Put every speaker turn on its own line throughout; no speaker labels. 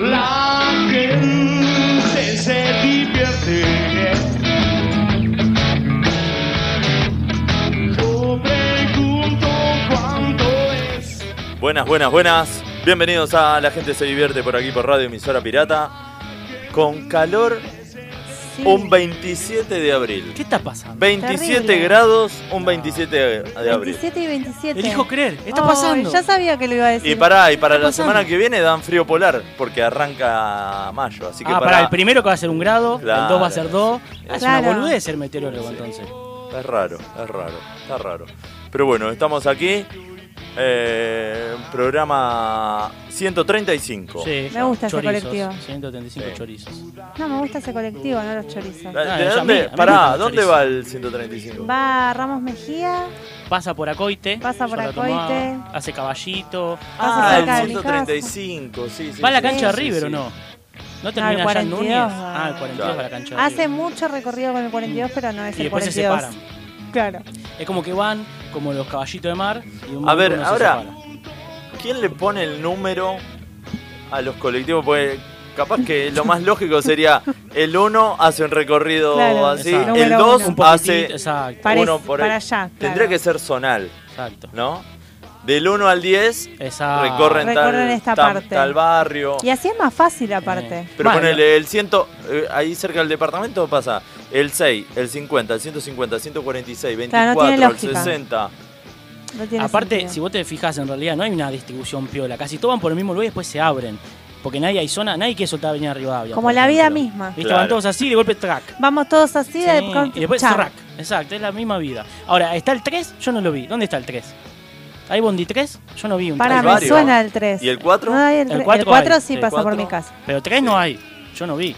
la gente se divierte. Yo pregunto cuánto es.
Buenas, buenas, buenas. Bienvenidos a La Gente Se Divierte por aquí por Radio Emisora Pirata. Con calor,
Sí.
un 27 de abril.
¿Qué está pasando?
27
Terrible.
grados, un 27 de de abril.
27 y 27.
Elijo creer. ¿Qué está
Ay,
pasando?
ya sabía que lo iba a decir.
Y para, y para
está
la
pasando?
semana que viene dan frío polar, porque arranca mayo. Así que
ah, para
para,
el primero que va a ser un grado,
Claro.
el 2 va a ser 2. Es
Claro.
una boludez ser meteorólogo entonces.
Es raro, es raro, está raro. Pero bueno, estamos aquí. eh, programa 135.
Sí,
Me gusta ese
chorizos,
colectivo.
135
Sí.
chorizos.
No, me gusta ese colectivo, no los chorizos.
Eh, ¿De
Ah, eso a
dónde?
mí- a mí me
pará,
gusta el
¿dónde
chorizo.
va el 135?
Va Ramos Mejía,
Pasa por Acoite.
Pasa por
yo la tomaba,
Acoite.
Hace caballito.
Pasa
Ah,
cerca de
el
mi
135, sí, sí.
¿Va a la
sí,
cancha de
sí,
River
sí.
o no? ¿No termina allá en
42
Núñez?
Ah, va.
Ah, el 42 va a la cancha de
hace
River.
mucho recorrido con el 42, pero no es
Y
el
después se
42.
separan.
Claro.
Es como que van como los caballitos de mar. Y un
A ver,
uno se
ahora-
separa.
¿Quién le pone el número a los colectivos? Porque capaz que lo más lógico sería el 1 hace un recorrido
Claro,
así,
exacto.
el
Número
2
uno.
Un poquitito,
hace
Exacto,
Parece-
uno por ahí.
para allá, claro.
Tendría que ser zonal,
exacto.
¿no? Del 1 al 10
Exacto.
recorren,
Recorren
tal,
esta
tam-
parte.
tal barrio.
Y así es más fácil aparte.
Pero
Bueno.
ponele el 100, eh, ahí cerca del departamento pasa el 6, el 50, el 150, el 146,
Claro,
24,
no tiene
el
lógica.
60.
No tiene
Aparte,
sentido.
si vos te fijas, en realidad no hay una distribución piola. Casi todos van por el mismo lugar y después se abren. Porque nadie hay zona, nadie quiere soltar Avenida Rivadavia.
Como
por
la vida
ejemplo.
misma.
¿Viste?
Claro.
Van todos así de golpe track.
Vamos todos así de
Y después
chao.
track. Exacto, es la misma vida. Ahora, ¿está el 3? Yo no lo vi. ¿Dónde está el 3? ¿Hay Bondi 3? Yo no vi un
Para,
Hay
3.
me
varios.
suena el 3.
¿Y el 4?
No hay el
El
3. El 4,
cuatro hay.
sí
El
pasa por
cuatro.
mi casa.
Pero 3 no hay. Yo no vi.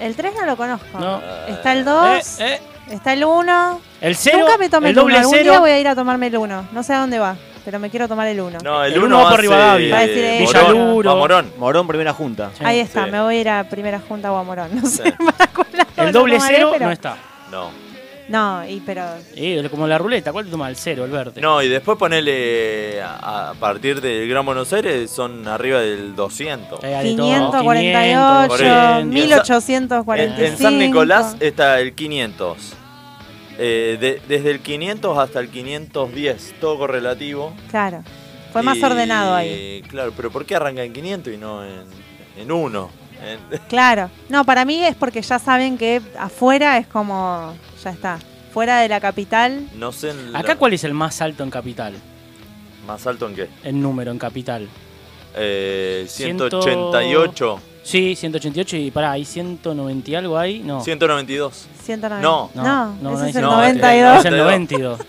El 3 no lo conozco.
No.
Está el 2,
Eh, eh,
está el 1.
El 0.
Nunca me tomé
el
el, 1.
doble
Algún día
0.
voy a ir a tomarme el 1. No sé a dónde va, pero me quiero tomar el 1.
No, el
El
1
uno va por
hace
Rivadavia.
Va a decir,
Morón.
eh,
Villaluro.
Va Morón.
Morón, primera junta.
Ahí está,
Sí.
me voy a ir a primera junta o a Morón. No sé
Sí.
para cuál lado
El doble
lo tomaré,
0
pero-
no está.
No.
No, y pero.
Eh, como la ruleta. ¿Cuál te toma el 0, el verde?
No, y después ponele a, a partir del Gran Buenos Aires son arriba del 200.
Eh, hay de todo.
548,
por ahí.
1845.
En, en San Nicolás eh, está el 500. Eh, de- desde el 500 hasta el 510, todo correlativo.
Claro. Fue más
Y-
ordenado ahí.
Claro, pero ¿por qué arranca en 500 y no en, en 1?
Claro. No, para mí es porque ya saben que afuera es como. Ya está. Fuera de la capital.
no sé. en la-
¿Acá cuál es el más alto en capital?
¿Más alto en qué?
En número, en capital.
Eh,
Ciento-
188,
Sí, 188 y pará, hay 190 y algo ahí. No.
192,
190.
No.
no, ese es
es
el
no, eh,
no,
es-
92.
Es el 92.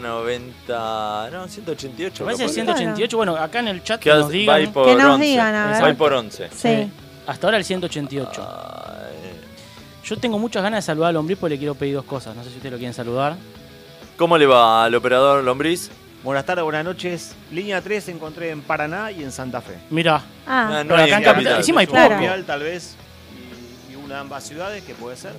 190, no, 188.
Me parece el
capaz.
188. Bueno, acá en el chat
Que
que nos
va
digan.
ahí por
Que nos
11.
digan, a
Va
ver.
ahí por 11.
sí.
Hasta ahora el 188.
Ay.
Yo tengo muchas ganas de saludar al Lombriz porque le quiero pedir dos cosas. No sé si ustedes lo quieren saludar.
¿Cómo le va al operador Lombriz?
Buenas tardes, buenas noches. Línea 3 encontré en Paraná y en Santa Fe.
Mirá,
Ah,
Ah, no
pero
hay en
acá en capital.
capital.
Encima hay poco.
Claro.
Copial, tal vez, y, y una de ambas ciudades, que puede ser.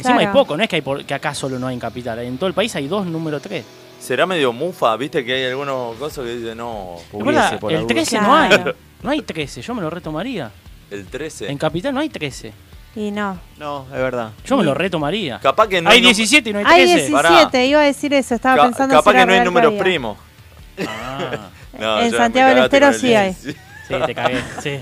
Encima hay
Claro.
poco. No es que, hay por- que acá solo no hay en capital. En todo el país hay dos número 3.
Será medio mufa, viste que hay algunos cosas que dicen, no,
Hubiese, por la
el
duda.
13 no hay.
Claro.
No hay 13. Yo me lo retomaría.
el 13.
En capital no hay 13.
Y no.
No, es verdad.
Yo me lo retomaría.
Mm. Capaz que no
hay
nu-
17 y no hay 13.
Hay 17,
Pará.
iba a decir eso, estaba
ca-
pensando
capaz
si era
que no hay
real
números
había.
primos.
Ah,
No,
en
ya me
Santiago del
cagaste
Estero
con el
sí hay.
17.
sí, te cagué. Sí.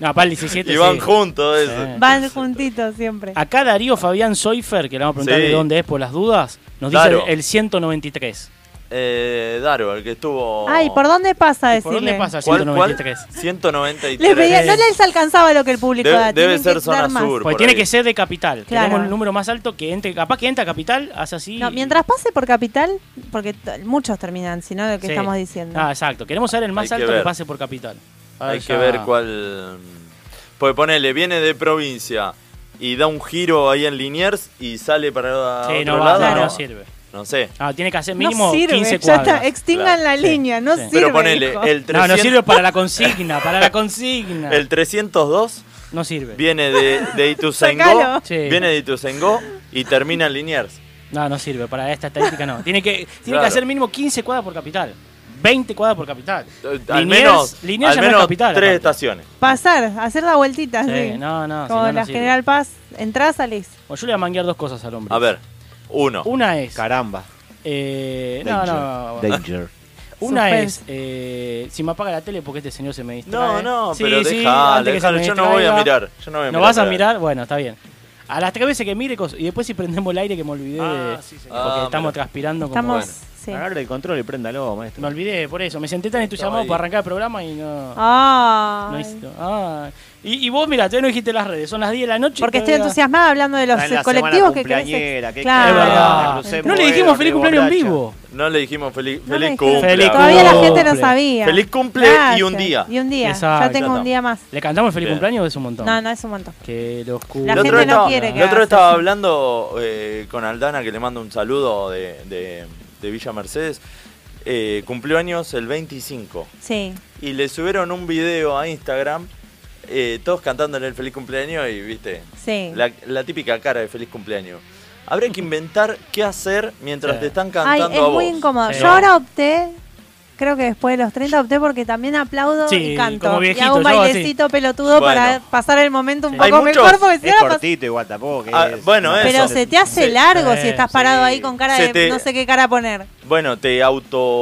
No, para el 17.
Y van
Este sí.
juntos eso.
Sí.
Van juntitos siempre.
Acá Darío Fabián Soifer, que le vamos a preguntar
Sí.
de dónde es por las dudas, nos dice
Claro.
el, el 193.
Eh, Daro, el que estuvo...
Ay, ¿por dónde pasa
¿Y ¿Por
decirle?
dónde pasa el
¿Cuál, cuál?
193?
193.
Les pedía- no les alcanzaba lo que el público
Debe-
da.
debe
tienen
ser
que
zona
dar más.
sur.
Porque
por
tiene
ahí.
que ser de capital.
Claro.
Tenemos el número más alto que entre, capaz que entra a capital, hace así.
No, mientras pase por capital, porque t- muchos terminan, si no lo que
Sí.
estamos diciendo.
Ah, exacto. Queremos saber el más
que
alto que,
ver.
pase por capital. A
Hay
Ah, ya-
que ver cuál... Pues ponele, viene de provincia y da un giro ahí en Liniers y sale para
Sí,
otro
no, va,
lado.
Claro.
no sirve.
No sé.
Ah, tiene que hacer
no
mínimo
sirve,
15
ya
cuadras.
está, extingan
Claro.
la
Sí,
línea, no
sí.
sirve.
Pero ponele,
hijo.
el 300...
No, no sirve para la consigna, para la consigna.
El 302
No sirve.
viene de, de Ituzaingó,
Sacalo.
Sí.
viene de Ituzaingó y termina en Liniers.
No, no sirve. Para esta estadística no. Tiene que, tiene
Claro.
que hacer mínimo 15 cuadras por capital. 20 cuadras por capital.
Eh, Al
Liniers-
menos,
Liniers
al
ya no es
menos
capital,
tres
aparte.
estaciones.
Pasar, hacer la vueltita,
Sí,
sí.
no, no. si
Como
no, no
la
sirve.
General Paz, entrás, salís.
Bueno, yo le voy a manguear dos cosas al hombre.
A ver, uno.
Una es.
Caramba.
eh, no,
Danger.
no, bueno.
Danger.
Una
Suspense.
es. eh, si me apaga la tele, porque este señor se me
No,
distrae.
no,
Sí,
pero
sí,
déjalo,
antes que se
déjalo,
me
Yo no voy a
distraiga.
mirar. Yo no voy a
¿No
mirar.
vas a mirar? Bueno, está bien. A las tres veces que mire, cos- y después si prendemos el aire que me olvidé, de- porque
Ah,
estamos
mira.
transpirando como...
Estamos.
bueno.
sí.
Agarre el control y préndalo, maestro.
Me olvidé, por eso. Me senté tan entusiasmado
ahí.
para arrancar el programa y no...
Ay,
no hice- ah. Y, y vos, mira, todavía no dijiste las redes. Son las 10 de la noche.
porque
y
estoy
todavía-
entusiasmada hablando de los
Ah,
Está en la
eh, colectivos
semana
que
cumpleañera, qué
crecen.
Es
Ah,
verdad.
José
No le
Moedo,
dijimos
qué
feliz cumpleaños en
borracha.
vivo.
No le dijimos feliz,
No
feliz
me
cumple.
dijeron.
Feliz
a
Todavía la
vos.
gente no
cumple.
sabía.
Feliz cumple y un
Gracias.
día.
Y un día.
Exacto.
Ya tengo un día más.
¿Le cantamos el feliz
Bien.
cumpleaños o es un montón?
No, no es un montón.
Que los
La
El otro
gente no
estaba,
quiere
el
que
otro
hagas
estaba
eso.
hablando eh, con Aldana, que le mando un saludo de, de- de Villa Mercedes. Eh, cumplió años el 25.
Sí.
Y le subieron un video a Instagram, eh, todos cantándole el feliz cumpleaños y, viste,
Sí.
la, la típica cara de feliz cumpleaños. Habría que inventar qué hacer mientras
Sí.
te están
Ay,
cantando
es
a vos.
muy incómodo.
Sí.
Yo ahora opté, creo que después de los 30 opté porque también aplaudo
Sí,
y canto. y
como
hago
viejito,
un
yo así.
bailecito pelotudo para
Bueno.
pasar el momento un
Sí.
Hay
poco
muchos-
mejor porque Pues si
Es
no la pas-
cortito igual, tampoco. que
Ah,
es-
bueno, eso.
Pero se te hace
Sí.
largo
Sí,
si estás
sí.
parado ahí con cara
Se
de
te-
no sé qué cara poner.
Bueno, te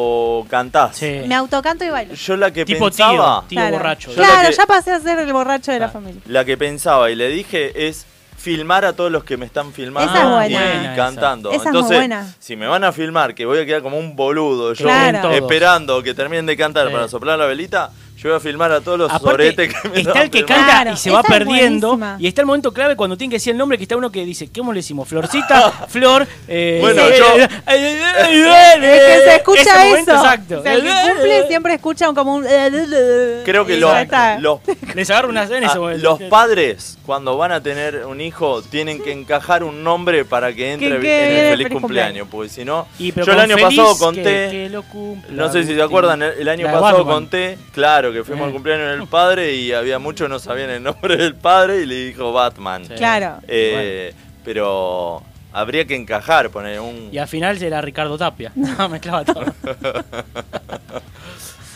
autocantás.
Sí.
Me autocanto y bailo.
Yo la que
Tipo
pensaba...
tío, tío borracho.
Yo la
Claro,
que-
ya pasé a ser el borracho de la
Ah.
familia.
La que pensaba y le dije es filmar a todos los que me están filmando
Esa es buena.
y-
Buena
y
esa.
cantando.
Esa es muy
Entonces,
buena.
si me van a filmar, que voy a quedar como un boludo, yo
Claro.
Todos.
esperando que terminen de cantar
Sí.
para soplar la velita, yo voy a filmar a todos los
Aparte,
soretes que me
está
estaban
el que
filmando.
canta
Claro,
y se va
esa es
perdiendo.
buenísima.
Y está el momento clave cuando tiene que decir el nombre, que está uno que dice, ¿cómo le decimos? Florcita, Flor... eh,
Bueno,
eh,
yo-
eh, eh, eh, eh,
Es que se
ese
escucha
momento
eso.
Exacto.
O sea, el que cumple siempre escucha un- como un. eh,
Creo que
y
los,
ya está.
los,
Les agarro una cena en ese
ah,
momento.
los padres, cuando van a tener un hijo, tienen que encajar un nombre para que entre en
Que
el
quede
feliz,
bien el feliz
cumpleaños.
cumpleaños.
Porque si no,
Y, pero
yo el
con
año
feliz
pasado
que-
conté...
que lo cumpla,
No sé si
Agustín.
se acuerdan, ¿eh? el, el año
La de
pasado
Batman.
conté, claro, que fuimos
Eh.
al cumpleaños del padre y había muchos que no sabían el nombre del padre y le dijo Batman.
Sí.
Claro.
Eh, Pero habría que encajar, poner un...
Y al final era Ricardo Tapia. No, mezclaba todo.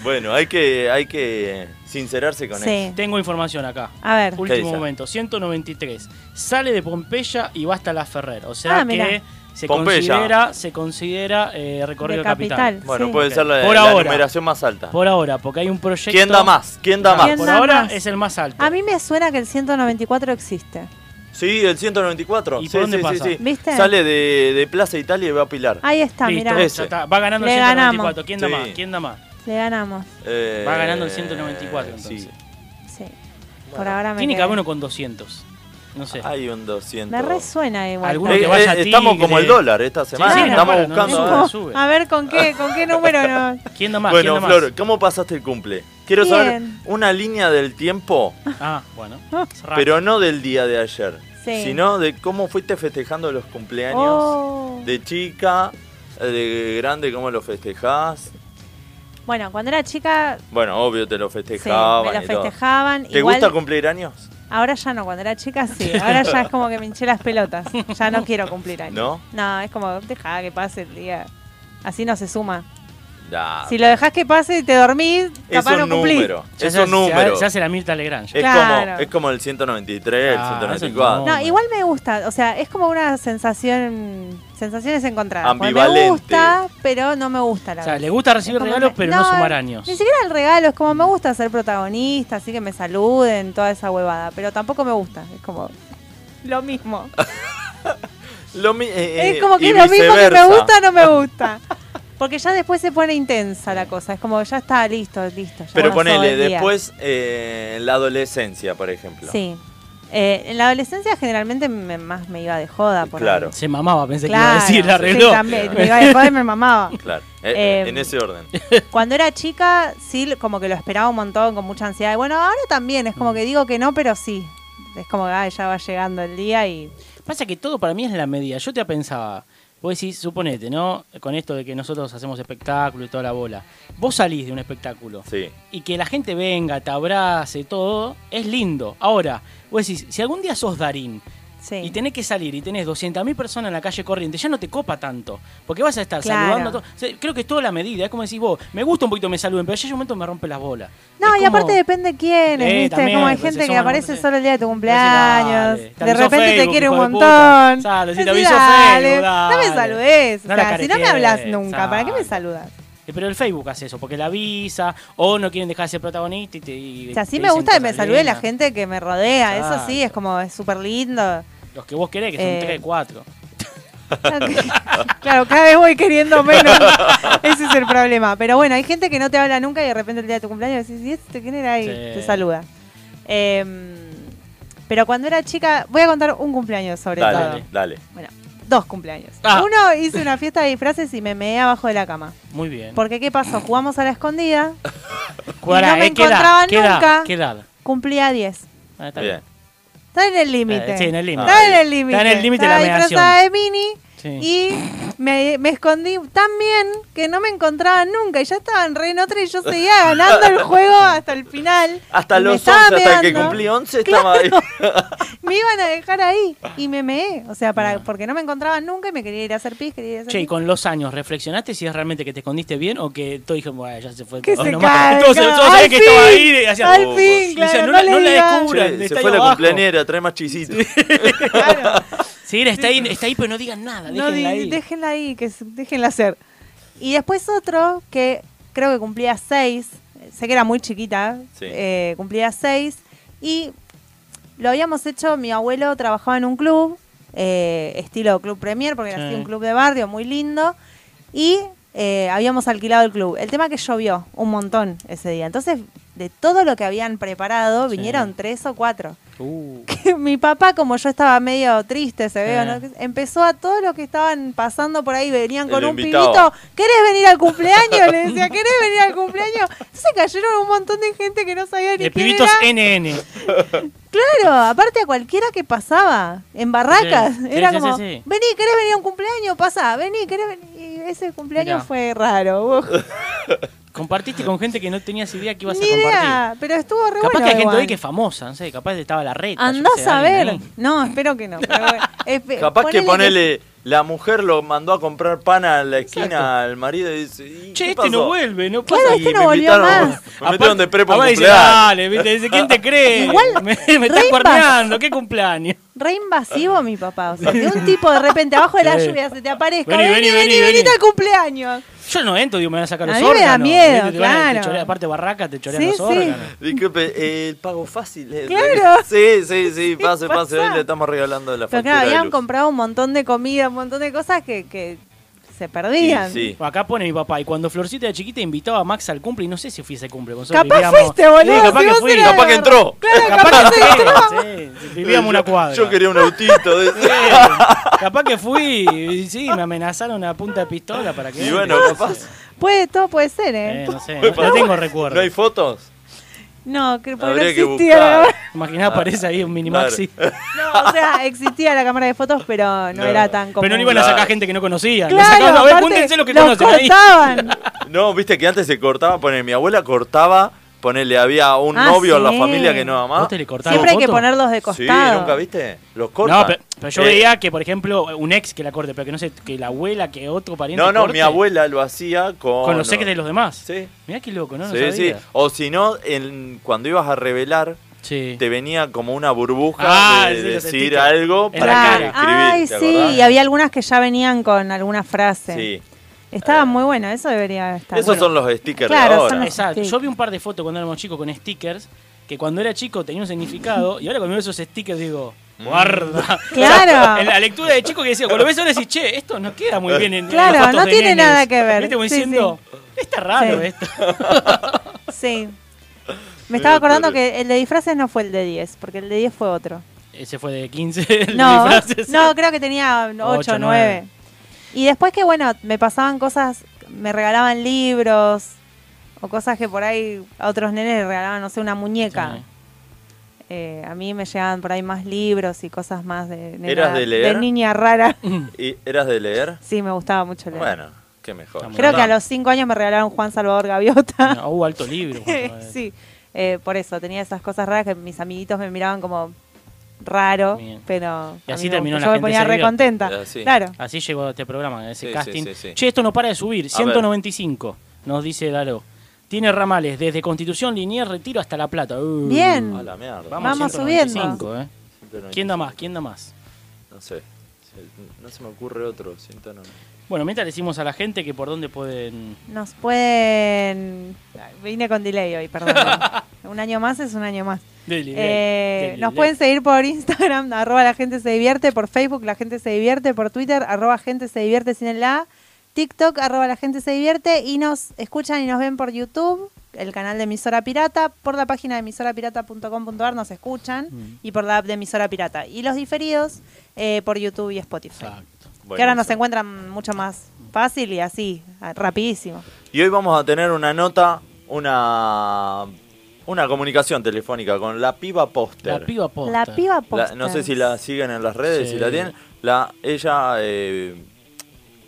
Bueno, hay que, hay que sincerarse con
Sí.
Tengo información acá.
A ver.
Último
dice?
momento, 193. Sale de Pompeya y va hasta La Ferrer. O sea
Ah, mirá.
que se
Pompeya.
considera, se considera eh, recorrido
De capital.
capital.
eso. Bueno,
Sí.
puede ser la,
Por
la
ahora.
numeración más alta.
Por ahora, porque hay un proyecto.
¿Quién da más? ¿Quién da
Ah,
más?
¿Quién
por
da
ahora
más?
es el más alto.
A mí me suena que el 194 existe.
Sí, el 194.
¿Y
sí,
por dónde
sí, sí,
pasa?
sí.
¿Viste? Ah.
Sale de, de Plaza Italia y va a Pilar.
Ahí está,
Listo,
mirá.
ya
Ese.
está. Va ganando
Le
el 194.
ganamos.
¿Quién da
Sí.
más? ¿Quién da más?
Le ganamos.
Eh,
Va ganando el 194
sí.
entonces.
Sí. Por ahora Ah, me.
Tiene que
quedé.
haber uno con 200. No sé.
Hay un 200.
Me resuena igual.
Alguno
Eh,
que vaya
eh, estamos
tigre.
como el dólar esta semana.
sí, no,
Ah, estamos
para, no,
buscando.
no,
a
no,
ver.
Como,
sube.
A ver con qué, con qué número nos.
¿Quién da más?
Bueno,
¿Quién da
Flor, ¿cómo pasaste el cumple? Quiero saber
Bien.
una línea del tiempo,
más? Ah, bueno.
pero no del día de ayer,
Sí.
sino de cómo fuiste festejando los cumpleaños
Oh.
de chica, eh, de grande, cómo lo festejás.
Bueno, cuando era chica
Bueno, obvio, te lo
sí, me lo
festejaban. y todo.
festejaban.
¿Te
Igual,
gusta cumplir años?
Ahora ya no, cuando era chica sí. Ahora ya es como que me hinché las pelotas. Ya no quiero cumplir años.
¿No?
No, es como, dejá que pase el día. Así no se suma.
Nah,
Si lo dejás que pase y te dormís,
Ah, es
capaz
un
no cumplís.
número.
Ya
Es
se-
un
se-
número. Eh.
Se hace la Mirta Legrand.
Es,
Claro.
como, es como el 193,
Ah,
el
eso
194.
no.
No, igual me gusta, o sea, es como una sensación, sensaciones encontradas. Porque Me
Ambivalente.
gusta, pero no me gusta la
O sea,
verdad.
le gusta
Es
recibir
como
regalos,
que-
pero no, sumar años.
Ni siquiera el regalo, es como me gusta ser protagonista, así que me saluden, toda esa huevada, pero tampoco me gusta, es como lo mismo.
Lo mi- eh,
es como
eh,
que
y
es lo mismo que me
viceversa.
gusta o no me gusta. Porque ya después se pone intensa la cosa, es como ya está listo, listo. ya
Pero
pasó
ponele,
el día.
después eh, en la adolescencia, por ejemplo.
Sí. Eh, en la adolescencia generalmente me- más me iba de joda. Por ahí.
Claro.
Se mamaba, pensé que iba
Claro,
a decir, la
sí,
arregló.
también, me iba de joda y me mamaba.
Claro, eh,
Eh,
en ese orden.
Cuando era chica, sí, como que lo esperaba un montón, con mucha ansiedad. Y bueno, ahora también, es
Mm.
como que digo que no, pero sí. Es como que ay, ya va llegando el día y.
Pasa que todo para mí es la medida. Yo te pensaba, vos decís, suponete, ¿no? Con esto de que nosotros hacemos espectáculo y toda la bola. Vos salís de un espectáculo
Sí.
y que la gente venga, te abrace, todo, es lindo. Ahora, vos decís, si algún día sos Darín,
Sí.
y tenés que salir y tenés 200.000 personas en la calle corriente, ya no te copa tanto. Porque vas a estar
Claro.
saludando a todos. O sea, creo que es toda la medida. Es como decís vos, me gusta un poquito que me saluden, pero ya llega un momento que me rompe las bolas.
No,
Es
y
como-
aparte depende quién es,
Eh,
¿viste?
también,
como hay
pues,
gente
eso,
que
no
aparece
sé.
solo el día de tu
Dale,
cumpleaños.
te
de
avisó
repente te
Facebook,
quiere un
hijo de
montón.
puta. Sale, si te
Decís,
avisó
"Dale,
Facebook,
No me
dale".
saludes.
No
o
la
sea, si no me
caretees,
hablas nunca, ¿para qué me
dale.
saludas?
Eh, Pero el Facebook hace eso, porque la avisa, o no quieren dejar de ser protagonista y te. y
O sea, sí
te
me
dicen
gusta que me
cosas
salude la
lindas.
gente que me rodea. Eso sí,
Exacto.
es como es súper lindo.
Los que vos querés, que son
Eh,
3, 4.
claro, cada vez voy queriendo menos. Ese es el problema. Pero bueno, hay gente que no te habla nunca y de repente el día de tu cumpleaños decís, ¿y este quién era? Y
Sí.
te saluda. Em, pero cuando era chica, voy a contar un cumpleaños sobre todo.
Dale, dale.
Bueno, dos cumpleaños.
Ah.
Uno hice una fiesta de disfraces y me meé abajo de la cama.
Muy bien.
Porque ¿qué pasó? Jugamos a la escondida,
Guará,
no me
eh, ¿qué edad?
encontraban
¿Qué edad?
nunca.
¿Qué edad?
cumplía 10.
Ah, está
Bien.
bien.
Está en el
Eh, sí, en
límite.
el límite.
Está en el límite.
Está en el límite de la
Estaba
negación.
disfrazada de mini
Sí.
y me, me escondí tan bien que no me encontraban nunca y ya estaban re en otra y yo seguía ganando el juego hasta el final.
Hasta
Y me
los 11,
estaba
hasta que
meando.
cumplí 11 estaba ahí.
Me iban a dejar ahí y me meé. O sea, para, porque no me encontraban nunca y me quería ir a hacer pis, quería ir a hacer
Che, y
pis.
con los años, ¿reflexionaste si es realmente que te escondiste bien o que todos dijeron, bueno, ya se fue?
Que
todo
se
nomás"?
cae.
Todos,
claro.
todos sabían
Al
que estaba ahí
fin,
y hacían, "Uh".
Al
"Oh,
fin,
sí".
claro.
Decían,
no,
"No la-
le
no la
digas".
descubro. Pura,
Che,
está
se
ahí
fue la
abajo.
cumpleañera, trae más chisito.
Claro.
Sí, está ahí, está ahí, pero no digan nada,
No, di-
déjenla ahí.
déjenla ahí, que se- déjenla hacer. Y después otro que creo que cumplía seis, sé que era muy chiquita,
Sí.
eh, cumplía seis, y lo habíamos hecho, mi abuelo trabajaba en un club, eh, estilo Club Premier, porque era
Sí.
así un club de barrio muy lindo, y eh, habíamos alquilado el club. El tema que llovió un montón ese día, entonces de todo lo que habían preparado
Sí.
vinieron tres o cuatro
Uh,
que mi papá, como yo estaba medio triste, se ve,
Eh.
¿no? empezó a todos los que estaban pasando por ahí, venían
Y
con
lo
un
invitaba.
pibito, ¿querés venir al cumpleaños? Le decía, ¿querés venir al cumpleaños? Entonces cayeron un montón de gente que no sabía ni
de
quién
pibitos
era.
NN.
Claro, aparte a cualquiera que pasaba, en barracas,
Sí, sí,
era
sí,
como,
sí, sí.
vení, ¿querés venir a un cumpleaños? Pasá, vení, ¿querés venir? Y ese cumpleaños
Mirá.
fue raro,
Compartiste con gente que no tenías idea que ibas
ni
a compartir.
idea, pero estuvo re
Capaz
bueno
que hay gente
igual.
hoy que es famosa, no sé, capaz estaba la reta. yo
Andá
qué
a
sé, alguien
saber.
ahí.
No, espero que no. pero bueno. Espe-
Capaz que
ponele
ponele, la mujer lo mandó a comprar pan a la esquina al marido y dice, "¿Y
Che,
qué
este
pasó?".
no vuelve, no pasa
Claro,
nada.
este
Y
no
me
volvió
invitaron-
más.
Me metieron de prepo
Papá
en
dice,
cumpleaños.
dale, viste, dice, ¿quién te cree?
Igual,
me, me
re
está cuerneando, ¿qué cumpleaños?
Re
Ah.
invasivo mi papá, o sea, que un tipo de repente abajo de la
Sí.
lluvia se te aparezca,
Vení,
vení,
vení,
vení,
vení,
vení,
vení.
al cumpleaños.
Yo no entro, digo, me van a sacar
A
los
mí me
órganos.
da miedo,
¿viste? Te van a- te
claro.
chorean- aparte barraca, te chorean
Sí,
los
sí.
órganos.
Disculpe, eh, el pago fácil es.
Claro.
Sí, sí, sí, pase, pase,
pasa.
hoy le estamos regalando la
Pero
factura
claro,
de
habían
luz.
comprado un montón de comida, un montón de cosas que, que se perdían.
Sí, sí.
Acá pone mi papá, y cuando Florcita de chiquita invitaba a Max al cumple, y no sé si fui a ese cumple. con nosotros
Capaz
vivíamos-
fuiste, boludo,
Sí, capaz
si
que
vos
fui.
eras-
Capaz que entró.
Claro, capaz,
Capaz
se entró.
que sí, sí, vivíamos una
Eh, Yo-
cuadra.
Yo quería un autito. de-
Sí, capaz que fui, y sí, me amenazaron a punta de pistola para que...
Y bueno,
no sé.
capaz.
Puede, todo puede ser, ¿eh?
Eh, no sé, no, no tengo recuerdo.
¿No hay fotos?
No, que porque no
Habría que
existía. la
buscar.
Imaginá, aparece ahí un minimaxi.
Ah, Claro.
No, o sea, existía la cámara de fotos, pero no,
No.
era tan común.
Pero no iban a
Claro.
sacar gente que no conocía. Le
Claro,
sacaban, a ver,
aparte,
júntense los que
los
conocen ahí.
cortaban.
No, viste que antes se cortaba, poner mi abuela cortaba, ponerle, había un
Ah,
novio en la
sí.
familia que no amaba.
¿Vos te le cortaban
Siempre hay que
foto?
ponerlos de
Sí,
costado.
nunca viste. Los cortan.
No, pero, pero yo
Eh,
veía que, por ejemplo, un ex que la corte, pero que no sé, que la abuela, que otro pariente.
No, no,
corte,
mi abuela lo hacía con.
Con los ex de los demás.
Sí.
Mirá qué loco, ¿no? No
sí, sí.
sabía.
O si no, en- cuando ibas a revelar,
Sí.
te venía como una burbuja
Ah,
de
sí, los
decir
stickers.
algo
En
para
la
que
cara.
escribir.
Ay,
¿te
sí,
acordás?
y había algunas que ya venían con alguna frase.
Sí.
Estaba muy bueno, eso debería estar.
Eh, Esos
bueno.
son los stickers
Claro,
de
son
ahora.
los-
Ah, Exacto.
Sí.
Yo vi un par de fotos cuando éramos chicos con stickers, que cuando era chico tenía un significado, y ahora cuando veo esos stickers digo,
Mm.
guarda.
Claro.
en la lectura de chico que decía, cuando lo ves ahora decís, che, esto no queda muy bien en en
Claro,
las fotos
no
de
tiene
nenes".
nada que ver.
Viste, como
Sí,
diciendo, está raro
Sí.
esto.
Sí. Me estaba acordando
pero-
que el de disfraces no fue el de 10, porque el de 10 fue otro.
Ese fue de 15. el
No,
disfraz ese.
no creo que tenía 8
Ocho,
o 9. Y después que, bueno, me pasaban cosas, me regalaban libros o cosas que por ahí a otros nenes les regalaban, no sé, una muñeca.
Sí.
Eh, a mí me llegaban por ahí más libros y cosas más de, nena-
¿Eras de leer?
niña rara.
¿Y eras de leer?
Sí, me gustaba mucho leer.
Bueno, qué mejor.
Está muy
Creo
No.
que a los 5 años me regalaron Juan Salvador Gaviota.
No, hubo alto libro. cuando-
sí, eh, por eso tenía esas cosas raras que mis amiguitos me miraban como, raro,
Bien.
pero
Y
a
así
mí me
terminó
gustó,
la
yo
gente
me ponía
servida.
recontenta.
Ah, sí.
Claro.
Así llegó este programa, ese
Sí,
casting.
sí, sí, sí.
Che, esto no para de subir.
A ver.
195, nos dice Lalo. Tiene ramales desde Constitución, Liniers, Retiro hasta La Plata. Uh,
Bien.
A la mierda.
Vamos,
Vamos
195,
subiendo.
eh. ¿Quién da más? ¿Quién da más?
No sé. Se- No se me ocurre otro. Siento no.
Bueno, mientras le decimos a la gente que por dónde pueden...
Nos pueden... Vine con delay hoy, perdón. un año más es un año más.
Dele,
Eh,
dele, dele,
nos
dele.
pueden seguir por Instagram, arroba la gente se divierte, por Facebook, la gente se divierte, por Twitter, arroba gente se divierte sin el A, TikTok, arroba la gente se divierte, y nos escuchan y nos ven por YouTube, el canal de Emisora Pirata, por la página de emisorapirata.com.ar nos escuchan, y por la app de Emisora Pirata. Y los diferidos eh, por YouTube y Spotify.
Exacto.
Que ahora nos
Buenísimo.
encuentran mucho más fácil y así, a- rapidísimo.
Y hoy vamos a tener una nota, una una comunicación telefónica con la piba póster.
La piba posta.
La piba
La- no sé
posters.
si la siguen en las redes,
Sí.
si la tienen. La, ella eh,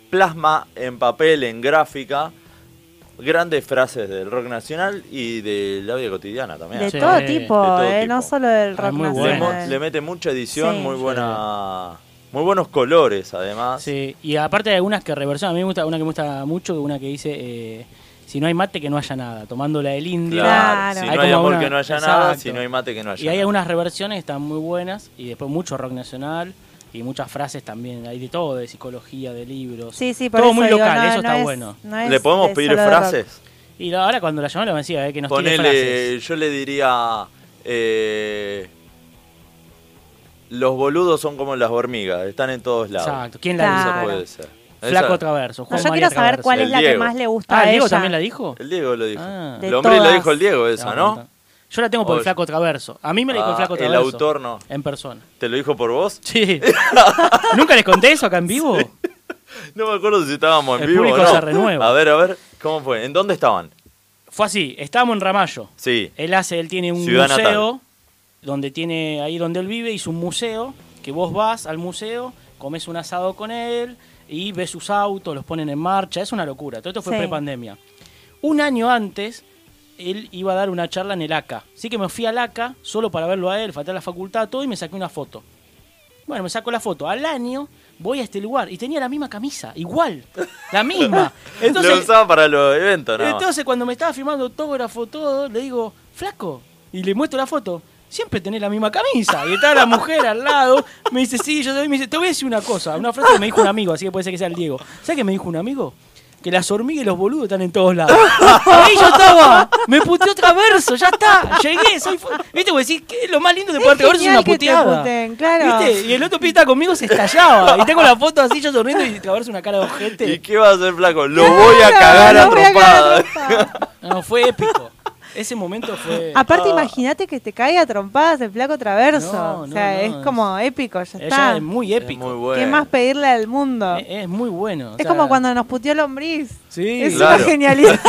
plasma en papel, en gráfica, grandes frases del rock nacional y de la vida cotidiana también.
De
Sí.
todo
De
tipo,
todo
eh, no
tipo.
solo del rock
Ah, muy
Le,
bueno.
mo-
nacional.
le mete mucha edición,
Sí.
muy buena, muy buenos colores además.
Sí, y aparte hay algunas que reversan. A mí me gusta una que me gusta mucho, una que dice: eh, Si no hay mate, que no haya nada. Tomándola del indio.
Claro, Si
Claro.
no
Hay
hay,
como
amor
una-
que no haya nada,
Exacto.
si no hay mate que no haya
Y hay
nada.
algunas reversiones que están muy buenas. Y después mucho rock nacional. Y muchas frases también. Hay de todo, de psicología, de libros.
Sí, sí, por
todo
eso
muy
digo,
local,
no-
eso
no
está
es-
bueno.
no es
¿Le podemos
de
pedir
solo de rock.
frases?
Y la- ahora cuando la llamó, la decía eh, que nos tiene frases.
Ponele, yo le diría, eh, los boludos son como las hormigas, están en todos lados.
Exacto. ¿Quién la
Esa
Claro.
dijo?
puede ser.
Flaco
Esa-
Traverso.
No,
Juan
yo
María
quiero saber
Traverso.
cuál es
El
la que
Diego.
más le gusta
Ah,
a
¿el Diego
ella.
también la dijo?
El Diego lo dijo.
Ah.
De
el hombre la
todas.
dijo el Diego esa,
Ah,
¿no?
Yo la tengo por
O
el
es-
Flaco Traverso. A mí me la dijo
Ah,
el Flaco
el
Traverso.
autor no.
En persona.
¿Te lo dijo por vos?
Sí. ¿Nunca les conté eso acá en vivo?
No me acuerdo si estábamos en
El
vivo o
público
no.
se renueva.
A ver, a ver, ¿cómo fue? ¿En dónde estaban?
Fue así, estábamos en Ramallo.
Sí.
Él hace, él tiene un
Ciudad
museo
natal.
donde tiene ahí donde él vive hizo un museo que vos vas al museo, comes un asado con él y ves sus autos, los ponen en marcha, es una locura. Todo esto fue
Sí.
prepandemia. Un año antes él iba a dar una charla en el ACA. Así que me fui al ACA solo para verlo a él, falté a la facultad, todo y me saqué una foto. Bueno, me saco la foto. Al año voy a este lugar y tenía la misma camisa, igual, la misma.
lo usaba para los eventos, ¿no?
Entonces, cuando me estaba firmando autógrafo, todo, le digo, flaco, y le muestro la foto. Siempre tenés la misma camisa. Y estaba la mujer al lado. Me dice, sí, yo también. Me dice, te voy a decir una cosa. Una frase que me dijo un amigo, así que puede ser que sea el Diego. ¿Sabes qué me dijo un amigo? Que las hormigas y los boludos están en todos lados. Ahí yo estaba. Me puteó traverso, ya está. Llegué, soy. fu- ¿Viste? Porque decís, que lo más lindo de
Es
poder traverso es
genial
una
que te
puteada.
puteen, claro.
¿Viste? Y el otro pibe estaba conmigo, se estallaba. Y tengo la foto así, yo sonriendo y traverso una cara de ojete.
¿Y qué va a hacer, flaco? Lo voy a cagar a
no este, voy a cagar
trompadas.
a trompadas.
No, fue épico. Ese momento fue.
Aparte, imagínate que te caiga a trompadas el flaco traverso.
No,
o
no,
sea,
no,
es
es-
como épico, ya
Ella
está.
es muy
Es
épico.
muy
Es
bueno.
¿Qué más pedirle al mundo?
Es, muy bueno. o
es
sea,
como cuando nos puteó Lombriz.
Sí.
es
Claro.
una genialidad.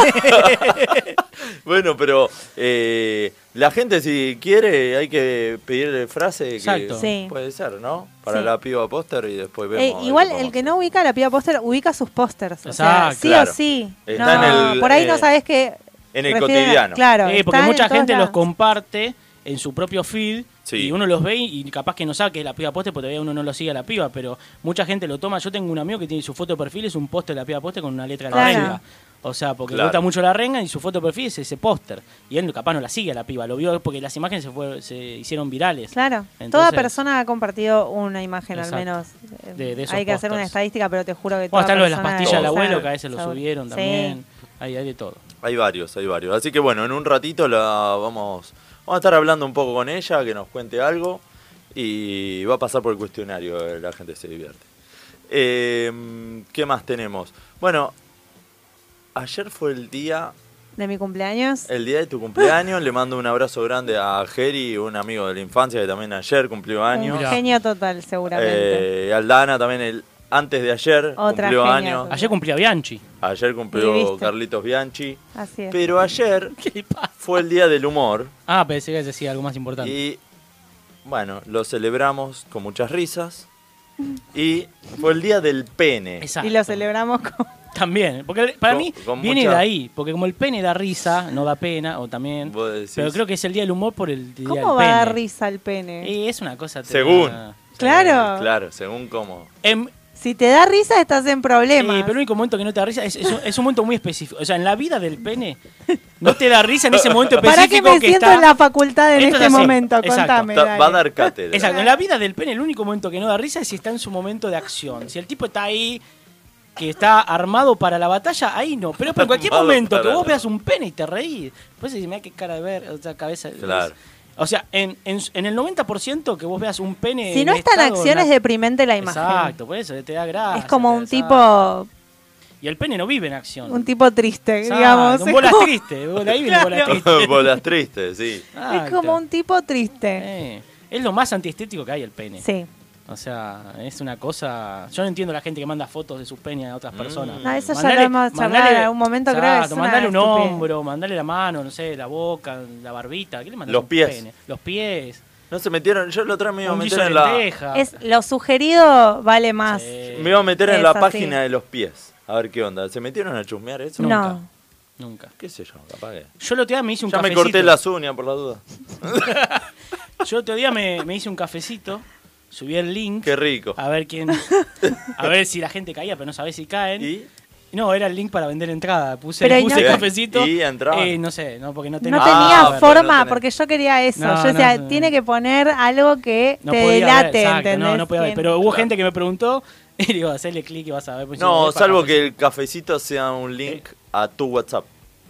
Bueno, pero eh, la gente si quiere hay que pedirle frase que
Exacto.
Sí.
puede ser, ¿no? Para
Sí.
la piba póster y después
Eh,
vemos.
igual, el que no ubica la piba póster, ubica sus pósters. O sea,
Exacto.
sí
Claro.
o sí.
Está
No,
en el,
por ahí no
eh,
sabes que.
en el
refieren a-
cotidiano.
Claro.
Eh, porque
están en
mucha
todos
gente los
lados.
comparte en su propio feed
Sí.
y uno los ve y capaz que no sabe que es la piba poste porque todavía uno no lo sigue a la piba, pero mucha gente lo toma. Yo tengo un amigo que tiene su foto de perfil, es un póster de la piba poste con una letra de la
Claro.
renga. O sea, porque le
Claro.
gusta mucho la renga y su foto de perfil es ese póster. Y él capaz no la sigue a la piba, lo vio porque las imágenes se, fue- se hicieron virales.
Claro, toda
Entonces-
persona ha compartido una imagen
Exacto.
al menos.
De- de esos
Hay que hacer una
pósters.
estadística, pero te juro que
Bueno,
toda
están lo de las
persona-
pastillas del
Todo.
abuelo, que a veces lo
Seguro.
subieron
Sí.
también. Ahí hay de todo.
Hay varios, hay varios. Así que bueno, en un ratito la vamos, vamos a estar hablando un poco con ella, que nos cuente algo y va a pasar por el cuestionario, eh, la gente se divierte. Eh, ¿Qué más tenemos? Bueno, ayer fue el día
De mi cumpleaños.
El día de tu cumpleaños le mando un abrazo grande a Jerry, un amigo de la infancia que también ayer cumplió años.
Un genio total, seguramente.
Eh, Aldana también el antes de ayer
Otra
cumplió
genia.
años.
Ayer cumplía Bianchi.
Ayer
Y
cumplió
viste.
Carlitos Bianchi.
Así es.
Pero ayer
¿Qué le pasa?
fue el día del humor
Ah, pensé que decía algo más importante.
y bueno, lo celebramos con muchas risas. Y fue el día del pene.
Exacto.
Y lo celebramos con.
También, porque el- para
Con-
mí
con
viene
mucha-
de ahí, porque como el pene da risa, no da pena, o también.
Vos decís.
Pero creo que es el día del humor por el día
¿Cómo
del
va a dar
pene.
risa el pene?
Y es una cosa.
Según.
tremenda.
Claro.
Claro, según cómo.
Em,
Si te da risa, estás en problemas.
eh, pero el único momento que no te da risa es, es un, es un momento muy específico. O sea, en la vida del pene, no te da risa en ese momento específico.
¿Para que me siento
está-
en la facultad en
Esto es
este
así.
momento?
Exacto.
Contame.
Ta-
dale.
va a dar cátedra.
Exacto, en la vida del pene el único momento que no da risa es si está en su momento de acción. Si el tipo está ahí, que está armado para la batalla, ahí no. Pero en cualquier
Armado
momento que
para
vos
la-
veas un pene y te reís, pues decís, mira qué cara de ver, o sea, cabeza.
Claro.
O sea, en, en- en el 90% que vos veas un pene.
Si no
en
está en
estado
acción,
na-
es deprimente la imagen.
Exacto, Ah, por eso te da gracia.
Es como
te
un
deshace.
tipo
Y el pene no vive en acción.
un tipo triste,
Exacto,
digamos.
Un
Es
bolas
como-
triste. de ahí viene el bolas triste.
Bolas tristes, sí.
Es como un tipo triste.
Ah, Eh, es lo más antiestético que hay el pene.
Sí.
O sea, es una cosa. Yo no entiendo la gente que manda fotos de sus peñas a otras
Mm.
personas.
No, Ah, eso ya
Mandale-
lo hemos charlado
mandale-
en algún momento, creo que
Exacto,
es una
mandale un
estupidez.
hombro, mandale la mano, no sé, la boca, la barbita. ¿Qué le mandas?
Los
un
pies.
pene? Los pies.
No se metieron, yo lo otra me iba a
Un guiso
meter
de
en la.
lenteja.
Es, lo sugerido vale más.
Sí,
Me iba a meter en
Es
la
así.
página de los pies. A ver qué onda. ¿Se metieron a chusmear eso?
No.
Nunca.
¿Qué sé yo? Capaz que-
Yo el otro día me hice un
Ya me
cafecito.
corté las uñas por la duda.
Yo el otro día me, me hice un cafecito, subí el link.
Qué rico.
A ver quién. A ver si la gente caía, pero no sabés si caen.
¿Y?
No, era el link para vender entrada. Puse,
Pero y
puse
no-
cafecito.
Y entraban.
Eh, no sé, no, porque no tenía.
Ah,
No tenía
bueno,
forma,
no tenés.
porque yo quería eso.
No,
yo decía,
no, no.
tiene que poner algo que
No
te
podía
delate,
ver, exacto, No,
¿entendés?
no podía ver.
Bien.
Pero hubo
Claro.
gente que me preguntó y digo, hacele clic y vas a ver. pues, si
No,
ves,
salvo
para- Eh.
que el cafecito sea un link a tu WhatsApp.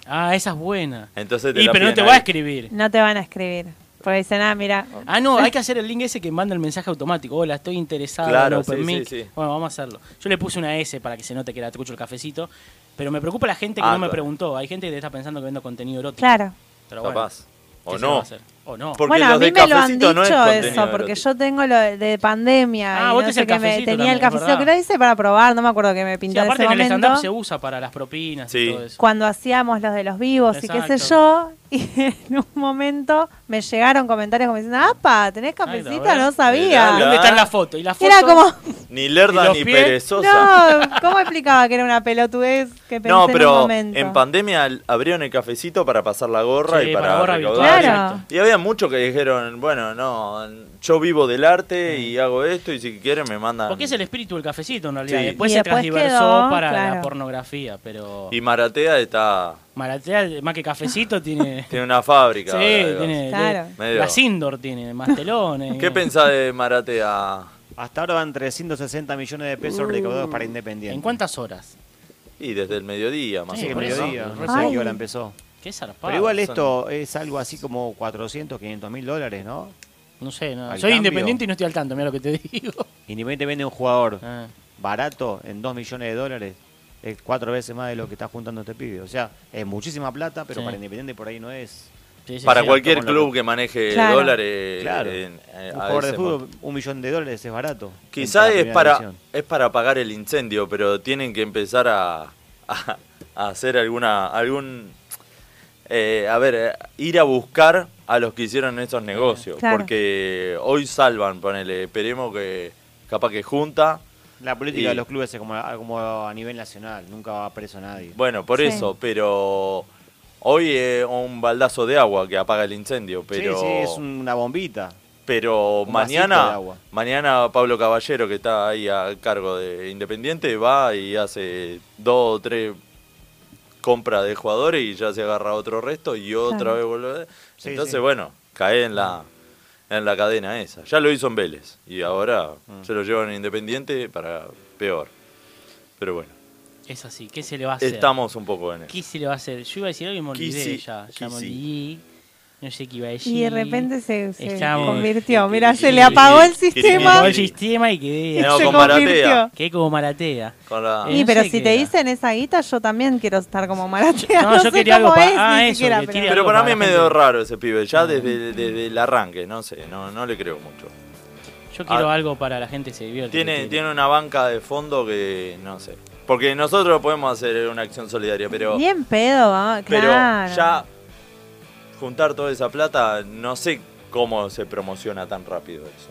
Ah, esa es buena.
Entonces te
Y
la
pero no
piden
te
ahí.
va a escribir.
No te van a escribir. Porque dicen, ah, mira.
Ah, no, hay que hacer el link ese que manda el mensaje automático. Hola, estoy interesado
Claro,
en Open
sí, sí,
Mic.
sí.
Bueno, vamos a hacerlo. Yo le puse una S para que se note que era trucho el cafecito. Pero me preocupa la gente que
Ah,
no me
claro.
preguntó. Hay gente que está pensando que vendo contenido erótico.
Claro.
Pero bueno,
Capaz.
¿qué
O
se le va a
no.
hacer? O no.
Porque
bueno, a
los
mí
de
me lo han
cafecito
dicho
no es contenido
eso, porque
erótico.
yo tengo lo de pandemia.
Ah,
y
vos
no
tenés
sé
el
qué me-
cafecito
Tenía el
también, es
cafecito que
verdad.
lo hice para probar, no me acuerdo que me pintó
Sí, aparte
en
en el
ese
stand-up
momento.
se usa para las propinas y
Sí.
todo eso.
cuando hacíamos los de los vivos y qué sé yo,
Exacto.
y en un momento me llegaron comentarios como diciendo, ¡apa! ¿Tenés
Ay, la
cafecita?
verdad.
No
Mirá,
sabía.
Ah, ¿Dónde está la foto? Y la foto
Era como,
Ni
¿Y
lerda
los
ni
pies?
perezosa.
no, ¿cómo explicaba que era una pelotudez que pensé
No,
en un
pero
momento?
en pandemia al- abrieron el cafecito para pasar la gorra
Sí,
y
para
para,
gorra
recaudar.
virtual, Claro.
Y había muchos que dijeron, bueno, no, yo vivo del arte y hago esto y si quieren me mandan.
Porque es el espíritu del cafecito en realidad.
Sí.
Después
Y
se
después
transdiversó
quedó,
para
claro.
la pornografía, pero.
Y Maratea está,
Maratea, más que cafecito, tiene. sí,
tiene una fábrica. ahora, digamos.
tiene.
Claro.
le-
Medio.
Las indoor tiene, eh. más telones.
¿Qué pensás de Maratea?
Hasta ahora van 360 millones de
Uh.
pesos recaudados para Independiente.
¿En cuántas horas?
Y desde el mediodía, más
Sí,
Sí,
o
el
por
menos.
eso.
mediodía. No
Ay.
sé qué hora empezó.
Qué zarpado.
Pero igual
son-
esto es algo así como 400, 500 mil dólares, ¿no?
No sé, no.
Al
Soy
cambio.
independiente y no estoy al tanto, mira lo que te digo.
Independiente vende un jugador
Ah.
barato en 2 millones de dólares. Es cuatro veces más de lo que está juntando este pibe. O sea, es muchísima plata, pero
Sí.
para Independiente por ahí no es.
Sí, sí,
Para
sí.
cualquier
como lo
club
que-
que maneje
Claro.
dólares.
Claro.
en- eh,
un
a
jugador de
ese
fútbol, un millón de dólares es barato.
Quizá
En la
es
primera
para,
división.
es para apagar el incendio, pero tienen que empezar a, a- a hacer alguna. algún eh, A ver, eh, ir a buscar a los que hicieron esos negocios.
Claro.
Porque hoy salvan, ponele. Esperemos que capaz que junta.
La política
Y-
de los clubes es como, como a nivel nacional. Nunca va preso nadie.
Bueno, por
Sí.
eso, pero. Hoy es un baldazo de agua que apaga el incendio, pero.
Sí, sí, es una bombita.
Pero
Un vasito de
mañana,
agua.
mañana Pablo Caballero, que está ahí a cargo de Independiente, va y hace dos o tres compras de jugadores y ya se agarra otro resto y otra
Claro.
vez vuelve.
Sí,
Entonces,
sí.
bueno, cae en la, en la cadena esa. Ya lo hizo en Vélez y ahora
Mm.
se lo llevan a Independiente para peor. Pero bueno,
Es así, ¿qué se le va a hacer?
estamos un poco en eso.
¿Qué se le va a hacer? Yo iba a decir algo y me olvidé
Quisi-
ya. Ya me
quisi.
olvidé. No sé qué iba a decir.
Y de repente se, se
Estamos-
convirtió. Mira,
y-
se
y-
le apagó el
y- y-
Se me
sistema
apagó el sistema y quedé.
No,
se
con Maratea.
convirtió.
Quedé como maratea.
Con la-
Eh,
Y
no
pero
sé
si
qué
te
era.
dicen esa guita, yo también quiero estar como maratea.
No,
No,
yo
sé
quería algo
cómo
para-
es,
ah,
ni
eso,
siquiera,
que
pero-
tire-
Pero
algo
para
para
mí es
la
medio
gente.
raro ese pibe, ya desde, desde el arranque, no sé, no, no le creo mucho.
Yo quiero
Ah.
algo para la gente que se divierte. que
Tiene, tiene una banca de fondo que no sé. Porque nosotros podemos hacer una acción solidaria, pero,
Bien pedo, vamos,
pero
claro.
ya juntar toda esa plata, no sé cómo se promociona tan rápido eso.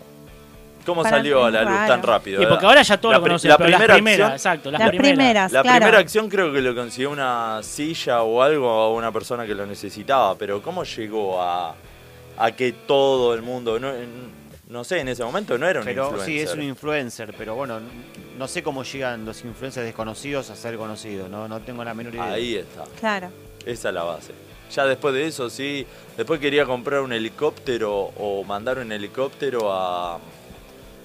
¿Cómo
Para
salió
mí
a
es
la luz
raro.
tan rápido?
Y porque ahora ya todos
La
lo
pri-
conocen,
la
pero las
primera
primeras,
acción-
exacto, las,
Las
primeras.
primeras.
La
claro.
primera acción creo que lo consiguió una silla o algo a una persona que lo necesitaba, pero ¿cómo llegó a, a que todo el mundo, no, en- no sé, en ese momento no era un
Pero sí,
influencer?
es un influencer, pero bueno, n- no sé cómo llegan los influencers desconocidos a ser conocidos, no, no tengo la menor idea.
Ahí está,
Claro.
esa es la base. Ya después de eso, sí, después quería comprar un helicóptero o mandar un helicóptero a,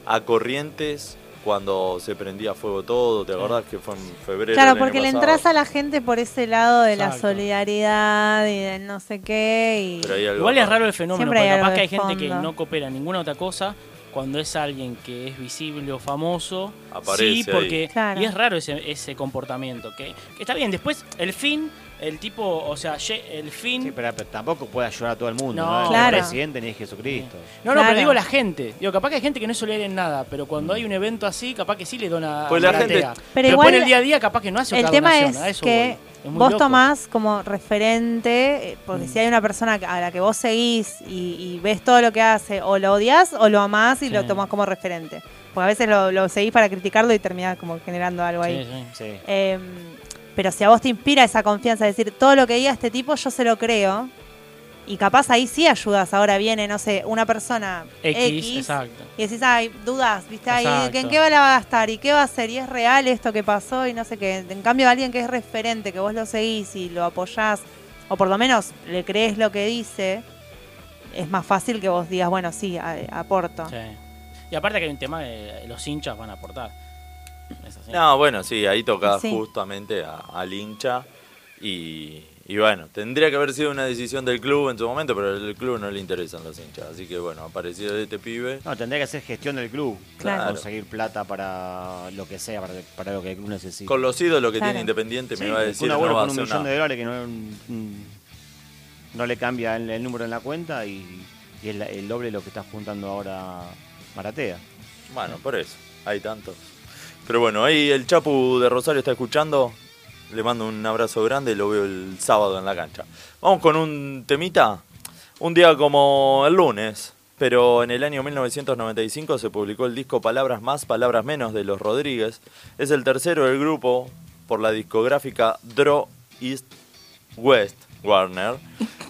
a Corrientes cuando se prendía fuego todo, ¿te acordás que fue en febrero? del
Claro,
año
porque le
pasado?
entras a la gente por ese lado de la
Exacto.
solidaridad y del no sé qué. Y...
Pero hay algo
Igual es
raro.
raro el fenómeno,
Siempre hay algo
porque capaz que
de
hay gente que
fondo.
no coopera en ninguna otra cosa. Cuando es alguien que es visible o famoso,
Aparece
sí,
ahí.
porque
Claro.
y es raro ese, ese comportamiento. Que, que está bien, después el fin, el tipo, o sea, ye- el fin.
Sí, pero, pero tampoco puede ayudar a todo el mundo,
No.
no, es
Claro.
el presidente ni es Jesucristo.
No, no, pero
Claro.
digo la gente. Digo, capaz que hay gente que no es solidaria en nada, pero cuando hay un evento así, capaz que sí le dona.
Pues la
una
gente-
latera.
Pero
Pero,
igual
pone el día a día, capaz que no hace
El
otra
tema
donación,
es
a eso
que
voy. Es muy
vos
loco.
tomás como referente, eh, porque
Mm.
si hay una persona a la que vos seguís y, y ves todo lo que hace, o lo odias o lo amás y lo
Sí.
tomás como referente. Porque a veces lo, lo seguís para criticarlo y terminás como generando algo ahí.
Sí, sí.
Sí.
Eh, pero si a vos te inspira esa confianza, de decir, todo lo que diga este tipo yo se lo creo. Y capaz ahí sí ayudas. Ahora viene, no sé, una persona
X,
X,
exacto.
y decís, ay, dudas, ¿viste? Ay,
Exacto.
¿En qué la va a gastar? ¿Y qué va a hacer? ¿Y es real esto que pasó? Y no sé qué. En cambio, alguien que es referente, que vos lo seguís y lo apoyás, o por lo menos le crees lo que dice, es más fácil que vos digas, bueno, sí, a- aporto.
Sí. Y aparte que hay un tema de los hinchas van a aportar. Es así.
No, bueno, sí, ahí tocaba
Sí.
justamente a- al hincha y, y bueno, tendría que haber sido una decisión del club en su momento, pero al club no le interesan los hinchas, así que bueno, apareció este pibe.
No, tendría que hacer gestión del club,
Claro.
conseguir plata para lo que sea, para, para lo que el club necesite.
Con los ídolos que
Claro.
tiene Independiente
Sí,
me va a
el
decir
Kun
no
Agüero
va a
con un
hacer
millón
nada.
de dólares que no, mm, no le cambia el, el número en la cuenta y, y es la- el doble de lo que está juntando ahora Maratea.
Bueno, por eso, hay tantos. Pero bueno, ahí el Chapu de Rosario está escuchando. Le mando un abrazo grande, lo veo el sábado en la cancha. Vamos con un temita. Un día como el lunes, pero en el año 1995 se publicó el disco Palabras Más, Palabras Menos de Los Rodríguez. Es el tercero del grupo por la discográfica Draw East West Warner,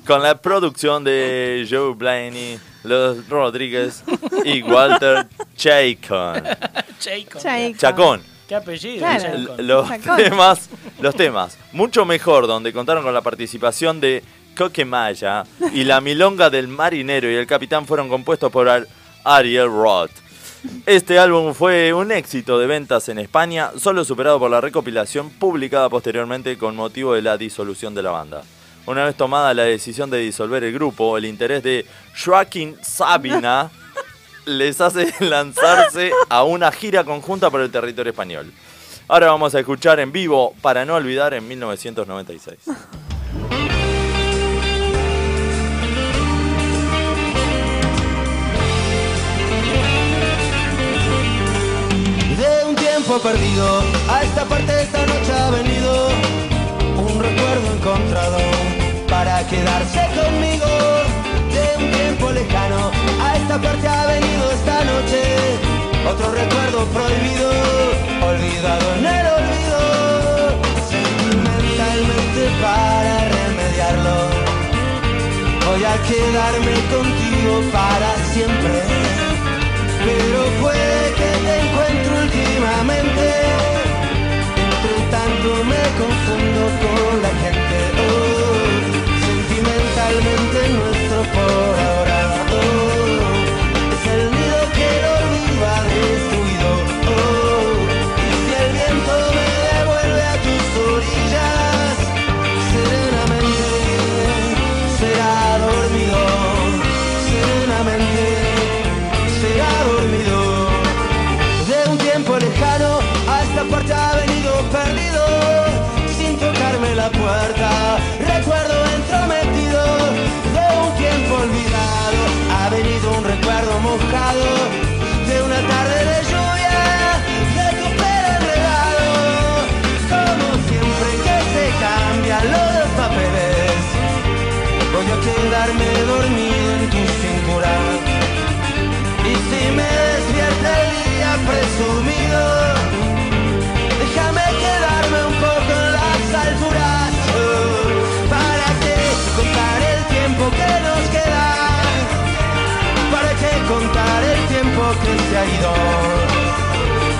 con la producción de Joe Blaney, Los Rodríguez y Walter Chacon.
Jacob.
Jacob.
Chacón.
¿Qué apellido?
Claro.
Jacob.
L- Los
Chacón.
temas, los temas. Mucho mejor, donde contaron con la participación de Coquemaya y la milonga del marinero y el capitán fueron compuestos por Ar- Ariel Roth. Este álbum fue un éxito de ventas en España, solo superado por la recopilación publicada posteriormente con motivo de la disolución de la banda. Una vez tomada la decisión de disolver el grupo, el interés de Joaquín Sabina les hace lanzarse a una gira conjunta por el territorio español. Ahora vamos a escuchar en vivo para no olvidar en 1996.
De un tiempo perdido a esta parte esta noche ha venido un recuerdo encontrado para quedarse conmigo. De un tiempo lejano a esta parte ha venido esta noche otro recuerdo prohibido, olvidado en el olvido, sentimentalmente para remediarlo. Voy a quedarme contigo para siempre. Pero puede que te encuentre últimamente Entre tanto me confundo con la gente oh, Sentimentalmente nuestro por ahora oh, Es el nido que el olvido ha destruido oh, Y si el viento me devuelve a tus orillas Serenamente será dormido Serenamente será dormido. De un tiempo lejano a esta parte ha venido perdido, sin tocarme la contar el tiempo que se ha ido.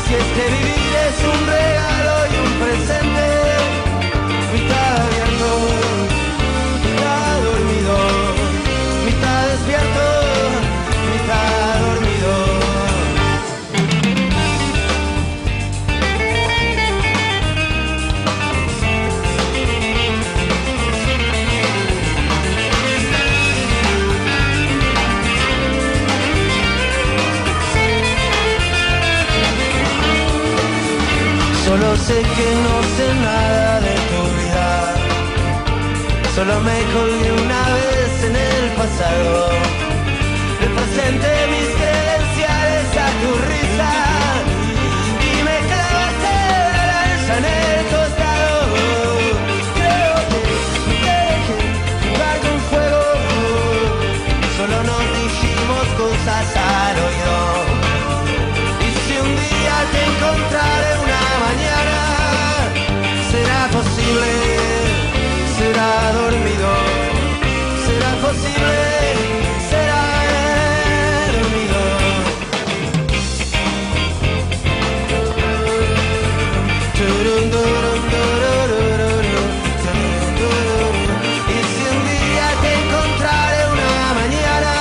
Si es que vivir es un regalo y un presente, mitad abierto, mitad dormido, mitad despierto, mitad dormido. Solo sé que no sé nada de tu vida. Solo me colgué una vez en el pasado. Le presenté mis credenciales a tu risa. Y me clavaste la lanza en el costado. Creo que te dejé jugar con fuego. Solo nos dijimos cosas al oído. Y si un día te encontraré una mañana, será posible, será dormido, será posible, será dormido. Y si un día te encontraré una mañana,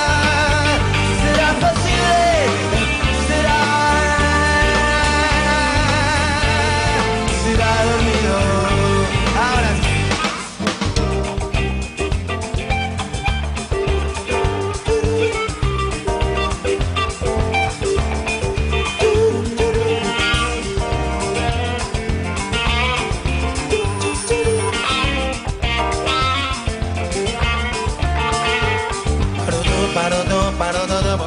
será posible, será, será dormido. Ahora sí. Paro do, paro do, paro do, do,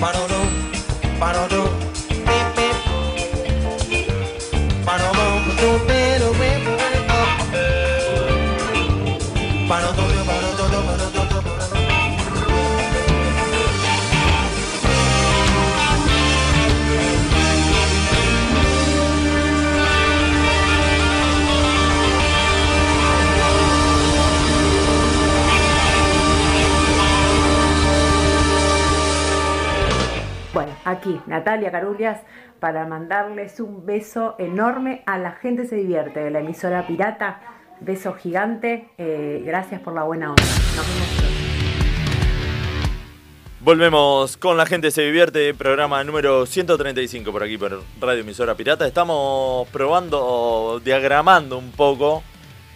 paro do. Paro do, paro do, pip, pip. Paro do, do, pero, pip, pip, oh. Paro do, do, paro do, do, paro do, do, paro do.
Bueno, aquí Natalia Carulias para mandarles un beso enorme a la gente se divierte de la emisora Pirata. Beso gigante. eh, gracias por la buena onda. Nos vemos.
Volvemos con la gente se divierte, programa número 135 por aquí por Radio Emisora Pirata. Estamos probando, diagramando un poco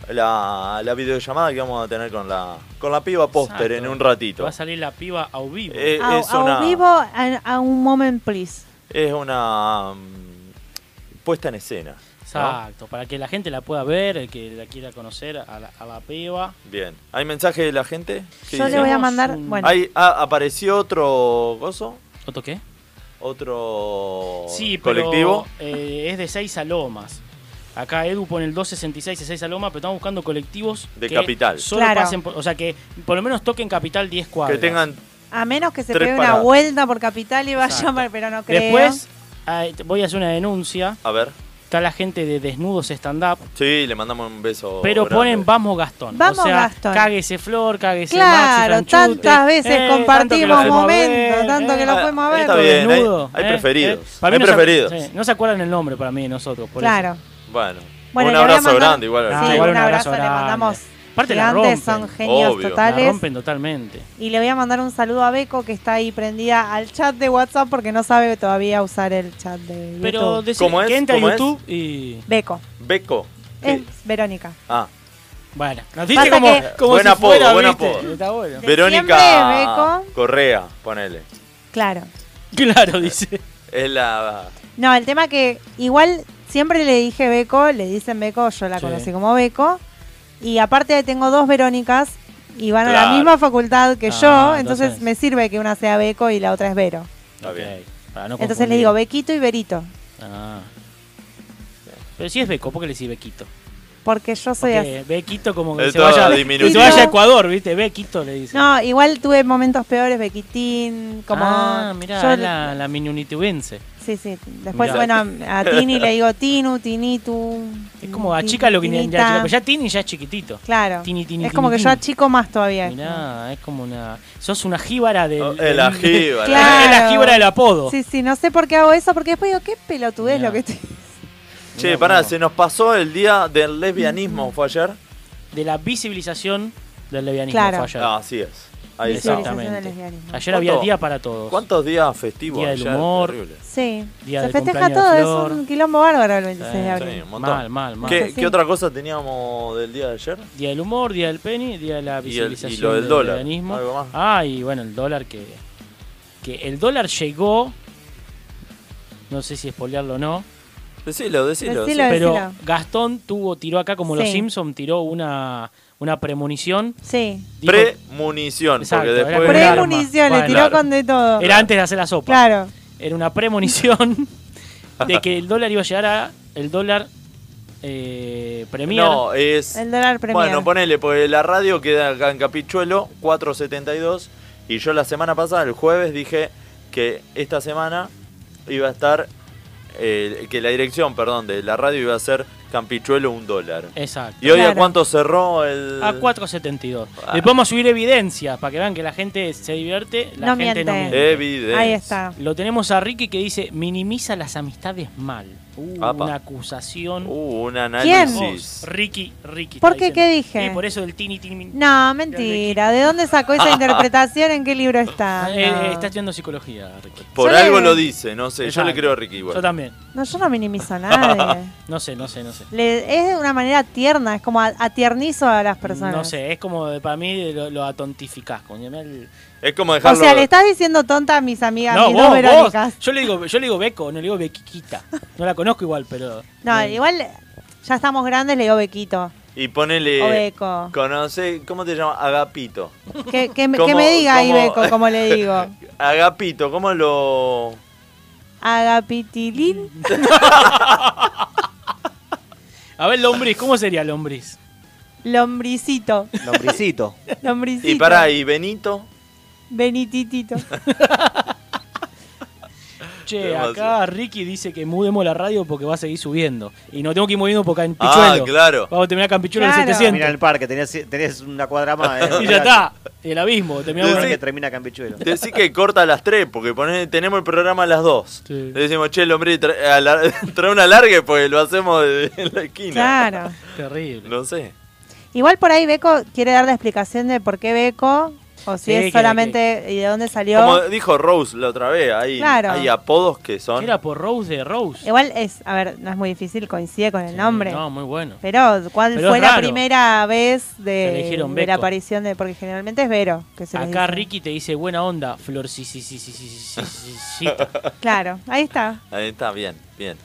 la, la videollamada que vamos a tener con la, con la piba póster en
Exacto.
un ratito.
Va a salir la piba a vivo.
Eh,
A,
es,
a un
una,
vivo, a, a un moment, please.
es una mm, puesta en escena. ¿no?
Exacto, para que la gente la pueda ver, el que la quiera conocer a la, a la piba.
Bien. ¿Hay mensaje de la gente? ¿Qué
Yo le
dicen?
voy a
Tenemos
mandar.
un-
Bueno,
Ahí, ah, apareció otro gozo,
¿Otro qué?
otro
Sí, pero
colectivo.
eh, es de 6 a Lomas. Acá Edu pone el 266 de 6 a Lomas, pero estamos buscando colectivos
De
que
Capital.
Solo
Claro.
pasen por- o sea, que por lo menos toquen Capital 10 cuadras.
Que tengan
a menos que se
tres
pegue una
paradas.
vuelta por Capital y vaya
Exacto.
a mar, pero no creo.
Después eh, te- voy a hacer una denuncia.
A ver.
Está la gente de Desnudos Stand Up,
Sí, le mandamos un beso.
pero
grande.
ponen Vamos Gastón.
Vamos
o sea,
Gastón.
Cáguese Flor, cáguese
Claro,
Maxi, Franchute,
tantas veces
tanto que
compartimos
la fuimos a ver, eh,
momentos, tanto que la
Ah,
fuimos a ver.
Está bien, hay-
Desnudo,
hay
eh,
preferidos,
eh. Para mí
hay
no se-
preferidos.
sí, no se acuerdan el nombre para mí de nosotros. por eso.
Claro.
Bueno,
Bueno,
un
le voy a
abrazo
mandar-
grande igual.
Ah,
al
sí,
chico.
igual
un
un
abrazo,
abrazo
le
grande.
mandamos.
Aparte la
Gigantes,
rompen.
son genios
Obvio.
La
totales.
rompen totalmente.
Y le voy a mandar un saludo a Beco que está ahí prendida al chat de WhatsApp porque no sabe todavía usar el chat de YouTube.
Pero decí-
¿Cómo es?
que entra a
¿Cómo es?
YouTube y.
Beco,
Beco.
es
Sí.
Verónica.
Ah,
Bueno, nos
Pasa
dice como,
que-
como
Buen
si
apodo,
fuera,
buen
¿viste?
apodo.
Está bueno.
De siempre,
Verónica
Beco.
Correa, ponele.
Claro.
Claro, dice.
Es la.
No, el tema que igual siempre le dije Beco, le dicen Beco, yo la
Sí.
conocí como Beco. Y aparte tengo dos Verónicas y van a
Claro.
la misma facultad que
Ah,
yo, entonces
entonces.
me sirve que una sea Beco y la otra es Vero.
Está
Ok,
bien.
para no
entonces le
confundir.
digo Bequito y Verito.
Ah. Pero si es Beco, ¿por qué le decís Bequito?
Porque yo soy así.
Porque ve Quito como que se
Esto
vaya,
disminuye.
que se vaya a Ecuador, ¿viste? Ve Quito, le dice.
No, igual tuve momentos peores, Bequitín, como...
ah, mirá,
yo-
es la, la minunitubense.
Sí, sí. Después,
Mirá.
bueno, a Tini le digo Tinu, Tinitu.
Es como achica lo que ni
Tinita.
ya achica, pero ya Tini ya es chiquitito.
Claro.
Tini, Tini,
es como
Tini,
que yo
Tini.
achico más todavía.
Mirá, es como una... Sos una jíbara del...
Oh,
del-
el ajíbara.
Claro.
Es la jíbara del apodo.
Sí, sí, no sé por qué hago eso, porque después digo, qué pelotudez
Mirá.
lo que estoy.
Che,
Mirá,
pará,
mirá.
se nos pasó el día del lesbianismo, ¿fue ayer?
De la visibilización del lesbianismo
Claro.
fue ayer.
Ah, así es. Ahí está.
Visibilización. del lesbianismo.
Ayer había
¿Cuánto?
día para todos.
¿Cuántos días festivos?
Día del
ayer?
humor.
Terrible.
Sí.
Día
Se
del
festeja
cumpleaños de
todo,
Flor.
es un quilombo bárbaro el 26 de
Sí,
abril.
un montón.
Mal, mal, mal.
¿Qué,
Sí.
qué otra cosa teníamos del día de ayer?
Día del humor, día del penny, día de
Y
la
el- y
visibilización
lo del
del
dólar,
veganismo.
algo más.
Ah, y bueno, el dólar que que el dólar llegó no sé si espolearlo o no,
Decilo, decilo.
Decilo.
sí.
pero
decilo.
Gastón tuvo tiró acá como los
Sí.
Simpson tiró una una premonición.
Sí.
dijo-
Premunición,
Exacto,
porque
era
después...
como un arma.
Premunición, le
Bueno,
tiró
claro.
con de todo.
era antes de hacer la sopa.
Claro.
Era una premonición de que el dólar iba a llegar a el dólar eh, premier.
No, es...
El dólar premiado.
Bueno, ponele, porque la radio queda acá en Capichuelo, 472. Y yo la semana pasada, el jueves, dije que esta semana iba a estar. eh, que la dirección, perdón, de la radio iba a ser Campichuelo un dólar.
Exacto.
¿Y hoy a
Claro.
cuánto cerró el.?
A 4.72.
Ah.
Le podemos subir evidencia para que vean que la gente se divierte, la
No
gente no
miente.
miente.
Evidente.
Ahí está.
Lo tenemos a Ricky que dice, minimiza las amistades mal. Uh,
Apa.
una acusación.
Uh, un
Vos,
análisis.
Ricky, Ricky.
¿Por qué?
está diciendo.
¿Qué dije?
Eh, por eso el tini tini.
No, mentira. ¿De dónde sacó esa interpretación? ¿En qué libro está?
Ah, eh, eh,
No.
está estudiando psicología, Ricky.
Por
Yo le-
algo lo dice, no sé. Yo le
Exacto.
creo a Ricky igual.
Yo también.
No, yo no minimizo a nadie.
No sé, no sé, no sé.
Le- es de una manera tierna, es como a- atiernizo a las personas.
No sé, es como de- para mí lo, lo atontificás, coño. mirá el-
Es como
O
dejarlo.
sea, le estás diciendo tonta a mis amigas,
No,
mis
vos,
dos
vos.
Verónicas.
Yo le digo, yo le digo Beco, no le digo Bequiquita. No la conozco igual, pero.
No,
eh,
igual ya estamos grandes, le digo Bequito
Y
Eh,
o
ponele.
Beco.
Conoce, ¿cómo te llama? Agapito.
Que, que me- que
¿Cómo-
me diga ahí
cómo-
Beco, como le digo.
Agapito, ¿cómo lo.?
Agapitilín.
A ver, lombriz, ¿cómo sería lombriz?
Lombricito.
Lombricito.
Lombricito.
Y pará, y Benito.
Benititito.
Che,
Demasiado.
acá Ricky dice que mudemos la radio porque va a seguir subiendo. Y no tengo que ir moviendo porque en
Ah,
Pichuelo.
claro.
Vamos a terminar acá en Pichuelo
Claro.
en
Mira
700.
el parque, tenés, tenés una cuadra más. eh.
Y ya está. El abismo. Terminamos
Ahora
Sí.
que termina Campechuelo.
Decí que corta a las 3, porque poné- tenemos el programa a las 2.
Sí.
Le decimos, che, el hombre, trae, ala- trae un alargue, pues lo hacemos de- en la esquina.
Claro.
Terrible.
No sé.
Igual por ahí Beco quiere dar la explicación de por qué Beco, o si
Sí, que-
es solamente y de dónde salió.
Como dijo Rose la otra vez, hay,
Claro.
hay apodos que son...
Era por Rose de Rose.
Igual es, a ver, no es muy difícil, coincide con el nombre.
No, muy bueno.
Pero, ¿cuál
Pero es
fue la
raro.
primera vez
Se le
de,
dijeron
de la
Beco.
aparición de.? Porque generalmente es Vero. Que se les
Acá
dice.
Ricky te dice buena onda, flor sí sí sí sí sí sí, sí, sí, sí.
Claro, ahí está.
Ahí está, bien, bien.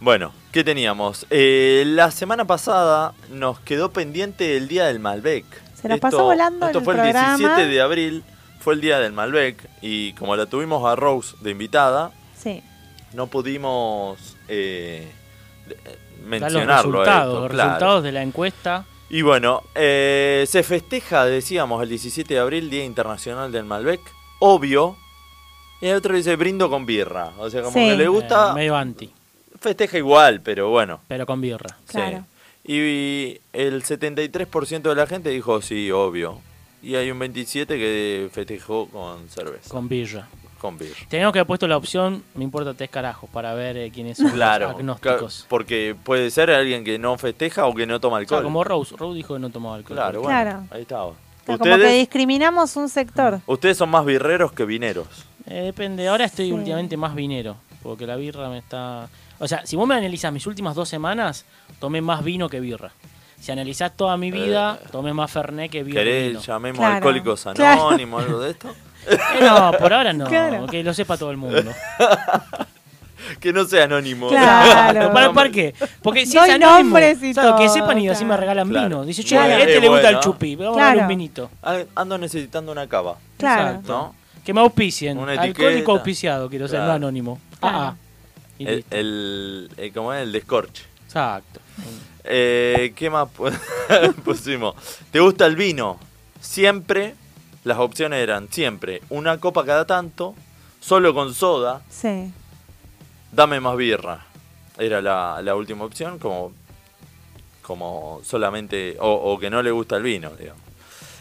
Bueno, ¿qué teníamos? Eh, la semana pasada nos quedó pendiente el día del Malbec.
Se nos pasó volando
Esto
el
fue
programa.
el 17 de abril, fue el día del Malbec, y como la tuvimos a Rose de invitada,
Sí.
no pudimos eh, de-
Da los
mencionarlo.
resultados,
esto,
los
claro.
resultados de la encuesta.
Y bueno, eh, se festeja, decíamos, el 17 de abril, Día Internacional del Malbec, obvio. Y el otro dice brindo con birra. O sea, como
Sí.
que le gusta,
eh, medio anti,
festeja igual, pero bueno.
pero con birra.
sí.
Claro.
Y el 73% de la gente dijo sí, obvio. Y hay un 27% que festejó con cerveza, con,
Con birra.
birra.
Tenemos que haber puesto la opción, me importa tres carajos, para ver eh, quiénes son
Claro,
los agnósticos.
ca- porque puede ser alguien que no festeja o que no toma
O sea,
alcohol.
como Rose. Rose dijo que no tomaba alcohol.
Claro, bueno,
Claro.
ahí estaba.
O sea, Como que
Ustedes,
discriminamos un sector.
ustedes son más birreros que vineros.
Eh, depende. Ahora estoy
Sí.
últimamente más vinero. Porque la birra me está. O sea, si vos me analizás mis últimas dos semanas, tomé más vino que birra. Si analizás toda mi vida, tomé más Fernet que birra.
Eh, ¿Querés llamemos
Claro.
alcohólicos
Claro.
anónimos algo de esto?
Eh, No, por ahora no.
Claro.
Que lo sepa todo el mundo.
que no sea anónimo.
Claro.
¿Para, ¿Para qué? Porque si
Doy
es anónimo,
nombres y
claro, que
todo,
sepan y así
claro.
me regalan
Claro.
vino. Dice, che,
Bueno,
a este
eh,
le gusta el
bueno.
chupi, vamos a darle un
Claro.
vinito.
Ah, Ando necesitando una cava,
Claro.
Exacto.
¿no?
Que me auspicien.
Una etiqueta.
Alcohólico auspiciado, quiero ser,
Claro.
no anónimo.
Claro.
Ah, ah. Y
El, eh,
listo.
el, el- ¿Cómo es? El descorche.
Exacto.
Eh, ¿Qué más pu- pusimos? ¿Te gusta el vino? Siempre, las opciones eran siempre, una copa cada tanto, solo con soda,
Sí.
dame más birra. Era la, la última opción, como, como solamente, o, o que no le gusta el vino, digamos.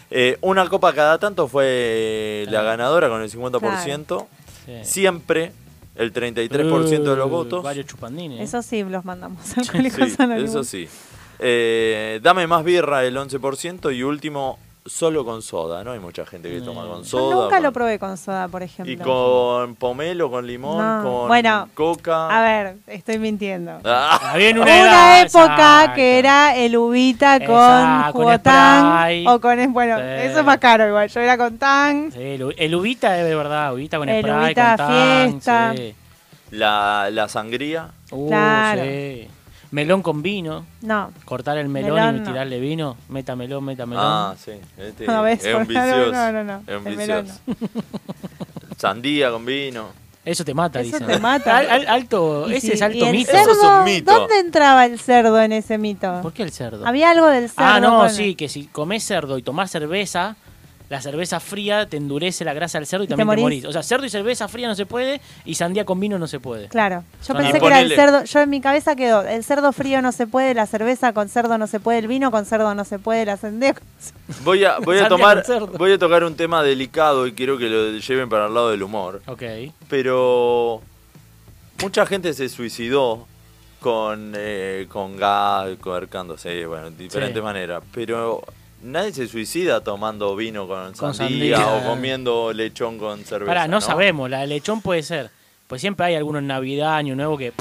Eh, una copa cada tanto fue la ganadora con el 50%,
Sí.
siempre el 33% de los
Uh,
votos.
Varios chupandines. ¿eh?
Eso sí, los mandamos a
Sí, eso sí. Eh, dame más birra el 11% y último, solo con soda. No hay mucha gente que toma con soda.
Yo nunca
con-
lo probé con soda, por ejemplo.
Y con pomelo, con limón,
No.
con
Bueno,
coca.
A ver, estoy mintiendo.
Ah,
Había en una,
Una
edad,
época
exacto.
que era el ubita con
Exacto, con
jugotán
Sprite.
o con... Bueno,
Sí.
eso es más caro igual. Yo era con tan...
Sí, el, u- el Ubita es de verdad, Ubita con
El
spray,
Ubita
con tan,
fiesta.
sí.
la, la sangría.
Uh,
Claro.
sí. Melón con vino,
No,
cortar el melón,
Melón
y
no.
tirarle vino, meta melón, meta melón.
Ah, sí. este
No, ves,
es un
por- no,
vicioso.
no, no, no,
Es un
el melón
vicioso. Sandía con vino.
Eso te mata,
Eso
dicen.
te mata.
Al- al- alto,
Y
Oh, ese
sí,
es
y
alto
el
mito.
Eso
Cerdo,
es un mito.
¿Dónde entraba el cerdo en ese mito?
¿Por qué el cerdo?
Había algo del cerdo.
ah, no,
con-
sí, que si comés cerdo y tomás cerveza, la cerveza fría te endurece la grasa del cerdo y
te
también te
morís.
morís. O sea, cerdo y cerveza fría no se puede y sandía con vino no se puede.
Claro, yo
No,
pensé
no.
que era el
Ponele.
cerdo, yo en mi cabeza quedó, el cerdo frío no se puede, la cerveza con cerdo no se puede, el vino con cerdo no se puede, la sendeja.
Voy a, voy a
Sandía
tomar,
con cerdo.
voy a tocar un tema delicado y quiero que lo lleven para el lado del humor.
Ok.
pero mucha gente se suicidó con, eh, con gas, coercándose, bueno, de diferentes
Sí.
maneras. Pero nadie se suicida tomando vino con,
Con
sandía,
sandía.
o comiendo lechón con cerveza.
Pará, no,
¿no?
sabemos, la de lechón puede ser. Pues siempre hay algunos en Navidad, Año Nuevo que.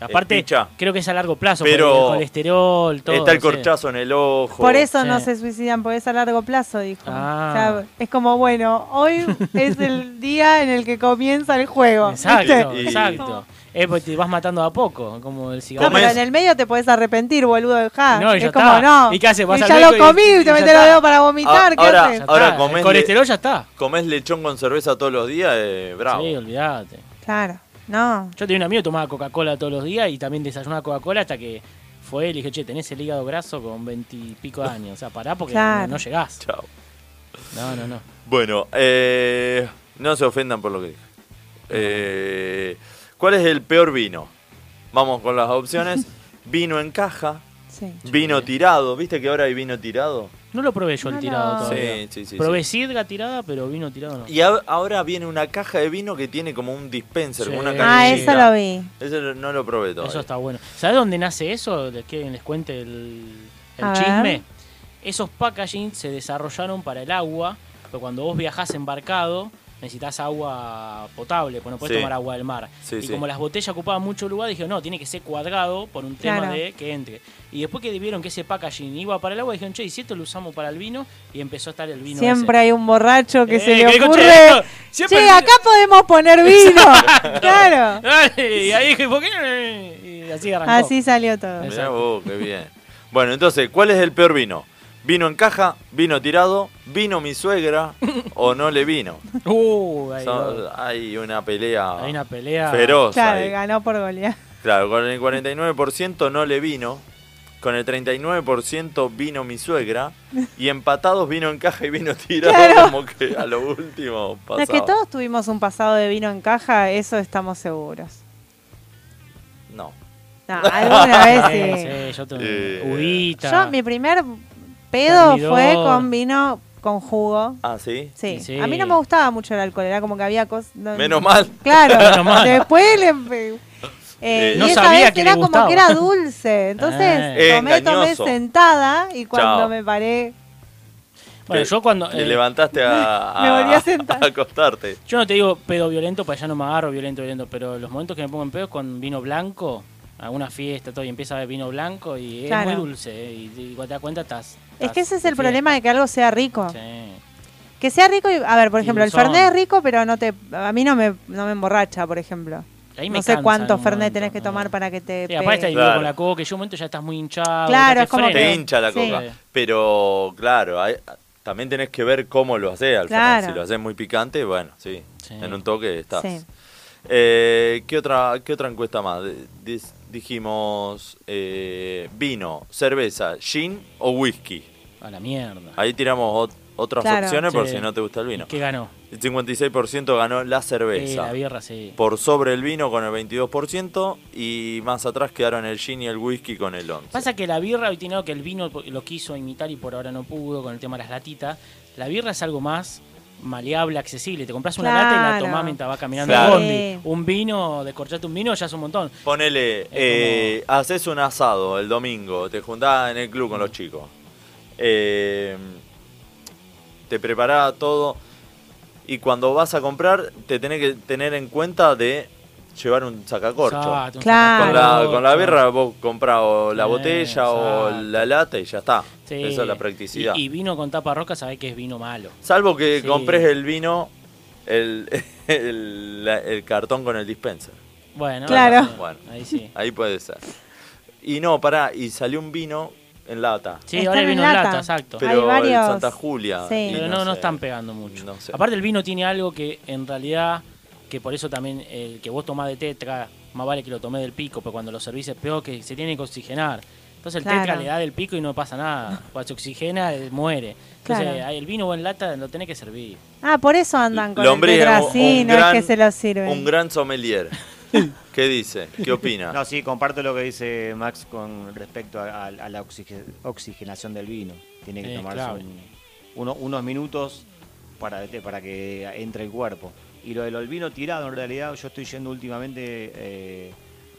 Aparte,
picha.
creo que es a largo plazo,
Pero-
pero el colesterol, todo.
Está el
no sé.
corchazo en el ojo.
Por eso no
Sí.
se suicidan, porque es a largo plazo, dijo.
Ah.
O sea, es como, bueno, hoy es el día en el que comienza el juego.
Exacto,
¿viste?
exacto. Es porque te vas matando de a poco, como el
No,
cigarro.
pero
Comés.
en el medio te podés arrepentir, boludo, dejá.
No, y
es
ya
como,
está.
no.
¿Y qué haces? Vas
y
al
ya lo
médico y-
comí,
y
te
ya
metés los
está.
dedos para vomitar, ¿qué
Ah, ahora-
haces?
Ya
ahora
está,
comés
el colesterol ya está.
Comés lechón con cerveza todos los días, eh, bravo.
Sí, olvídate.
Claro, no.
Yo tenía un amigo que tomaba Coca-Cola todos los días y también desayunaba Coca-Cola hasta que fue él y dije, che, tenés el hígado graso con veintipico de años. O sea, pará porque
Claro.
no, no llegás.
Chao.
No, no, no.
Bueno, eh, no se ofendan por lo que dije. Eh, ¿Cuál es el peor vino? Vamos con las opciones. Vino en caja,
Sí.
vino tirado. ¿Viste que ahora hay vino tirado?
No lo probé yo el
No,
tirado
no.
todavía.
Sí, sí, sí,
probé sidra tirada, pero vino tirado no.
Y a- ahora viene una caja de vino que tiene como un dispenser,
Sí.
como una
Ah,
Ah,
canillita.
eso lo vi.
Ese lo- no lo probé todavía.
Eso está bueno. ¿Sabés dónde nace eso? ¿Les quieren les cuente el, el
A ver.
chisme? Esos packaging se desarrollaron para el agua, pero cuando vos viajás embarcado necesitas agua potable, pues no podés
Sí.
tomar agua del mar.
Sí,
y
sí.
como las botellas ocupaban mucho lugar, dijeron, no, tiene que ser cuadrado por un tema
Claro.
de que entre. Y después que vieron que ese packaging iba para el agua, dijeron, che, ¿y si esto lo usamos para el vino? Y empezó a estar el vino
Siempre
ese.
hay un borracho que
Eh,
se le
que digo,
ocurre.
"Che, esto-
Che,
siempre el
acá podemos poner vino. claro.
Dale, y ahí dije, ¿por qué no? Y así arrancó.
Así salió todo.
Es-
Mirá vos, qué bien. Bueno, entonces, ¿cuál es el peor vino? ¿Vino en caja? ¿Vino tirado? ¿Vino mi suegra? ¿O no le vino?
Uh, ahí
Son-
va.
hay una pelea.
Hay una pelea.
Feroz.
Claro,
ahí.
ganó por golear.
Claro, con el 49% no le vino. Con el 39% vino mi suegra. Y empatados vino en caja y vino tirado. Como que a lo último pasaba.
Es que todos tuvimos un pasado de vino en caja, eso estamos seguros.
No.
No, alguna vez sí.
Sí, sí, yo tengo
Eh,
Ubita.
Yo, mi primer pedo
Termidor.
fue con vino con jugo.
Ah, ¿sí?
Sí.
Sí.
A mí no me gustaba mucho el alcohol, era como que había cosas. no-
Menos mal.
Claro.
Menos mal.
Después le. Eh,
Eh,
y
no
esa
sabía
vez
que le
era como
gustaba.
que era dulce. Entonces
Ah.
Eh,
tomé, tomé
engañoso.
sentada y cuando
Chao.
me paré.
Bueno,
Te-
yo cuando.
Te
eh,
levantaste a,
Me volví a
a-
sentar.
a acostarte.
yo no te digo pedo violento, para allá no me agarro violento, violento, pero los momentos que me pongo en pedo es con vino blanco, a una fiesta, todo, y empieza a haber vino blanco y
Claro.
es muy dulce. eh, Y, y cuando te das cuenta, estás.
Es que ese es el
estás de
problema de que algo sea rico.
fiesta. Ah, Sí.
Que sea rico, y, a ver, por ejemplo, el
Ilusón.
Fernet es rico, pero no te, a mí no me, no me emborracha, por ejemplo.
Ahí me
No sé
cansa en
cuánto
un
Fernet
momento,
tenés que
¿no?
tomar para que te...
Sí, aparte está
pegue.
dividido
Claro.
con la coca, y yo en un momento ya estás muy hinchado.
Claro,
ya te
es como
frena.
Te
Pero-
hincha la
sí.
coca. Pero, claro, hay- también tenés que ver cómo lo haces. al final.
Claro.
Si lo haces muy picante, bueno, sí.
Sí.
En un toque estás.
Sí.
Eh, ¿qué, otra, ¿Qué otra encuesta más? De- dis- dijimos eh, vino, cerveza, gin o whisky.
A la mierda.
Ahí tiramos ot- otras
Claro.
opciones por
Sí.
si no te gusta el vino.
¿Y ¿Qué ganó?
El 56% ganó la
Eh,
cerveza.
la birra, sí.
por sobre el vino con el 22% y más atrás quedaron el gin y el whisky con el 11%.
Pasa que la birra, viste, no, que el vino lo quiso imitar y por ahora no pudo con el tema de las latitas. La birra es algo más maleable, accesible. Te compras una lata y la
Claro.
tomás mientras vas caminando
Claro.
al bondi.
Sí.
Un vino, descorchate un vino, ya es un montón.
Ponele, eh, haces un asado el domingo, te juntás en el club con los chicos. Eh, te preparás todo y cuando vas a comprar te tenés que tener en cuenta de llevar un sacacorcho.
Exacto, un
Claro.
Con la,
sacacorcho.
con la birra vos comprás o la
Sí,
botella o
exacto.
la lata y ya está.
Sí.
Esa es la practicidad.
Y, y vino con tapa roca, sabés que es vino malo.
Salvo que
Sí.
compres el vino, el, el- la- el cartón con el dispenser.
Bueno,
Claro.
ahí sí.
Bueno.
ahí sí.
Ahí puede ser. Y no, pará, y salió un vino en lata.
Sí,
Están
ahora el
en
vino en lata,
lata.
exacto.
Pero
varios.
el Santa Julia.
Sí.
y
Pero Eh, no, no
sé.
están pegando mucho.
No sé.
Aparte el vino tiene algo que en realidad, que por eso también el que vos tomás de tetra, más vale que lo tomé del pico, pero cuando lo servís es peor que se tiene que oxigenar. Entonces el
Claro.
tetra le da del pico y no pasa nada. Cuando se oxigena, eh, muere. Entonces
Claro.
ahí el vino en lata lo tenés que servir.
Ah, por eso andan con
Lombriz
el
es
tetra
un-
así,
un
no
gran-
es que se lo sirven.
Un gran sommelier. ¿Qué dice? ¿Qué opina?
Ah.
No, sí, comparto lo que dice Max con respecto a, a- a la oxige- oxigenación del vino. Tiene que
Eh,
tomarse
clave.
un- uno- unos minutos para, este, para que entre el cuerpo. Y lo del el vino tirado, en realidad, yo estoy yendo últimamente eh,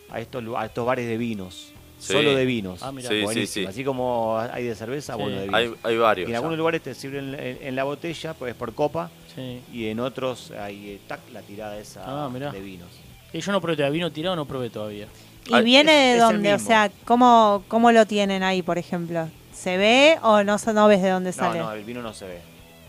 a, estos, lu- a estos bares de vinos.
Sí.
Solo de vinos.
Ah, mirá.
Sí, sí,
Buenísimo.
sí.
Así como hay de cerveza,
Sí.
bueno, de vino.
hay, hay
Y
varios.
en
ya.
algunos lugares te sirven en, en la botella, pues por copa,
Sí.
y en otros hay eh, tac, la tirada esa
Ah, mirá.
de vinos.
Y yo no probé todavía, vino tirado no probé todavía.
¿Y
Ah,
viene
es-
de
es el
dónde? O
mismo.
sea, ¿cómo, ¿cómo lo tienen ahí, por ejemplo? ¿Se ve o no, se- no ves de dónde
No,
sale?
no, el vino no se ve.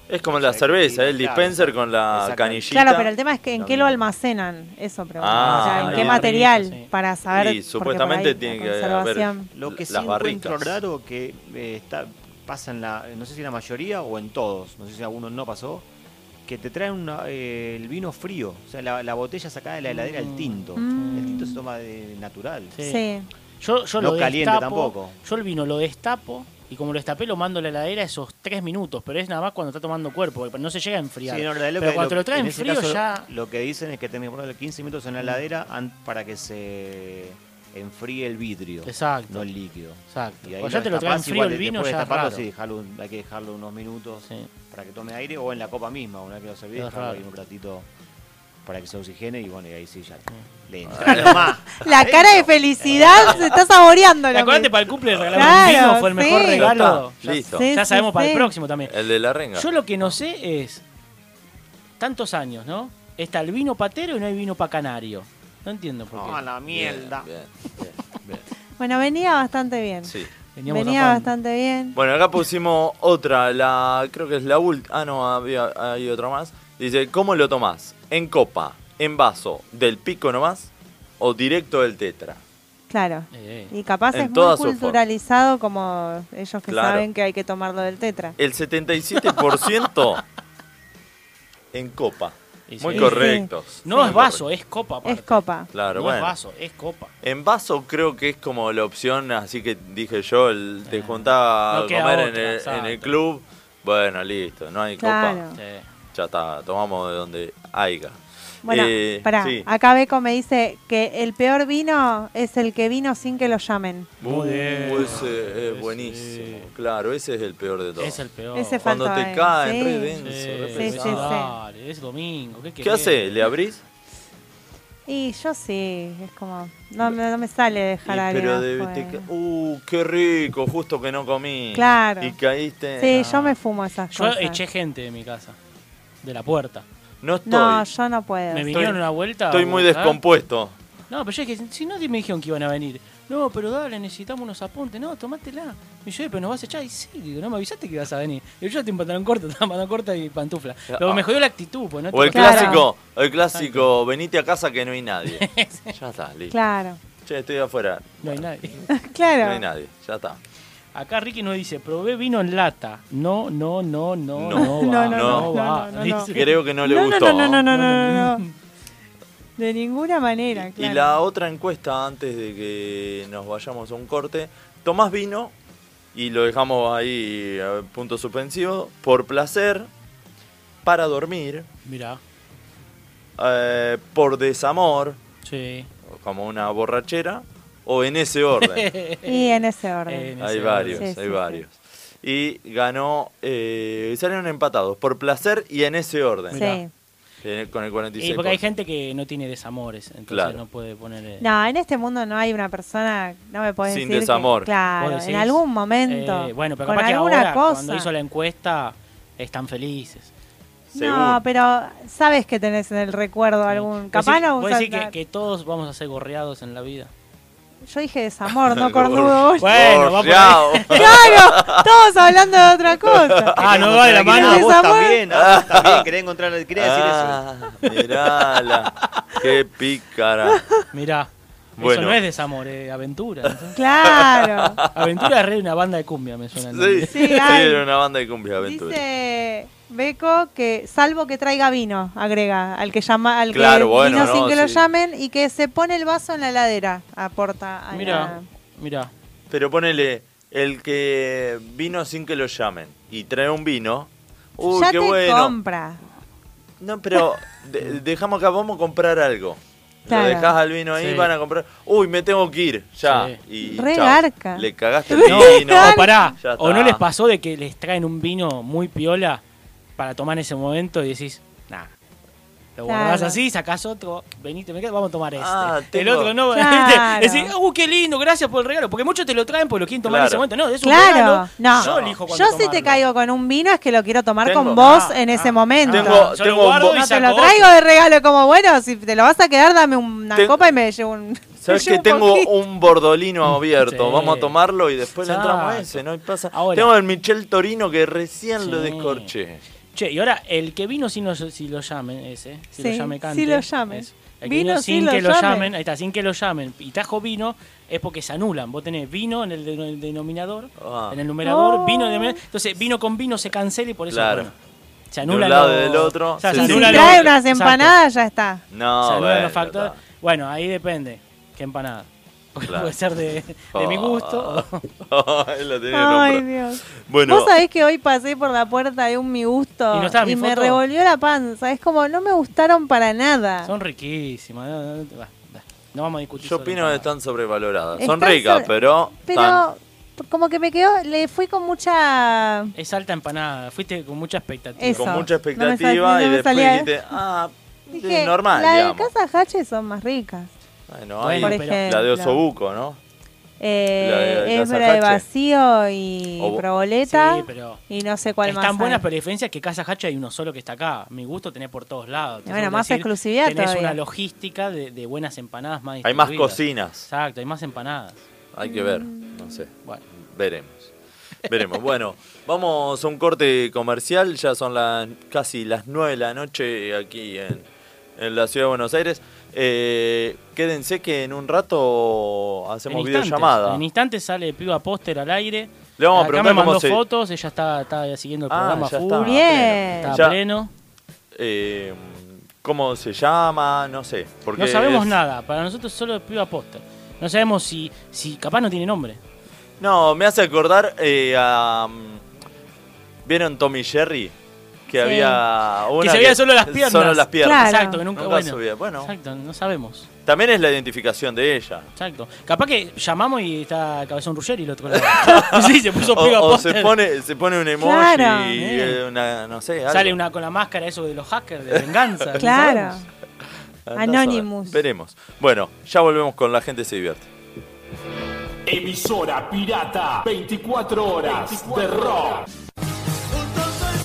Es como la cerveza, el
Claro.
dispenser con la
Exactamente.
canillita.
claro, pero el tema es que en
No,
qué
no.
lo almacenan, eso pregunto.
Ah,
o sea,
ahí
¿en qué
va.
material?
Sí.
Para saber.
Y
porque por
supuestamente
ahí la
tiene que haber-
conservación.
Lo que sí
Las
encuentro
barricas.
raro que eh, está, pasa en la, no sé si en la mayoría o en todos, no sé si en algunos no pasó, que te traen una- eh, el vino frío, o sea, la, la botella sacada de la heladera, el tinto.
Mm.
El tinto se toma de natural.
Sí.
Sí.
Yo, yo
No
lo
caliente
destapo,
tampoco.
Yo el vino lo destapo y como lo destapé lo mando a la heladera esos tres minutos, pero es nada más cuando está tomando cuerpo, porque no se llega a enfriar.
Sí, no, en realidad
pero
que-
cuando te lo
en
traen
ese
frío
caso,
ya...
Lo que dicen es que tenés que ponerle 15 minutos en la heladera an- para que se enfríe el vidrio,
Exacto.
no el líquido.
Exacto.
Y ahí
Cuando ya te lo traen
destapás,
frío
igual
el vino,
después de
ya es
destaparlo,
raro.
sí, dejarlo un- hay que dejarlo unos minutos
Sí.
para que tome aire o en la copa misma, una vez que lo servís,
Es
dejarlo
raro.
ahí un ratito para que se oxigene y bueno, y ahí sí ya le entra. nomás.
La cara de felicidad se está saboreando.
¿Te
lo
acordás
que-
que para el cumple regalamos un
Claro,
vino? Fue el mejor
sí.
Ya está,
regalo. Ya,
listo. Eh,
Sí,
ya
sí,
sabemos para el
sí.
próximo también.
El de la renga.
Yo lo que no sé es. Tantos años, ¿no? Está el vino patero y no hay vino pa' canario. No entiendo por qué.
No, a Ah, la
Bien,
mierda.
bien, bien, bien.
Bueno, venía bastante bien.
Sí.
Veníamos
venía
zafando.
bastante bien.
Bueno, acá pusimos otra, la creo que es la última. Ah, no, había, hay otra más. Dice, ¿cómo lo tomás? ¿En copa? ¿En vaso? ¿Del pico nomás? ¿O directo del tetra?
Claro.
Eh, eh.
Y capaz
En
es muy
todas sus formas.
culturalizado como ellos que
Claro. Eh,
saben que hay que tomarlo del tetra.
El 77% en copa.
Y sí.
Muy
Y sí.
correctos.
No
Muy
es vaso,
correctos.
es copa. aparte.
Es copa.
Claro,
no es
bueno.
vaso, es copa.
En vaso creo que es como la opción, así que dije yo, el, te juntaba
Eh. no
a
queda
comer en,
otra,
el, en el
exacto.
club. Bueno, listo, no hay
Claro.
copa.
Sí.
Ya está, tomamos de donde haya.
Bueno,
Eh,
pará. Ah.
sí.
Acá Beco me dice que el peor vino es el que vino sin que lo llamen.
Uh, ese es eh, buenísimo. Claro, ese es el peor de todos.
Es el peor.
Ese
Sí,
Cuando
falta,
te
eh.
caen,
Sí.
re denso,
sí,
re
sí,
sí,
pesado.
sí.
Dale, es domingo. ¿Qué,
¿Qué
querés?
hace? ¿Le abrís?
Y yo sí, es como. No, me- no me sale dejar
Y,
a alguien.
pero de- te
afuera.
ca- ¡Uh, qué rico! Justo que no comí.
Claro.
Y caíste.
Sí,
Ah.
yo me fumo esas
Yo eh,
cosas.
eché gente de mi casa. De la puerta.
No estoy.
No, yo no puedo.
Me vinieron una vuelta.
estoy muy
¿verdad?
descompuesto.
No, pero yo dije, si no me dijeron que iban a venir. No, pero dale, necesitamos unos apuntes. No, tomátela. Y yo, "Eh, pero nos vas a echar. Y sí, digo, no me avisaste que ibas a venir. Y yo te en pantalón corto, estaba en pantalón corta y pantufla. Pero
Ah.
me jodió la actitud, pues no te
O el
Claro.
clásico, el clásico, venite a casa que no hay nadie. ya está, listo.
Claro.
Che, estoy afuera.
No hay nadie.
claro.
No hay nadie, ya está.
Acá Ricky nos dice, probé vino en lata. No, no, no, no,
No.
no, va,
No, no,
no,
no,
va.
no, no, no.
Dice.
Creo que no le
no,
gustó.
No, no, no, no, no, no, no. De ninguna
Ah,
manera,
Y
claro.
la otra encuesta, antes de que nos vayamos a un corte, ¿tomás vino? Y lo dejamos ahí, eh, punto suspensivo, por placer, para dormir,
Mirá.
eh, por desamor,
Sí.
como una borrachera, o en ese orden.
Y en ese orden.
Eh, en
hay
ese
varios,
orden. Sí,
hay
sí,
varios. Y ganó, eh, salieron empatados, por placer y en ese orden,
Mirá.
sí.
Eh, con el 46%.
Y porque hay gente que no tiene desamores, entonces
Claro.
no puede poner. eh,
No, en este mundo no hay una persona, no me podés
Sin
decir que-
desamor.
¿vos
claro,
decís?
en algún momento.
Eh, bueno, pero
con
capaz que
alguna
ahora,
cosa.
cuando hizo la encuesta, están felices.
Seguro.
No, pero sabes que tenés en el recuerdo algún. Capaz no
Voy a
usás
decir que,
la-
que todos vamos a ser gorreados en la vida.
Yo dije desamor, no cornudo. vos.
Bueno, va por ahí.
Gorreado.
claro, todos hablando de otra cosa.
Ah, no va de la
Tranquila,
mano.
Esa
vos
mano.
también, ah, vos también querés encontrar, querés decir eso.
Ah, mirala. Qué pícara.
Mirá.
Bueno.
Eso no es desamor, es aventura. ¿no?
Claro.
aventura es re una banda de cumbia, me suena. el nombre.
Sí,
Sí,
sí,
hay.
era una banda de cumbia aventura.
Dice Beco que salvo que traiga vino, agrega, al que llama, al
Claro,
que
bueno,
vino sin
no,
que lo
sí.
llamen y que se pone el vaso en la heladera, aporta a
Mirá,
la-
mirá.
Pero ponele, el que vino sin que lo llamen y trae un vino. Uy,
ya
qué
te
bueno.
compra.
No, pero de- dejamos acá, vamos a comprar algo.
Claro.
Lo dejás al vino ahí,
Sí.
van a comprar. Uy, me tengo que ir, ya.
Sí.
Y
Re
chao.
garca.
Le cagaste el
Re
No,
vino.
o pará.
Ya
O no
está.
les pasó de que les traen un vino muy piola para tomar en ese momento y decís, nah. Lo
Claro.
guardás así, sacás otro, venite, me quedo, vamos a tomar este.
Ah,
El
tengo-
otro no,
Claro.
decís, uh, qué lindo, gracias por el regalo. Porque muchos te lo traen porque lo quieren tomar
Claro.
en ese momento. No, es un
Claro,
regalo.
no.
Yo elijo cuando
Yo si te caigo con un vino es que lo quiero tomar
Tengo.
con vos
Ah,
en
ah,
ese momento.
Tengo-
yo
tengo
lo
un
guardo
bo- ah,
y
no te
saco
lo
otro.
traigo de regalo como bueno, si te lo vas a quedar dame una
Ten-
copa y me llevo un
¿Sabes
me llevo
que
un
tengo
poquito.
un bordolino abierto?
Mm. Sí.
Vamos a tomarlo y después le entramos a
Exacto.
ese, ¿no? Y pasa.
Ahora.
Tengo el Michel Torino que recién lo
Sí.
descorché.
Che, y ahora el que vino sin lo, si lo llamen, ese, si lo
Sí,
llame cante.
si lo llamen.
eso. El que
Vino
vino
sin
sin que
lo
lo
llamen.
llamen. ahí está, sin que lo llamen, y trajo vino, es porque se anulan. Vos tenés vino en el, de- en el denominador,
Ah.
en el numerador,
Oh.
vino en el numerador. Entonces, vino con vino se cancela y por eso,
Claro.
bueno, se anula
De un lado
lo-
y del otro,
o sea,
se
se
Y si
anula
anula.
lo-
trae unas
exacto.
empanadas ya está.
No,
Se anulan
bueno,
los factores.
está.
Bueno, ahí depende. ¿Qué empanada? Porque
Claro. Ah.
Puede ser de, de mi gusto. o-
Ay, la tenía en el
Ay,
hombro.
Dios.
Bueno.
Vos sabés que hoy pasé por la puerta de un mi gusto
¿Y no estaba mi
me
foto?
revolvió la panza. Es como, no me gustaron para nada.
Son riquísimas. No, no, no, va, va, no vamos a discutir.
Yo
sobre
opino que
empanadas.
están sobrevaloradas. Son
Están
ricas,
sobre-
pero.
Pero como que me quedó, le fui con mucha...
Es alta empanada. Fuiste con mucha expectativa.
están
Eso.
con
No me
mucha
sal-
expectativa
no
y
me
después
salía, ¿eh?
dijiste, ah, es
Dije,
normal,
las de
digamos.
Casa Hache son más ricas.
Bueno, hay
Por
la de
ejemplo.
Osobuco, ¿no?
Eh,
La de Casa
Évora de
Hache.
vacío y
O-
proboleta
Sí, pero-
y no sé cuál más.
Están buenas,
hay.
pero la diferencia es que Casa Hacha hay uno solo que está acá. Mi gusto tenés por todos lados. Entonces,
Bueno,
vos
más
decís,
exclusividad
Tenés
todavía.
una logística de, de buenas empanadas más
Hay más
distribuidas.
cocinas.
Exacto, hay más empanadas.
Hay que ver, no sé.
Bueno,
Veremos. Veremos. Bueno, vamos a un corte comercial. Ya son las casi las 9 de la noche aquí en, en la ciudad de Buenos Aires. Eh, quédense que en un rato hacemos
en instantes,
videollamada.
En instantes sale Piba Póster al aire.
Le vamos a
Acá
preguntar
me
cómo
mandó
se-
fotos, ella está, está siguiendo el
Ah,
programa
ya
full.
está.
Bien.
Está
Ya.
pleno.
Eh, ¿Cómo se llama? No sé. Porque
No sabemos
es-
nada. Para nosotros solo es Piba Póster. No sabemos si, si capaz no tiene nombre.
No, me hace acordar eh, a. mm, ¿Vieron Tommy Jerry? Que había. Una
que se veían solo las piernas.
Solo las piernas.
Claro.
Exacto, que nunca,
Nunca
bueno.
subía. Bueno.
Exacto, no sabemos.
También es la identificación de ella.
Exacto. Capaz que llamamos y está Cabezón Ruggeri y el otro lado. sí, se puso
O,
piba
o
póster.
se pone se pone un emoji
Claro.
y
Eh.
una no sé algo.
Sale una con la máscara eso de los hackers de venganza. no
Claro.
sabemos.
Andá a
Anonymous.
saber. Veremos. Bueno, ya volvemos con la gente se divierte.
Emisora pirata, 24 horas de rock.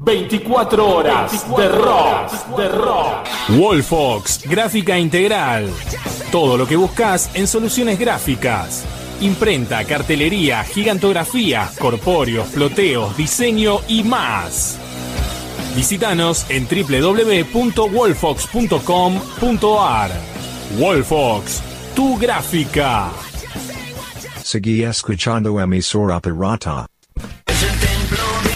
24 horas de rock, de rock.
Wolfox, gráfica integral. Todo lo que buscas en soluciones gráficas. Imprenta, cartelería, gigantografía, corpóreos, floteos, diseño y más. Visítanos en www.wolfox.com.ar. Wolfox, tu gráfica.
Seguí escuchando emisora pirata.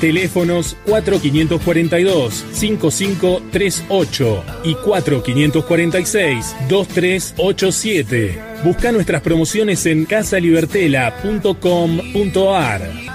Teléfonos 4542-5538 y 4546-2387. Busca nuestras promociones en casalibertela.com.ar.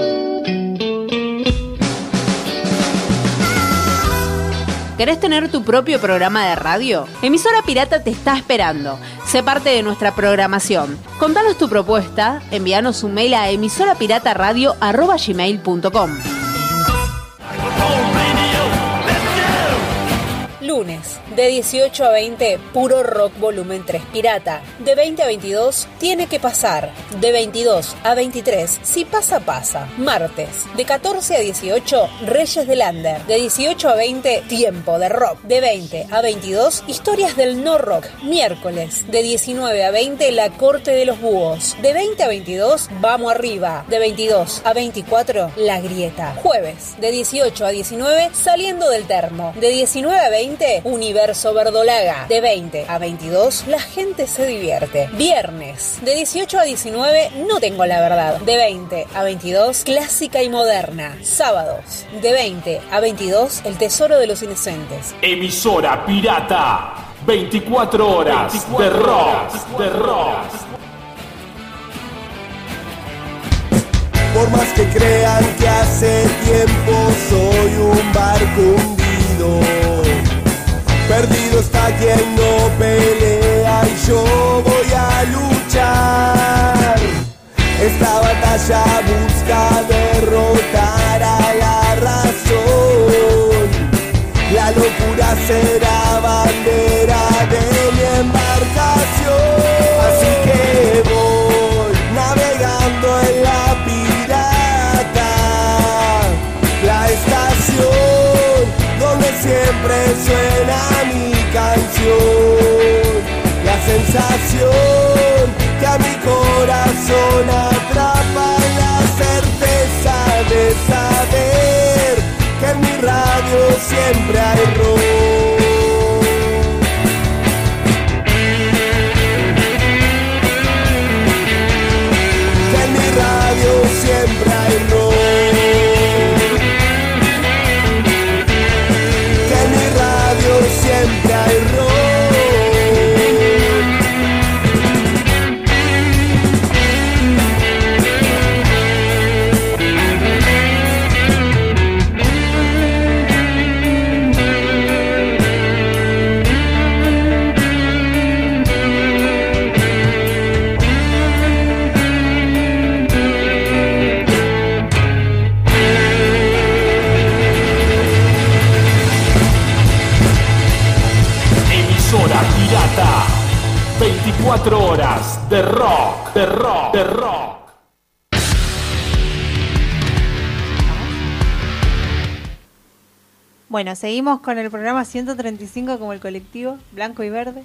¿Querés tener tu propio programa de radio? Emisora Pirata te está esperando. Sé parte de nuestra programación. Contanos tu propuesta, envíanos un mail a emisorapirataradio.com.
Lunes, de 18 a 20, puro rock volumen 3 pirata. De 20 a 22, tiene que pasar. De 22 a 23, si pasa, pasa. Martes, de 14 a 18, Reyes del Under. De 18 a 20, tiempo de rock. De 20 a 22, historias del no rock. Miércoles, de 19 a 20, la corte de los búhos. De 20 a 22, vamos arriba. De 22 a 24, la grieta. Jueves, de 18 a 19, saliendo del termo. De 19 a 20, Universo Verdolaga. De 20 a 22, la gente se divierte. Viernes, de 18 a 19, No tengo la verdad. De 20 a 22, Clásica y Moderna. Sábados, de 20 a 22, El Tesoro de los Inocentes.
Emisora pirata. 24 horas de
24
rock,
horas
de rock.
Por más que crean que hace tiempo soy un barco hundido. Perdido está yendo pelea y yo voy a luchar. Esta batalla busca derrotar a la razón. La locura será bandera de mi embarcación. Así que voy navegando en la pirata, la estación donde siempre suena mi canción. La sensación que a mi corazón atrapa la certeza de saber que en mi radio siempre hay rock. Que en mi radio siempre hay rock. Que en mi radio siempre hay rock.
24 horas de rock, de rock, de rock.
Bueno, seguimos con el programa 135 como el colectivo, blanco y verde.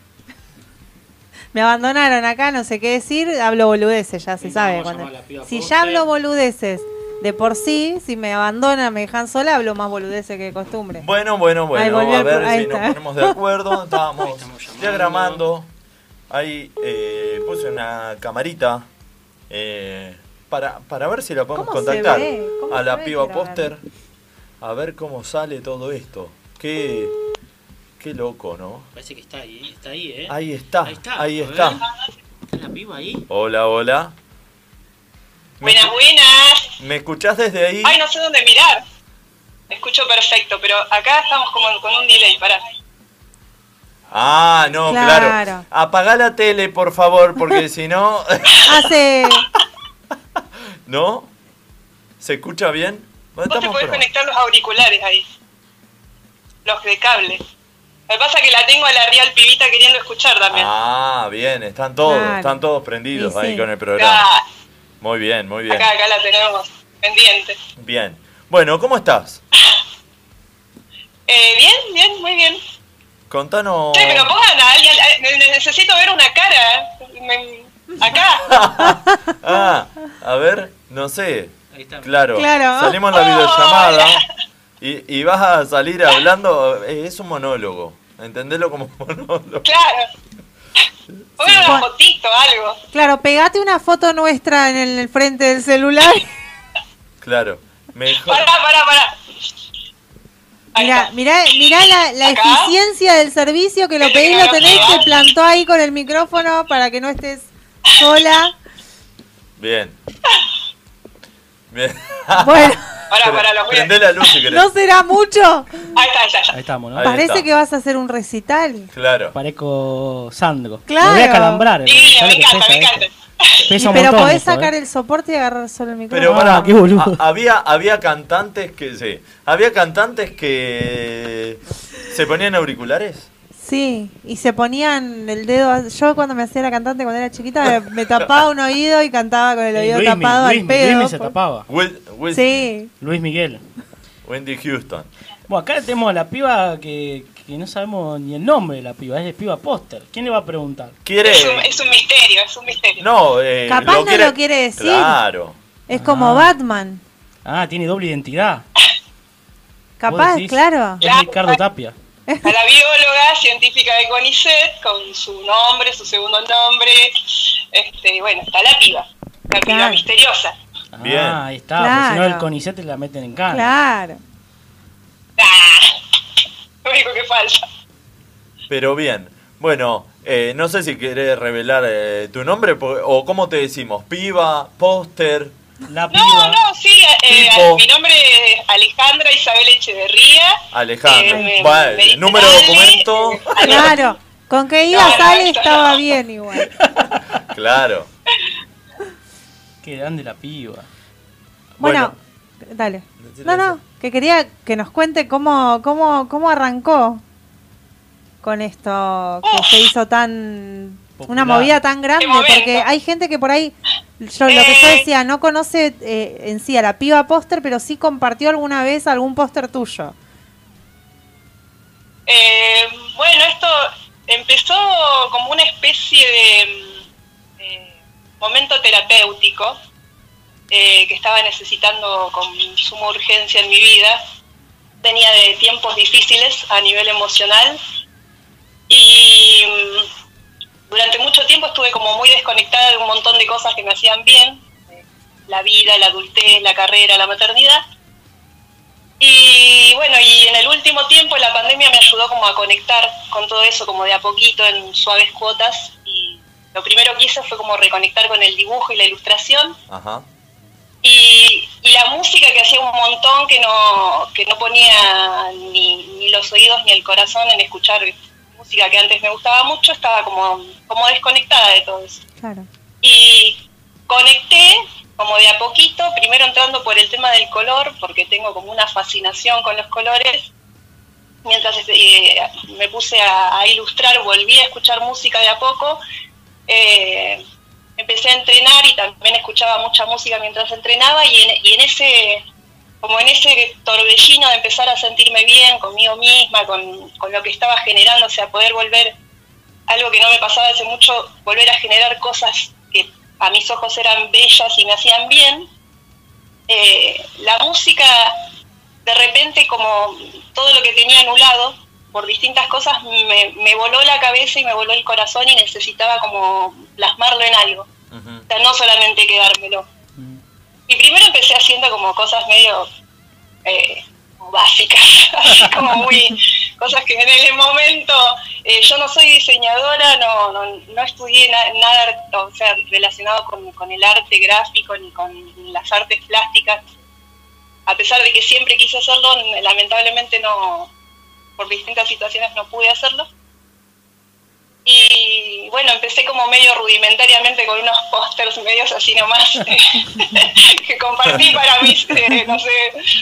Me abandonaron acá, no sé qué decir, hablo boludeces, ya se sabe.
vamos a
cuando-
llamar a la piba
Si
Foster.
ya hablo boludeces de por sí, si me abandonan, me dejan sola, hablo más boludeces que de costumbre.
Bueno, bueno,
Ahí
bueno.
volvió
a
el
ver
pro- ahí
si nos
está.
ponemos de acuerdo. Estábamos diagramando. Ahí eh, puse una camarita eh, para, para ver si la podemos
¿Cómo se
contactar
ve? ¿Cómo
a
se
la
ve,
piba
Gerardo?
póster. A ver cómo sale todo esto. Qué, qué loco, ¿no?
Parece que está ahí, está ahí, ¿eh?
Ahí está,
Ahí está.
ahí
a ver.
está.
¿Está la piba ahí?
Hola, hola.
Buenas, buenas.
¿Me escuchás desde ahí?
Ay, no sé dónde mirar. Me escucho perfecto, pero acá estamos como con un delay, pará.
Ah, no, claro.
Claro.
Apagá la tele, por favor, porque si no...
Hace.
¿No? ¿Se escucha bien? Bueno,
Vos te
estamos
podés
probando.
conectar los auriculares ahí. Los de cable. Me pasa que la tengo a la real pibita queriendo escuchar también.
Ah, bien, están todos,
Claro.
están todos prendidos
Y
ahí
sí.
con el programa.
Ah,
Muy bien, muy bien.
acá, acá la tenemos pendiente.
Bien. Bueno, ¿cómo estás?
Eh, bien, bien, muy bien.
Contanos.
Che, pero pongan a alguien, eh, ne- ne- necesito ver una cara. Me- acá.
Ah, a ver, no sé. Claro,
Claro. Oh.
salimos en la videollamada y, y vas a salir hablando. eh, Es un monólogo. Entendelo como monólogo.
Claro. Pongan una fotito, algo.
Claro, pegate una foto nuestra en el frente del celular.
Claro. Mejor.
Pará, Ah, pará, pará.
Mirá, mirá, mirá la, la eficiencia del servicio que lo pedís, lo tenés, te plantó ahí con el micrófono para que no estés sola.
Bien. Bien.
Bueno.
Pará, pará, los voy a-
Prendé la luz si querés.
¿No será mucho?
Ahí está, ya, ya.
Ahí estamos, ¿no?
Ahí
Parece
está.
que vas a hacer un recital.
Claro.
Parezco Sandro.
Claro.
Me voy a calambrar.
Sí,
¿sabes
me
Eh, lo que
encanta,
pesa
me
esto? Pesa
Y
un
pero
montón
podés
esto, ¿eh?
sacar el soporte y agarrar solo el micrófono.
Pero pará, ha- había, había cantantes que. Sí. Había cantantes que. ¿Se ponían auriculares?
Sí, y se ponían el dedo. a- Yo cuando me hacía la cantante cuando era chiquita, me- me tapaba un oído y cantaba con el oído tapado al pedo. por-
Will- Will-
Sí.
Luis Miguel.
Wendy Houston.
Bueno, acá tenemos a la piba que, que no sabemos ni el nombre de la piba, es de piba póster. ¿Quién le va a preguntar?
¿Quiere?
Es un, es un misterio, es un misterio.
No, eh,
Capaz no lo quiere decir.
Claro.
Es como Batman.
Ah, tiene doble identidad.
Capaz,
¿Vos decís?
claro.
Es Ricardo Tapia.
A la bióloga científica de CONICET, con su nombre, su segundo nombre. Este, bueno, está la piba. La piba
Claro.
misteriosa.
Bien. Ah, ahí está, porque si no
Claro.
el CONICET la meten en cana.
Claro.
Lo único que falta.
Pero bien. Bueno, eh, no sé si querés revelar eh, tu nombre po- o cómo te decimos. Piba, póster.
La
No, no, sí, eh,
Tipo.
mi nombre es Alejandra Isabel Echeverría.
Alejandro.
Eh, me-
Vale,
me dice
número de
Ale.
documento.
Claro. Con que iba
Claro,
sale
esto
estaba
no.
bien igual.
Claro.
Qué grande la piba.
Bueno, dale. No, no, que quería que nos cuente cómo, cómo, cómo arrancó con esto que se hizo tan una
Popular.
movida tan grande,
Qué momento.
porque hay gente que por ahí, yo, lo que yo decía, no conoce eh, en sí a la piba póster, pero sí compartió alguna vez algún póster tuyo.
Eh, bueno, esto empezó como una especie de mm, eh, momento terapéutico eh, que estaba necesitando con suma urgencia en mi vida. Venía de tiempos difíciles a nivel emocional y mm, durante mucho tiempo estuve como muy desconectada de un montón de cosas que me hacían bien, eh, la vida, la adultez, la carrera, la maternidad. Y bueno, y en el último tiempo la pandemia me ayudó como a conectar con todo eso, como de a poquito, en suaves cuotas. Y lo primero que hice fue como reconectar con el dibujo y la ilustración.
Ajá.
Y, y la música que hacía un montón que no, que no ponía ni, ni los oídos ni el corazón en escuchar música que antes me gustaba mucho, estaba como, como desconectada de todo eso
Claro.
y conecté como de a poquito, primero entrando por el tema del color, porque tengo como una fascinación con los colores. Mientras eh, me puse a, a ilustrar, volví a escuchar música de a poco
eh, empecé a entrenar y también escuchaba mucha música mientras entrenaba y en, y en ese como en ese torbellino de empezar a sentirme bien conmigo misma, con, con lo que estaba generando, o sea, poder volver, algo que no me pasaba hace mucho, volver a generar cosas que a mis ojos eran bellas y me hacían bien, eh, la música de repente como todo lo que tenía anulado por distintas cosas me, me voló la cabeza y me voló el corazón y necesitaba como plasmarlo en algo, o sea, no solamente quedármelo. Y primero empecé haciendo como cosas medio eh, como básicas, así como muy cosas que en el momento eh, yo no soy diseñadora, no, no, no estudié na- nada o sea, relacionado con, con el arte gráfico ni con las artes plásticas. A pesar de que siempre quise hacerlo, n- lamentablemente no, por distintas situaciones no pude hacerlo. Y bueno, empecé como medio rudimentariamente con unos pósters medios así nomás eh, que compartí para mis, eh, no sé,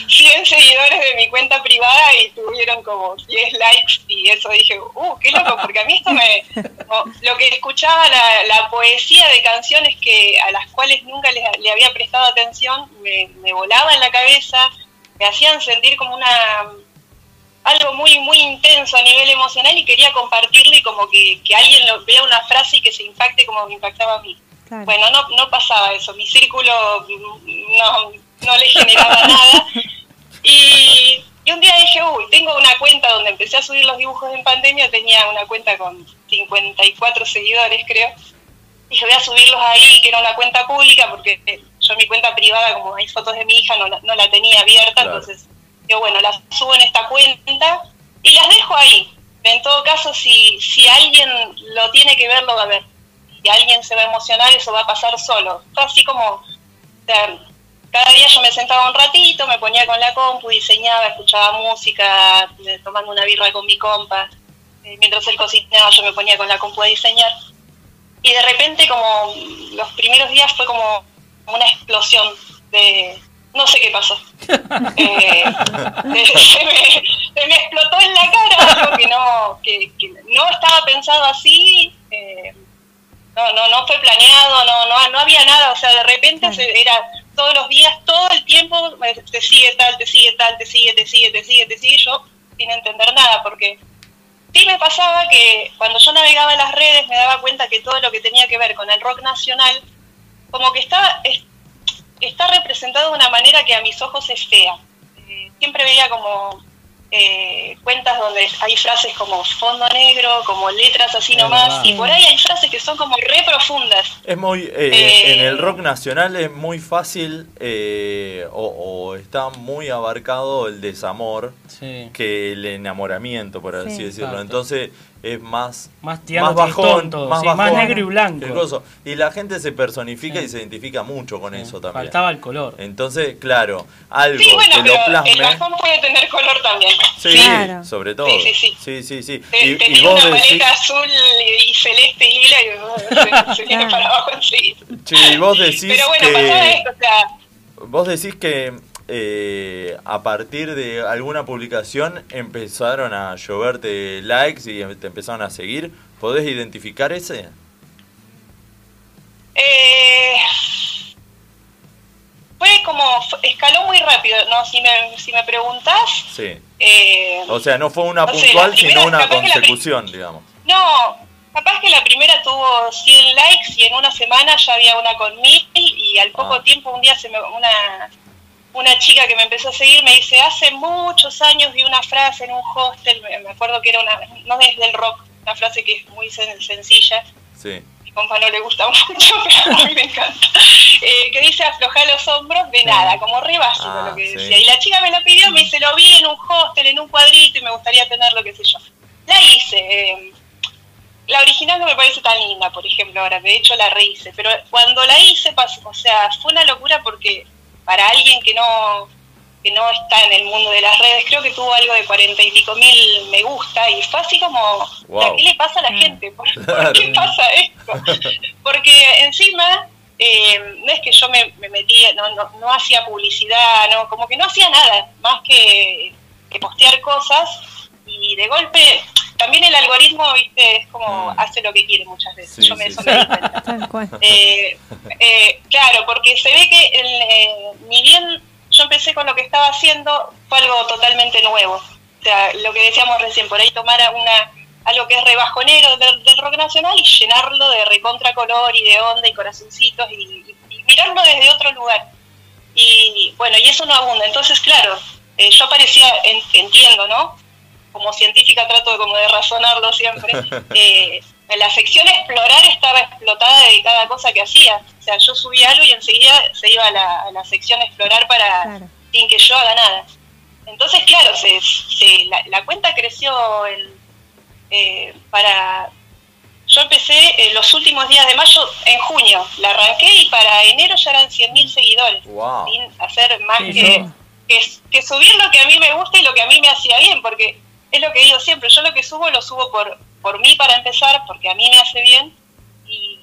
100 seguidores de mi cuenta privada y tuvieron como 10 likes y eso dije, uh, qué loco, porque a mí esto me... como lo que escuchaba, la, la poesía de canciones que a las cuales nunca le, le había prestado atención, me, me volaba en la cabeza, me hacían sentir como una algo muy muy intenso a nivel emocional y quería compartirlo y como que, que alguien lo, vea una frase y que se impacte como me impactaba a mí.
Claro.
Bueno, no, no pasaba eso, mi círculo mm, no, no le generaba nada. Y, y un día dije, uy, tengo una cuenta donde empecé a subir los dibujos en pandemia, tenía una cuenta con 54 seguidores creo. Dije, voy a subirlos ahí, que era una cuenta pública, porque eh, yo mi cuenta privada, como hay fotos de mi hija, no la, no la tenía abierta,
Claro.
pues,
entonces yo bueno, las subo en esta cuenta y las dejo ahí. En todo caso, si, si alguien lo tiene que ver, lo va a ver. Si alguien se va a emocionar, eso va a pasar solo. Fue Así como, o sea, cada día yo me sentaba un ratito, me ponía con la compu, diseñaba, escuchaba música, eh, tomando una birra con mi compa. Eh, Mientras él cocinaba, yo me ponía con la compu a diseñar. Y de repente, como los primeros días, fue como una explosión de... No sé qué pasó. Eh, se, se me, se me explotó en la cara algo que no, que, Eh, que no estaba pensado así, eh, no, no, no fue planeado, no, no, no había nada, o sea, de repente se- era todos los días, todo el tiempo, eh, te sigue tal, te sigue tal, te sigue, te sigue, te sigue, te sigue, yo sin entender nada, porque sí me pasaba que cuando yo navegaba en las redes me daba cuenta que todo lo que tenía que ver con el rock nacional, como que estaba, es- está representado de una manera que a mis ojos es fea. Eh, siempre veía como eh, cuentas donde hay frases como fondo negro, como letras así
Es
nomás,
verdad.
y por ahí hay frases que son como re profundas.
Es muy. eh,
Eh,
en el rock nacional es muy fácil eh, o, o está muy abarcado el desamor
Sí.
que el enamoramiento, por así
Sí.
decirlo.
Exacto.
Entonces es más.
Más tirando tristón todo, sí, más negro y blanco.
el coso. Y la gente se personifica y se identifica mucho con eso también. Eh.
Faltaba el color.
Entonces, claro, algo
Sí, bueno,
que
pero
lo plasme.
el bajón puede tener color también.
Sí, sobre todo.
Sí, sí,
sí. sí, sí.
Te-
Y-
tenés
y vos
una
decís.
paleta azul y, y celeste y lila y uh, se, se viene para abajo enseguida.
Che, y vos decís
Pero bueno,
que.
pasaba esto, o sea,
Vos decís que eh, a partir de alguna publicación empezaron a lloverte likes y te empezaron a seguir. ¿Podés identificar ese?
Eh, fue como, fu- escaló muy rápido, ¿no? Si me, si me preguntás,
Sí.
eh,
O sea, no fue una
No sé,
puntual,
la primera-
sino una
capaz que la pri-
consecución, digamos.
no, capaz que la primera tuvo 100 likes y en una semana ya había una con mil y al poco
Ah.
tiempo un día se me, una, una chica que me empezó a seguir me dice, hace muchos años vi una frase en un hostel, me me acuerdo que era una, no es del rock, una frase que es muy sen- sencilla,
Sí.
mi compa no le gusta mucho, pero a mí me encanta. Eh, que dice aflojar los hombros de nada, como re básico
Ah,
lo que
sí.
decía. Y la chica me lo pidió, me dice, lo vi en un hostel, en un cuadrito y me gustaría tenerlo, qué sé yo. La hice. eh, la original no me parece tan linda, por ejemplo, ahora, de hecho la rehice. Pero cuando la hice, pasó, o sea, fue una locura porque para alguien que no que no está en el mundo de las redes, creo que tuvo algo de cuarenta y pico mil me gusta y fue así como, o sea,
Wow.
¿qué le pasa a la gente? ¿Por, por
Claro.
qué pasa esto? Porque encima, eh, no es que yo me, me metía, no, no, no hacía publicidad, no como que no hacía nada más que, que postear cosas y de golpe
También el algoritmo, viste, es como hace lo que quiere muchas veces.
Mm. Sí,
Yo me,
sí,
eso
sí.
me di cuenta. Eh, eh, claro, porque se ve que el, eh, ni bien yo empecé con lo que estaba haciendo, fue algo totalmente nuevo. O sea, lo que decíamos recién, por ahí tomar una, algo que es rebajonero del, del rock nacional y llenarlo de recontra color y de onda y corazoncitos y, y- y mirarlo desde otro lugar. Y bueno, y eso no abunda. Entonces, claro, eh, yo parecía, en- entiendo, ¿no? Como científica trato de, como de razonarlo siempre. eh, la sección explorar estaba explotada de cada cosa que hacía. O sea, yo subía algo y enseguida se iba a la, a la sección explorar para sin que yo haga nada. Entonces, claro, se, se- la, la cuenta creció en, eh, para... Yo empecé eh, los últimos días de mayo, en junio, la arranqué y para enero ya eran 100.000 seguidores,
Wow.
sin hacer más
Sí,
Ah, que
no.
que, que subir lo que a mí me gusta y lo que a mí me hacía bien, porque es lo que digo siempre, yo lo que subo lo subo por, por mí para empezar, porque a mí me hace bien, y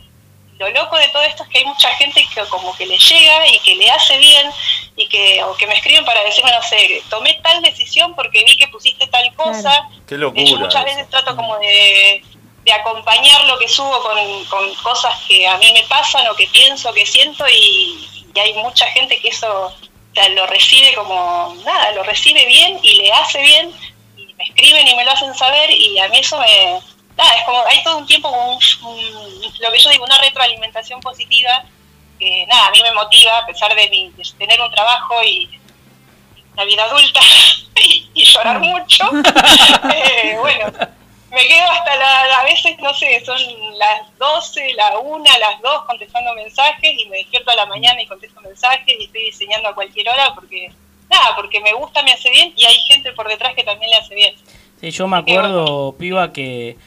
lo loco de todo esto es que hay mucha gente que como que le llega y que le hace bien, y que, o que me escriben para decirme, no sé, tomé tal decisión porque vi que pusiste tal cosa,
Qué
eh, yo
locura.
muchas veces trato como de, de acompañar lo que subo con, con cosas que a mí me pasan o que pienso, que siento y, y hay mucha gente que eso o sea, lo recibe como nada, lo recibe bien y le hace bien y me escriben y me lo hacen saber y a mí eso me... Nada, es como, hay todo un tiempo como un- un- lo que yo digo, una retroalimentación positiva que nada, a mí me motiva a pesar de, mi, de tener un trabajo y la vida adulta y, y llorar mucho. Eh, bueno, me quedo hasta la- a veces, no sé, son las 12, la 1, las 2 contestando mensajes y me despierto a la mañana y contesto mensajes y estoy diseñando a cualquier hora porque, nada, porque me gusta, me hace bien y hay gente por detrás que también le hace bien.
Sí, yo me acuerdo, piba, que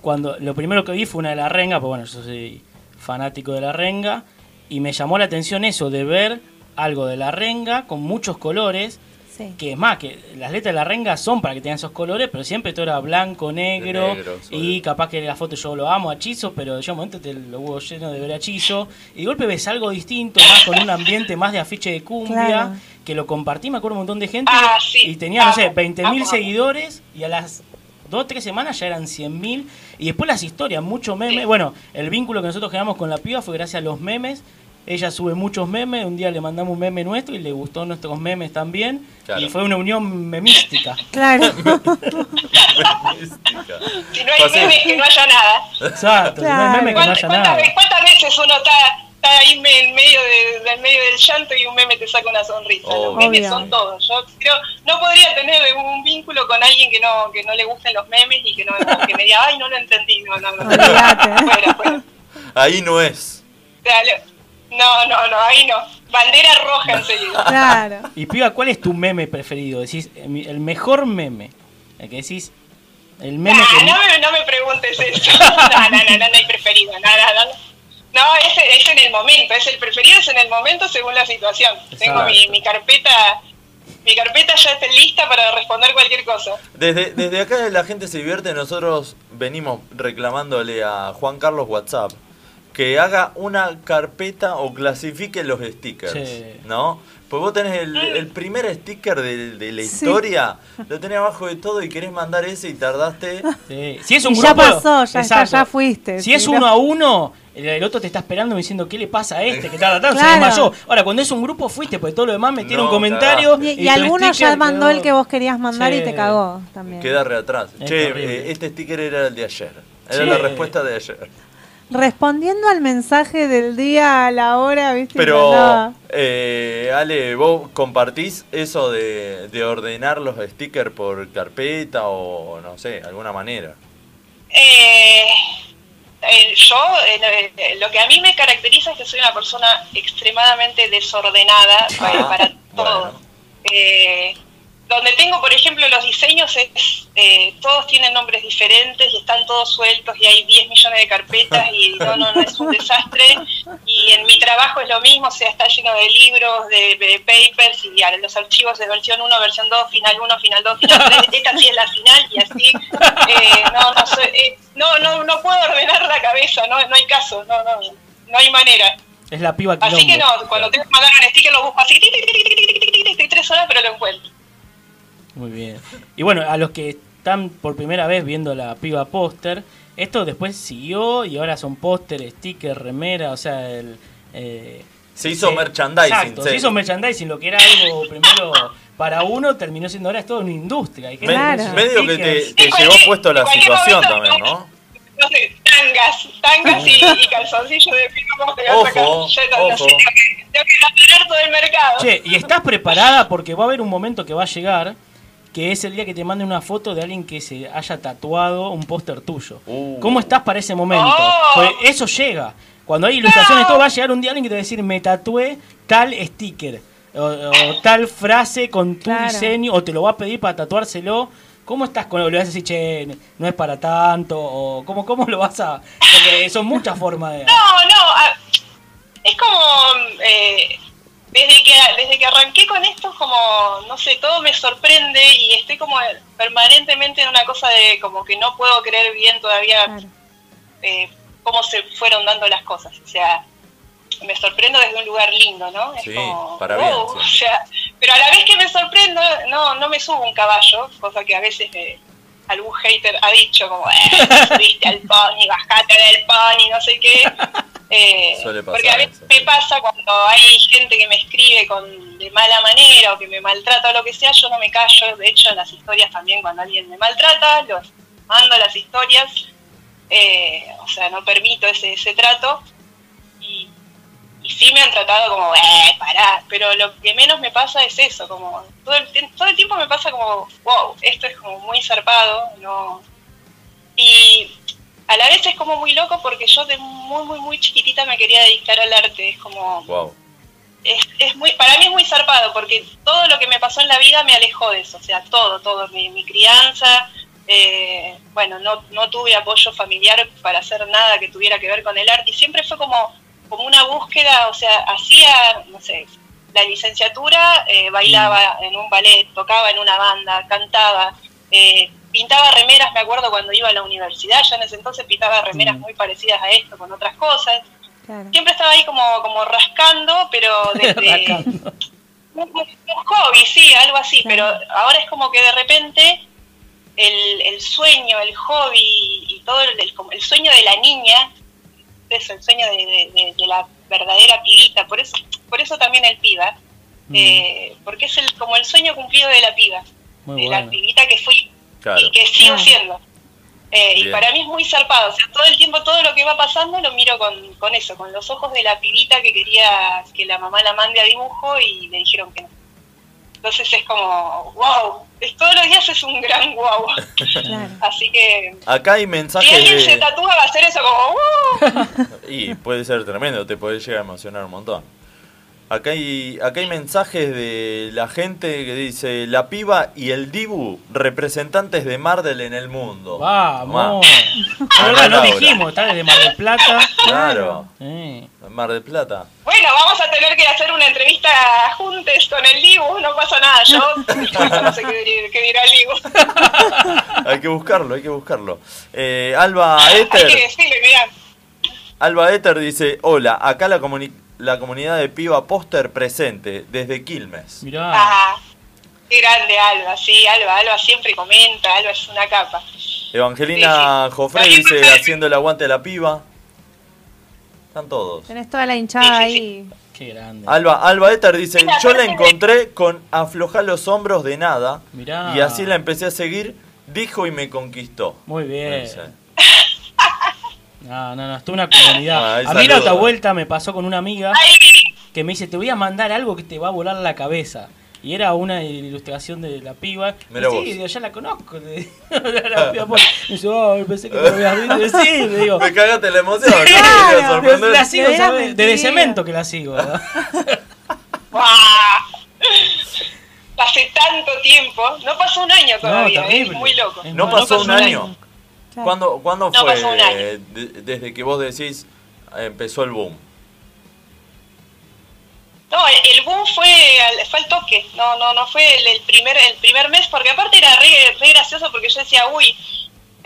cuando lo primero que vi fue una de la renga, pues bueno, yo soy fanático de la renga, y me llamó la atención eso, de ver algo de la renga con muchos colores,
Sí.
que es más, que las letras de la renga son para que tengan esos colores, pero siempre todo era blanco, negro,
negro,
y capaz que la foto yo lo amo a Chizo, pero yo un momento te lo hubo lleno de ver a Chizo, y de golpe ves algo distinto, más con un ambiente más de afiche de cumbia,
Claro.
que lo compartí, me acuerdo un montón de gente,
Ah,
y tenía, no
amo,
sé, 20.000
amo, amo.
seguidores, y a las dos, tres semanas ya eran 100.000. Y después las historias, mucho meme. Bueno, el vínculo que nosotros generamos con la piba fue gracias a los memes. Ella sube muchos memes. Un día le mandamos un meme nuestro y le gustó nuestros memes también. Y fue una unión memística.
Claro.
Si no hay memes, que no haya nada.
Exacto, no hay meme que no haya
¿Cuántas,
nada.
ve- cuántas veces uno está, está ahí me- en medio, de- del medio del llanto y un meme te saca una sonrisa? Los
Obvio.
memes son todos. Yo creo, no podría tener un vínculo con alguien que no, que no le gusten los memes y que, no, que me diga, ay, no lo entendí. No, no, no. Fuera, fuera.
Ahí no es.
Dale. No, no, no, ahí no. Bandera roja enseguida.
Y piba, ¿cuál es tu meme preferido? Decís, eh, mi- el mejor meme. El que decís, el meme
Ah,
que...
no, me, no me preguntes eso. No, no, no, no, no hay preferido. No, no, no. No, es, es en el momento. Es el preferido es en el momento según la situación. Tengo mi,
Exacto.
mi carpeta. Mi carpeta ya está lista para responder cualquier cosa.
Desde, desde acá la gente se divierte, nosotros venimos reclamándole a Juan Carlos WhatsApp que haga una carpeta o clasifique los stickers,
Sí.
¿no? Pues vos tenés el, el primer sticker del- de, la historia, lo tenés abajo de todo y querés mandar ese y tardaste...
Sí. Si es un
Y ya
grupo-
pasó, ya está,
Exacto.
ya fuiste.
Si es
sí,
uno
no.
a uno, el, el otro te está esperando diciendo qué le pasa a este, que tal, tal,
Claro.
se desmayó. Ahora, cuando es un grupo, fuiste, porque todo lo demás metieron
No,
comentarios.
cagaste.
Y, y
tu
alguno ya
sticker
mandó
quedó-
el que vos querías mandar y
Sí.
te cagó también.
Queda re atrás.
Es
che,
terrible.
eh, este sticker era el de ayer. Era
Sí.
la respuesta de ayer.
Respondiendo al mensaje del día a la hora, ¿viste? Que
Pero,
andaba.
eh, Ale, ¿vos compartís eso de, de ordenar los stickers por carpeta o no sé, alguna manera?
Eh, el- yo, eh, eh, lo que a mí me caracteriza es que soy una persona extremadamente desordenada para, para
Ah,
todo. Eh, donde tengo, por ejemplo, los diseños, es, eh, todos tienen nombres diferentes y están todos sueltos y hay 10 millones de carpetas y no, no, no, es un desastre. Y en mi trabajo es lo mismo, o sea, está lleno de libros, de, de papers y a los archivos de versión 1, versión 2, final 1, final 2, final 3. Esta sí es la final y así. Eh, no, no, soy- eh, no, no, no puedo ordenar la cabeza, no, no hay caso, no, no, no hay manera.
Es la piba que
Así que no, cuando tengo que mandar un sticker lo busco así, tic, tic, tic, tic, tic, tic, tic, tic, tic, estoy tres horas pero lo encuentro.
Muy bien. Y bueno, a los que están por primera vez viendo la piba póster. Esto después siguió y ahora son póster, sticker, remera, o sea, el, eh,
Se hizo merchandising,
Exacto,
sí.
se hizo merchandising, lo que era algo primero para uno terminó siendo ahora es toda una industria. Hay gente
Me-
que hizo
Medio que te,
stickers.
te llegó puesto la situación también, ¿no?
No
eh,
sé, tangas, tangas y, y calzoncillos de pico, ¿cómo te vas a sacar?
Ojo,
Yo no, no sé,
ojo.
tengo que- tengo que dominar todo el mercado.
Che, ¿y estás preparada? Porque va a haber un momento que va a llegar que es el día que te manden una foto de alguien que se haya tatuado un póster tuyo. ¿Cómo estás para ese momento?
Uh. Oh.
Porque eso llega. Cuando hay ilustraciones, todo va a llegar un día alguien que te va a decir, me tatué tal sticker o, o tal frase con tu
Claro.
diseño o te lo va a pedir para tatuárselo. ¿Cómo estás con lo le vas a decir, che, no es para tanto? O, ¿cómo, ¿Cómo lo vas a...? Porque son muchas formas de...
No, no, a- es como eh, desde que desde que arranqué con esto es como no sé, todo me sorprende y estoy como permanentemente en una cosa de como que no puedo creer bien todavía eh, cómo se fueron dando las cosas, o sea, me sorprendo desde un lugar lindo, ¿no? Es
Sí,
como,
para bien,
wow,
sí.
o sea, pero a la vez que me sorprendo, no, no me subo un caballo, cosa que a veces me- algún hater ha dicho, como, eh, subiste al pony, bajate del pony, no sé qué. Eh,
Suele pasar
porque a veces me pasa cuando hay gente que me escribe con de mala manera o que me maltrata o lo que sea, yo no me callo. De hecho, en las historias también, cuando alguien me maltrata, los mando a las historias. eh, o sea, no permito ese, ese trato. Y, y sí me han tratado como, eh, pará. Pero lo que menos me pasa es eso. como Todo el, tiem- todo el tiempo me pasa como, wow, esto es como muy zarpado. no Y a la vez es como muy loco porque yo de muy, muy, muy chiquitita me quería dedicar al arte. Es como,
Wow.
es, es muy, para mí es muy zarpado porque todo lo que me pasó en la vida me alejó de eso. O sea, todo, todo. Mi, mi crianza, eh, bueno, no, no tuve apoyo familiar para hacer nada que tuviera que ver con el arte. Y siempre fue como, como una búsqueda, o sea, hacía, no sé, la licenciatura, eh, bailaba en un ballet, tocaba en una banda, cantaba, eh, pintaba remeras, me acuerdo cuando iba a la universidad, ya en ese entonces pintaba remeras
Mm.
muy parecidas a esto, con otras cosas.
Claro.
Siempre estaba ahí como, como rascando, pero desde un, un- un hobby, sí, algo así, pero ahora es como que de repente el, el sueño, el hobby y todo el, el- como el sueño de la niña, eso, el sueño de, de- de- de la verdadera pibita, por eso, por eso también el piba, eh, porque es el, como el sueño cumplido de la piba,
Mm,
de la pibita que fui
Claro.
y que sigo siendo. Eh, y
Bien.
para mí es muy zarpado, o sea, todo el tiempo, todo lo que va pasando lo miro con, con eso, con los ojos de la pibita que quería que la mamá la mande a dibujo y le dijeron que no. Entonces es como, wow, es, todos los días es un gran wow. Así que
Acá hay
si alguien
mensajes
se
de...
tatúa va a hacer eso como, "Uh, wow.
Y puede ser tremendo, te puede llegar a emocionar un montón. Acá hay, acá hay mensajes de la gente que dice, la piba y el Dibu, representantes de Marvel en el mundo.
Vamos.
Ma.
La verdad, no
Laura.
dijimos, está desde Mar del Plata. Eh,
Claro. Mar del Plata.
Bueno, vamos a tener que hacer una entrevista juntos con el Dibu, no pasa nada, yo no sé qué, dir- qué dirá el Dibu.
Hay que buscarlo, hay que buscarlo. Eh, Alba
Hay
Ether.
que decirle, mirá.
Alba Ether dice, hola, acá la, comuni- la comunidad de piba póster presente desde Quilmes.
Ah, qué grande Alba, sí, Alba, Alba siempre comenta, Alba es una capa.
Evangelina Jofre dice, haciendo el aguante a la piba. Están todos.
Tenés toda la hinchada ahí.
Qué grande.
Alba, Alba Ether dice,
Mira,
yo la
aparte de-
encontré con aflojar los hombros de nada
Mirá.
y así la empecé a seguir, dijo y me conquistó.
Muy bien.
No sé.
No, no, no, esto es una comunidad.
Ah, ahí
a mí la
saluda.
otra vuelta me pasó con una amiga que me dice, te voy a mandar algo que te va a volar la cabeza. Y era una ilustración de la piba.
Mirá
Y sí,
vos.
digo, ya la conozco. le digo, la piba por- Y "Oh, yo, "Ay, pensé que no me habías visto. Sí, le digo.
Me cagaste la emoción. ¿cómo te iba a sorprender?
la sigo, ¿sabes? Desde cemento que la sigo. ¿no?
¡Buah! Hace tanto tiempo, no pasó un año todavía, ¿eh?
terrible.
muy loco.
No pasó un año.
Claro.
¿Cuándo, cuándo
No
fue
pasó un año.
eh, de- desde que vos decís eh, empezó el boom?
No, el- el boom fue al, fue al toque, no, no, no fue el, el primer, el primer mes, porque aparte era re, re gracioso porque yo decía, uy,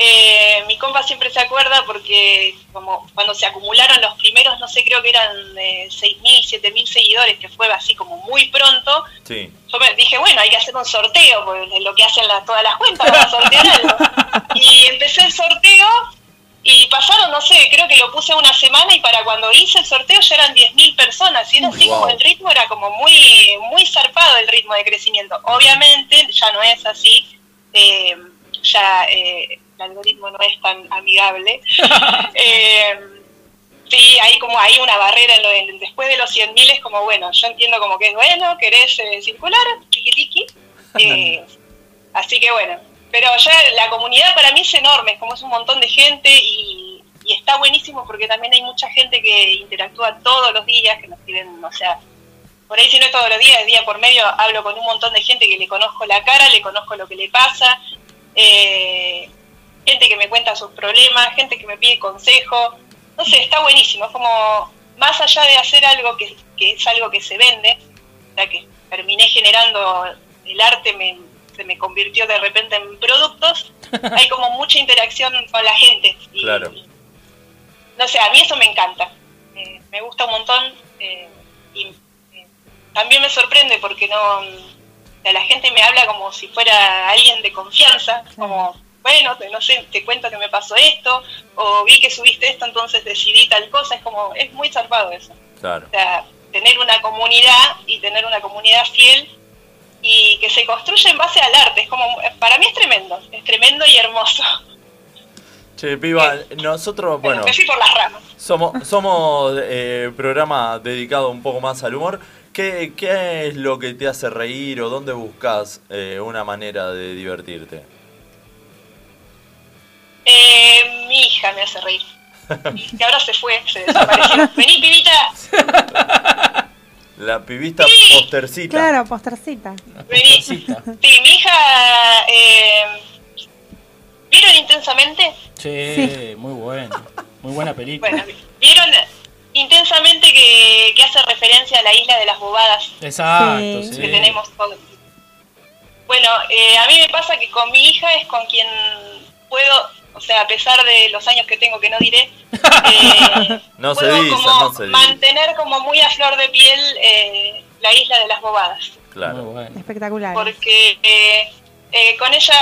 Eh, mi compa siempre se acuerda porque como cuando se acumularon los primeros, no sé, creo que eran eh, 6.000, 7.000 seguidores, que fue así como muy pronto,
Sí.
yo me dije, bueno, hay que hacer un sorteo, porque es lo que hacen las- todas las cuentas, vamos a sortear algo. Y empecé el sorteo y pasaron, no sé, creo que lo puse una semana y para cuando hice el sorteo ya eran 10.000 personas. Y era así
Wow.
como el ritmo era como muy, muy zarpado el ritmo de crecimiento. Obviamente ya no es así, eh, ya eh, el algoritmo no es tan amigable. Eh, Sí, hay como hay una barrera en lo de- después de los 100.000 es como bueno, yo entiendo como que es bueno, querés eh, circular, tiki tiki. Eh, así que bueno, pero ya la comunidad para mí es enorme, es como es un montón de gente y, y está buenísimo porque también hay mucha gente que interactúa todos los días, que nos piden, o sea, por ahí si no es todos los días, día por medio hablo con un montón de gente que le conozco la cara, le conozco lo que le pasa, eh, gente que me cuenta sus problemas, gente que me pide consejo no sé, está buenísimo. Es como, más allá de hacer algo que, que es algo que se vende, ya que terminé generando el arte, me, se me convirtió de repente en productos, hay como mucha interacción con la gente. Y,
Claro.
No sé, a mí eso me encanta. Eh, me gusta un montón eh, y eh, también me sorprende porque no o sea, la gente me habla como si fuera alguien de confianza, como bueno, te- no sé, te cuento que me pasó esto, o vi que subiste esto, entonces decidí tal cosa, es como, es muy zarpado eso.
Claro.
O sea, tener una comunidad y tener una comunidad fiel y que se construye en base al arte, es como, para mí es tremendo, es tremendo y hermoso.
Che, piba,
Eh,
nosotros, bueno,
Me fui por las ramas.
somos, somos eh, programa dedicado un poco más al humor. ¿Qué, qué es lo que te hace reír o dónde buscas eh, una manera de divertirte?
Eh, mi hija me hace reír. Que ahora se fue, se desapareció. Vení, pibita,
La pibista postercita.
Claro, postercita.
vení. Sí, mi hija... eh, ¿Vieron intensamente?
Sí, muy bueno. Muy buena película.
Bueno, ¿vieron intensamente que, que hace referencia a la isla de las bobadas?
Exacto, sí.
que tenemos todos. Bueno, eh, a mí me pasa que con mi hija es con quien puedo, o sea, a pesar de los años que tengo que no diré, eh,
No se
puedo
dice,
como
no se dice.
mantener como muy a flor de piel eh, la isla de las bobadas.
Claro.
Espectacular.
Porque eh, eh, con ella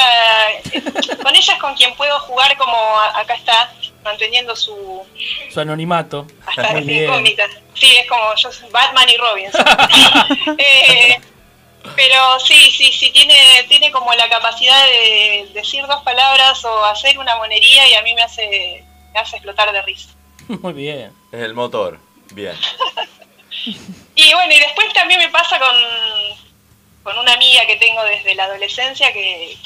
eh, con ella es con quien puedo jugar como a- acá está, manteniendo su,
Su anonimato.
hasta
Muy
es
bien.
incógnita. Sí, es como yo soy Batman y Robin. soy. Eh, pero sí, sí, sí, tiene, tiene como la capacidad de decir dos palabras o hacer una monería y a mí me hace, me hace explotar de risa.
Muy bien.
Es el motor. Bien.
Y bueno, y después también me pasa con, con una amiga que tengo desde la adolescencia, que,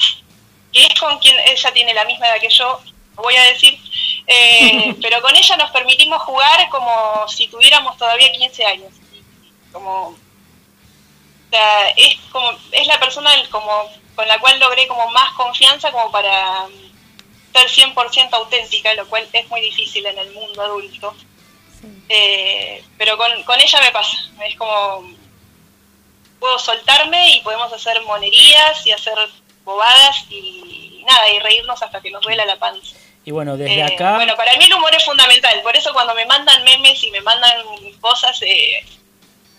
que es con quien ella tiene la misma edad que yo, voy a decir, eh, pero con ella nos permitimos jugar como si tuviéramos todavía 15 años. Como, o sea, es, como, es la persona el- como, con la cual logré como más confianza como para mm, ser 100% auténtica, lo cual es muy difícil en el mundo adulto. Eh, pero con, con ella me pasa. Es como. Puedo soltarme y podemos hacer monerías y hacer bobadas y nada, y reírnos hasta que nos duela la panza.
Y bueno, desde
Eh,
acá.
Bueno, para mí el humor es fundamental. Por eso cuando me mandan memes y me mandan cosas, eh,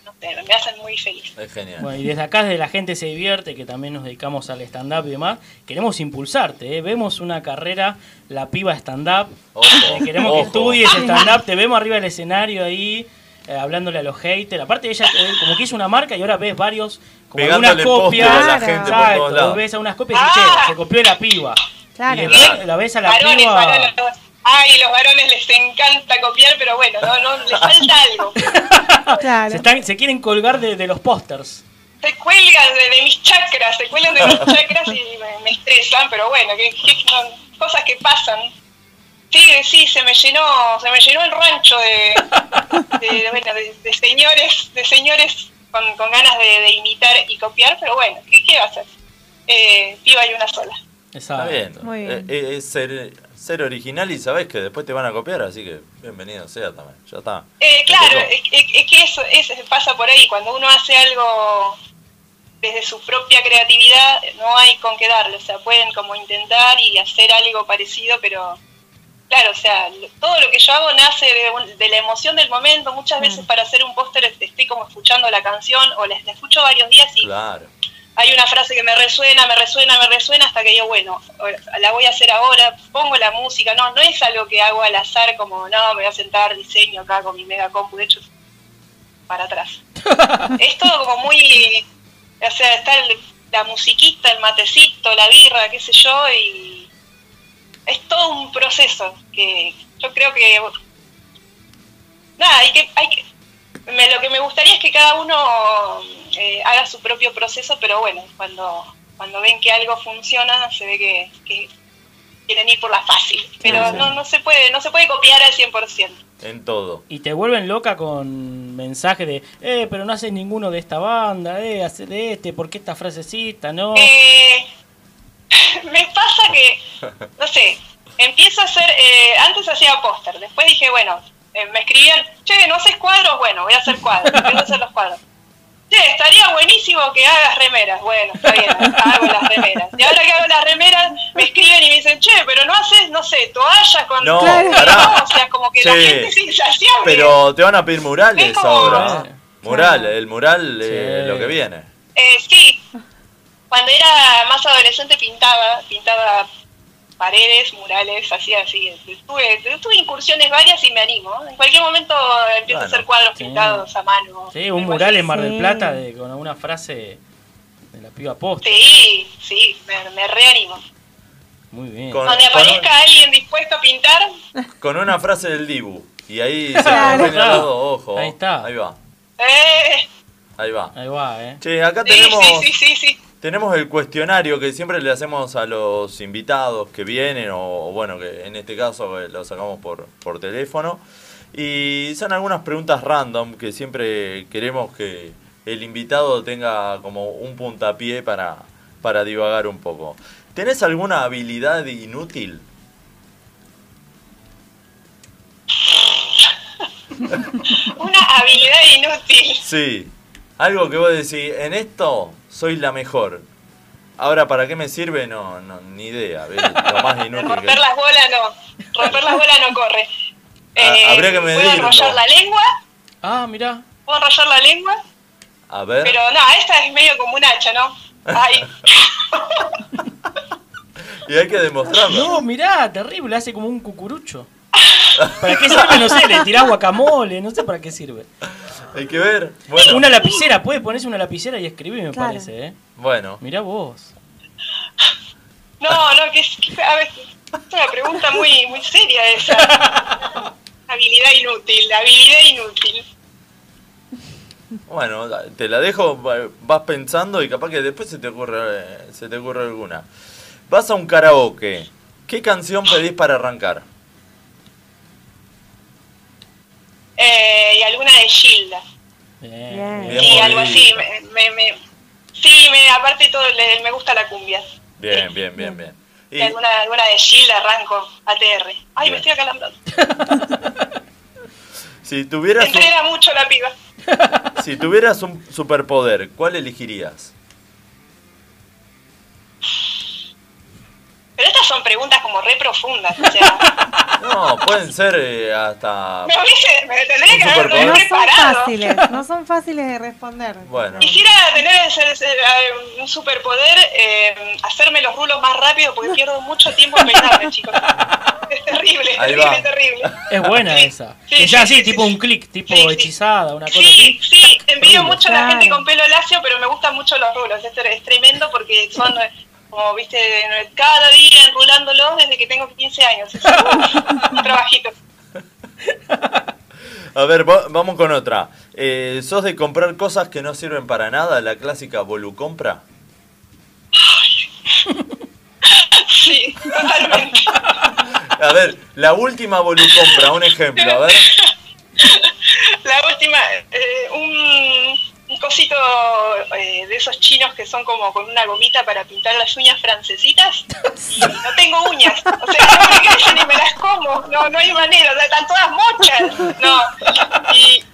no sé, me hacen muy feliz.
Es genial.
Bueno, y desde acá, desde la gente se divierte, que también nos dedicamos al stand-up y demás, queremos impulsarte, ¿eh? vemos una carrera, la piba stand-up, Eh, queremos que
ojo.
estudies stand-up, te vemos arriba del escenario ahí, eh, hablándole a los haters, aparte ella eh, como que hizo una marca y ahora ves varios, como
Pegándole
algunas copias,
poste a la gente por todos
exacto,
lados.
ves a unas copias y dices, "Che, se copió de la piba,
Ah. Claro.
y después la ves a la
Varones,
piba...
varones. Ay, los varones les encanta copiar, pero bueno, no, no, les falta algo.
Ah,
Se, están- se quieren colgar de, de los pósters.
Se cuelgan de, de mis chakras, se cuelgan de mis chakras y me, me estresan, pero bueno, que, que no- cosas que pasan. Sí, sí, se me llenó, se me llenó el rancho de, de, bueno, de- de señores, de señores con, con ganas de, de imitar y copiar, pero bueno, ¿qué, qué va a hacer? Eh, piba hay una sola.
Está bien.
Muy bien.
Eh, eh, es ser, ser original y sabes que después te van a copiar, así que bienvenido sea también. Ya está.
Eh, claro,
tocó.
es, es- es que eso, eso pasa por ahí, cuando uno hace algo desde su propia creatividad no hay con qué darle, o sea, pueden como intentar y hacer algo parecido, pero claro, o sea, lo- todo lo que yo hago nace de, un- de la emoción del momento, muchas veces para hacer un póster est- estoy como escuchando la canción o la, la escucho varios días y
Claro.
hay una frase que me resuena, me resuena, me resuena hasta que digo, bueno, o- la voy a hacer ahora, pongo la música, no, no es algo que hago al azar como, no, me voy a sentar diseño acá con mi mega compu, de hecho, para atrás. es todo como muy, o sea, está el- la musiquita, el matecito, la birra, qué sé yo, y es todo un proceso que yo creo que, nada, hay que, hay que me- lo que me gustaría es que cada uno eh, haga su propio proceso, pero bueno, cuando, cuando ven que algo funciona, se ve que, que quieren ir por la fácil. Pero
Claro, sí.
no, no se puede, no se puede copiar al 100%.
En todo.
Y te vuelven loca con mensajes de, eh, pero no haces ninguno de esta banda, eh, haces de este, ¿por qué esta frasecita? No.
Eh, me pasa que, no sé, empiezo a hacer, eh, antes hacía póster, después dije, bueno, eh, me escribían, che, ¿no haces cuadros? Bueno, voy a hacer cuadros, empiezo a hacer los cuadros. Che, estaría buenísimo que hagas remeras. Bueno, está bien, hago las remeras. Y ahora que hago las remeras, me escriben y me dicen, che, pero no haces, no sé, toallas con...
No,
Claro.
pará.
No, o sea, como que la
Che.
gente es insaciable.
Pero te van a pedir murales
Es como-
ahora. ¿eh? Mural, el mural eh, lo que viene.
Eh, sí. Cuando era más adolescente pintaba, pintaba paredes, murales, así, así. Tuve, tuve incursiones varias y me animo. En cualquier momento empiezo a
Bueno,
hacer cuadros
sí.
pintados a mano.
Sí, un mural en Mar del
Sí.
Plata de, con alguna frase de la piba posta.
Sí, sí, me, me reanimo.
Muy bien.
Con,
Donde
con-
aparezca alguien dispuesto a pintar,
con una frase del Dibu. Y ahí se
Claro.
combina los dos, ojo.
Ahí está.
Ahí va.
eh,
Ahí va.
Ahí va, eh.
Che, acá
sí,
tenemos.
sí, sí, sí, sí.
Tenemos el cuestionario que siempre le hacemos a los invitados que vienen, o, o bueno, que en este caso eh, lo sacamos por, por teléfono. Y son algunas preguntas random que siempre queremos que el invitado tenga como un puntapié para, para divagar un poco. ¿Tenés alguna habilidad inútil?
Una habilidad inútil.
Sí. Algo que vos decís, en esto soy la mejor. Ahora, ¿para qué me sirve? No, no ni idea. ¿ves? Lo más inútil que...
¿eh?
Romper las bolas no. Romper las bolas no corre. Eh,
habría que
puedo
medirlo.
enrollar la lengua.
Ah, mirá.
Puedo enrollar la lengua.
A ver.
Pero no, esta es medio como un hacha, ¿no? Ay,
Y hay que demostrarlo.
No, mirá, terrible, hace como un cucurucho. ¿Para qué sirve? No sé, le tirás guacamole, no sé para qué sirve.
Hay que ver. Bueno,
Una lapicera, puedes ponerse una lapicera y escribir, me
Claro.
parece, eh.
bueno.
Mirá vos.
no, no, que es, que- a ver, es una pregunta muy, muy seria esa. habilidad inútil, habilidad inútil.
bueno, te la dejo, va- vas pensando y capaz que después se te ocurre, eh, se te ocurre alguna. Vas a un karaoke. ¿Qué canción pedís para arrancar?
Eh, y alguna de Gilda.
Bien,
Sí,
movido.
algo así. Me, me, me- sí, me, aparte todo, le- me gusta la cumbia.
Bien, bien, bien, bien.
Y alguna, alguna de Gilda arranco, ATR. Ay, me estoy acalambrando.
Si tuvieras un,
Entrena mucho la piba.
si tuvieras un superpoder, ¿cuál elegirías?
Pero estas son preguntas como re profundas. O sea,
No, pueden ser eh, hasta
me, hubiese, me tendría
Un
que
superpoder.
haber re
No son
preparado.
fáciles, no son fáciles de responder.
bueno.
Quisiera tener ese- ese, eh, un superpoder, eh, hacerme los rulos más rápido porque pierdo mucho tiempo en peinarme, chicos. Es terrible, es
Ahí
terrible,
va.
es terrible.
Es buena esa. Que ya así, tipo un clic, tipo hechizada, una cosa
Sí,
así.
sí, envío
rulos.
mucho a la gente
Claro.
con pelo lacio, pero me gustan mucho los rulos. Es, tre- es tremendo porque son, eh, como viste, cada día enrulándolos desde que tengo 15 años. Es un trabajito.
A ver, va- vamos con otra. Eh, ¿Sos de comprar cosas que no sirven para nada? La clásica volucompra.
Sí, totalmente.
A ver, la última volucompra, un ejemplo, a ver.
La última, eh, un, un cosito eh, de esos chinos que son como con una gomita para pintar las uñas francesitas. Y no tengo uñas, o sea, no me crecen y me las como, no, no hay manera, o sea, están todas mochas. No. Y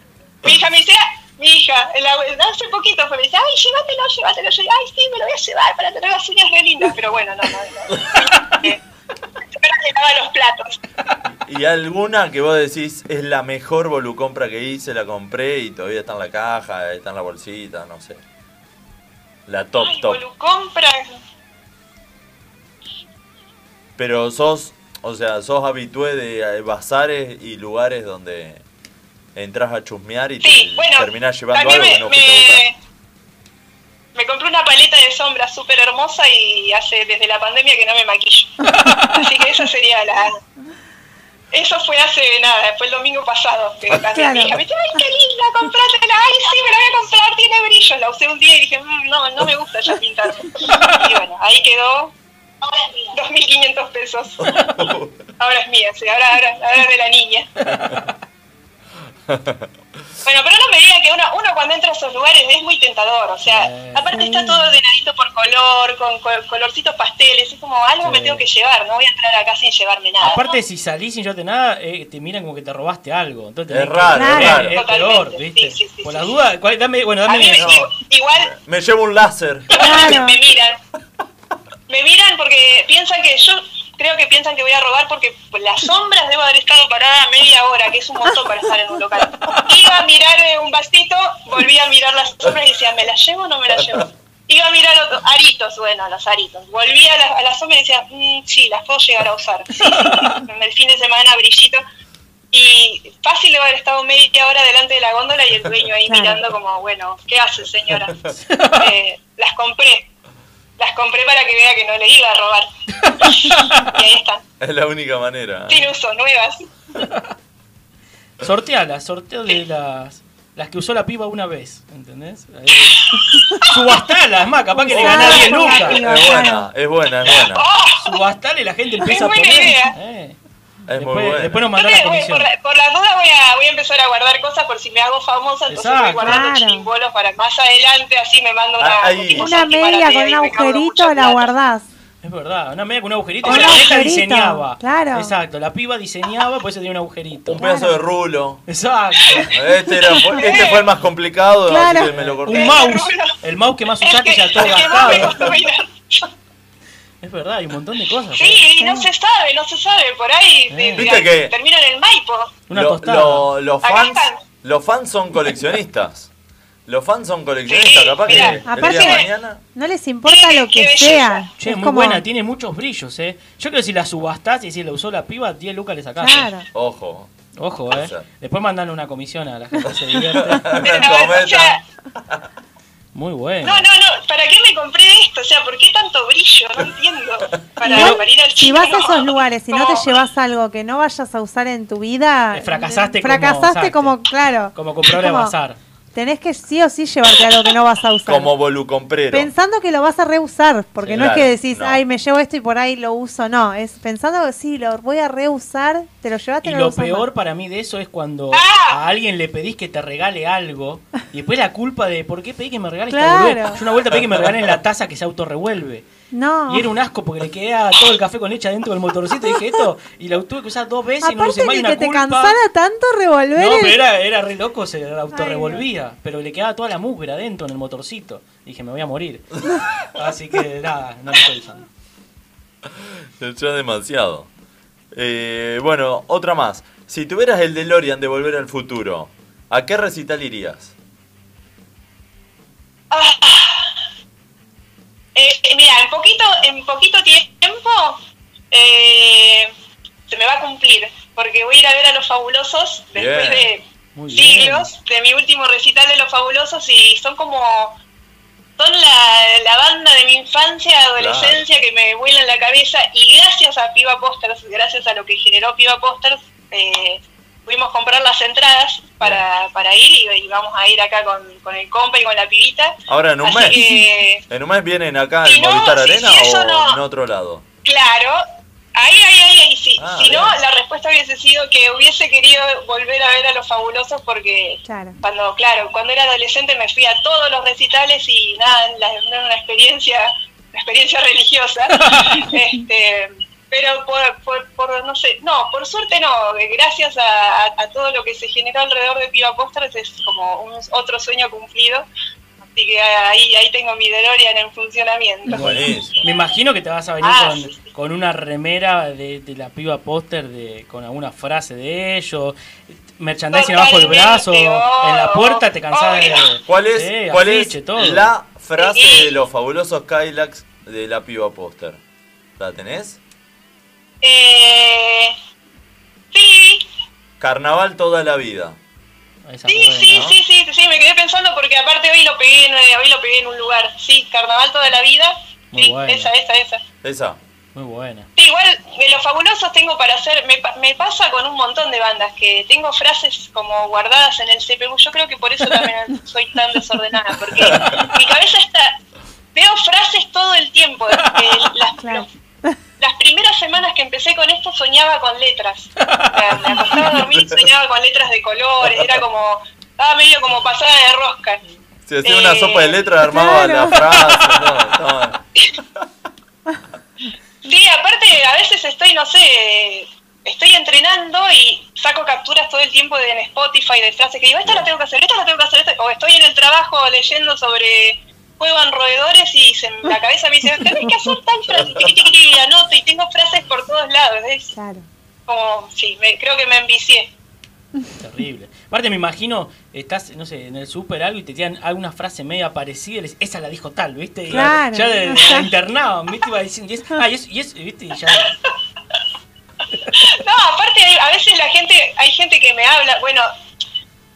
mi hija me dice, "Ah, mi hija, el abue- hace poquito fue, me dice, ay, llévatelo, llévatelo. Yo, ay, sí, me lo voy a llevar para tener las uñas re lindas. Pero bueno, no, no. no. Eh, Ahora le lava los platos.
¿Y alguna que vos decís es la mejor volucompra que hice, la compré y todavía está en la caja, está en la bolsita, no sé? La top, top.
Compra.
Pero sos, o sea, sos habitué de eh, bazares y lugares donde entras a chusmear y te terminás llevando
También
algo
me,
que no fuiste a buscar.
me, me compré una paleta de sombra súper hermosa y hace desde la pandemia que no me maquillo. Así que esa sería la... Eso fue hace nada, fue el domingo pasado. Que la
Claro.
mi hija me dice, ay, qué linda, comprátela. Ay, sí, me la voy a comprar, tiene brillo. La usé un día y dije, "Mm, no, no me gusta ya pintar. Y bueno, ahí quedó. 2.500 pesos. Ahora es mía, sí, ahora, ahora, ahora es de la niña. Bueno, pero no me digan que uno, uno cuando entra a esos lugares es muy tentador, o sea, aparte está todo ordenadito por color, con, co- colorcitos pasteles, es como algo me
Sí.
tengo que llevar, no voy a entrar acá sin llevarme nada.
Aparte, si salís sin llevarte nada, eh, te miran como que te robaste algo. Entonces,
Es
tenés que-
raro, es
eh,
raro.
Es peor, ¿viste? Por las dudas, ¿cuál- dame, bueno,
A
dame.
mí me-
Igual
Me llevo un láser.
me miran, me miran porque piensan que yo creo que piensan que voy a robar porque por las sombras debo haber estado parada media hora, que es un montón para estar en un local. Iba a mirar eh, un vasito, volví a mirar las sombras y decía, ¿me las llevo o no me las llevo? Iba a mirar otro, aritos, bueno, los aritos. Volví a las a las sombras y decía, "Mm, sí, las puedo llegar a usar. Sí, sí, el fin de semana, brillito. Y fácil debo haber estado media hora delante de la góndola y el dueño ahí
Claro.
mirando como, bueno, ¿qué hace señora? Eh, las compré. Las compré para que vea que no les iba a robar. y ahí están,
Es la única manera.
sin uso, nuevas.
Sortealas, sorteo de las, las que usó la piba una vez, ¿entendés? Ahí. Subastalas, más, capaz que le ganás 10
Es
lucas.
buena, es buena, es buena.
¡Oh!
Subastala y la gente empieza a
buena
poner.
idea.
eh.
Es muy
Después-
buena.
después nos
Yo
mandó la
creo que voy-
comisión.
por, la- por las dudas voy a, voy a empezar a guardar cosas por si me hago famosa, entonces voy
Exacto.
guardando
Claro.
chimbolos para más adelante, así me mando
Ah,
una... tipo
Una
Santi
media
Maratea
con un
y me cobro
agujerito la guardás.
Es verdad, una media con un agujerito.
Con
y
un
la vieja
agujerito,
diseñaba.
claro.
Exacto, la piba diseñaba, por eso tenía un agujerito.
Un pedazo de rulo.
Exacto.
Este, era- este fue el más complicado,
Claro.
así que me lo corté.
Un mouse. El mouse que más usaste ya todo gastado. Es verdad, hay un montón de cosas. ¿eh?
Sí, no se sabe, no se sabe, por ahí de-
¿Viste
de-
que-
termino en el Maipo.
Lo- lo- los,
Acá
fans,
están.
los fans son coleccionistas. Los fans son coleccionistas, capaz que
mirá.
el día
Aparte,
de mañana-
no les importa lo que sea.
Che,
es
muy
como,
buena, tiene muchos brillos, eh. Yo creo que si la subastás y si la usó la piba, 10 lucas le sacás.
Claro.
Ojo.
Ojo, eh.
Exacto.
Después mandan una comisión a la gente se divierte. Muy bueno.
No, no, no, ¿para qué me compré esto? O sea, ¿por qué tanto brillo? No entiendo. Para,
Igual,
para ir al
si
chino.
vas a esos lugares y no te llevas algo que no vayas a usar en tu vida,
Eh, fracasaste como-
fracasaste como, claro,
Como comprar a
Como-
bazar.
tenés que sí o sí llevarte algo que no vas a usar.
Como volucomprero.
Pensando que lo vas a reusar, porque no es
Claro,
que decís,
no.
ay, me llevo esto y por ahí lo uso, no, es pensando que sí, lo voy a reusar, te lo llevaste
Y
y no lo
lo
usas
peor
más.
para mí de eso es cuando a alguien le pedís que te regale algo y después la culpa de ¿por qué pedí que me regales esta
Claro.
boludez? Yo una vuelta pedí que me regalen la taza que se autorrevuelve.
No.
Y era un asco porque le quedaba todo el café con leche adentro del motorcito y dije esto y la tuve que usar dos veces y no lo
Aparte
usé más y
de
una
que te
culpa.
cansara tanto revolver
No,
el-
pero era, era re loco, se la autorrevolvía, pero le quedaba toda la mugre adentro en el motorcito. Dije, me voy a morir. Así que nada, no lo estoy usando.
Ya demasiado. Eh, bueno, otra más. Si tuvieras el DeLorean de Volver al Futuro, ¿a qué recital irías?
Ah. Eh, eh, mira, en poquito, en poquito tiempo eh, se me va a cumplir, porque voy a ir a ver a los fabulosos después
Bien.
de siglos de mi último recital de Los Fabulosos y son como son la, la banda de mi infancia, adolescencia que me vuela en la cabeza y gracias a Piva Posters, gracias a lo que generó Piva Posters, eh, pudimos comprar las entradas para, para ir y, y vamos a ir acá con, con el compa y con la pibita.
Ahora en un
Así
mes.
que-
¿En un mes vienen acá
Si
en
no,
Movistar
si-
Arena
si eso
o
no-
en otro lado?
Claro, ahí, ahí, ahí, ahí sí.
Ah,
si no,
bien.
la respuesta hubiese sido que hubiese querido volver a ver a los fabulosos porque cuando, claro, cuando era adolescente me fui a todos los recitales y nada, la- era una experiencia, una experiencia religiosa. este, Pero por, por, por, no sé, no, por suerte no, gracias a, a- a todo lo que se generó alrededor de Piva Postres es como un, otro sueño cumplido, así que ahí, ahí tengo mi DeLorean en funcionamiento.
Me imagino que te vas a venir
Ah,
con, con una remera de, de la piba póster de, con alguna frase de ellos, merchandising abajo del brazo, en la puerta te cansás de...
¿Cuál es,
Sí,
cuál
afiche,
es
todo.
la frase
Eh,
de los fabulosos Kylax de la piba póster? ¿La tenés?
Eh,
Carnaval toda la vida.
sí, sí, sí, sí, sí, me quedé pensando porque aparte hoy lo pegué en, eh, hoy lo pegué en un lugar, sí, carnaval toda la vida,
Muy buena,
esa, esa, esa.
esa.
Muy buena.
Sí, igual de los fabulosos tengo para hacer, me, pa- me pasa con un montón de bandas que tengo frases como guardadas en el CPU, yo creo que por eso también soy tan desordenada, porque mi cabeza está, veo frases todo el tiempo, desde las, los- las primeras semanas que empecé con esto soñaba con letras, o sea, me acostaba a dormir y soñaba con letras de colores, era como, estaba medio como pasada de rosca.
Si hacía una
Eh,
sopa de letras, armaba
claro.
la frase. no, no.
Sí, aparte a veces estoy, no sé, estoy entrenando y saco capturas todo el tiempo de, en Spotify de frases que digo, esta la tengo que hacer, esta la tengo que hacer, esta- o estoy en el trabajo leyendo sobre juego en roedores y se, la cabeza me dice, tenés que hacer tal frase, tiqui, tiqui, tiqui, y anoto y tengo frases por todos lados, es como, sí, me- creo que me envicié.
Terrible. Aparte, me imagino, estás, no sé, en el súper algo y te tiran alguna frase media parecida y le decís, esa la dijo tal, ¿viste? Y
Claro.
Ya de, de internado, ¿viste? Iba diciendo, y es, ah, y es, y es, ¿viste? Y ya.
No, aparte hay- a veces la gente, hay gente que me habla, bueno,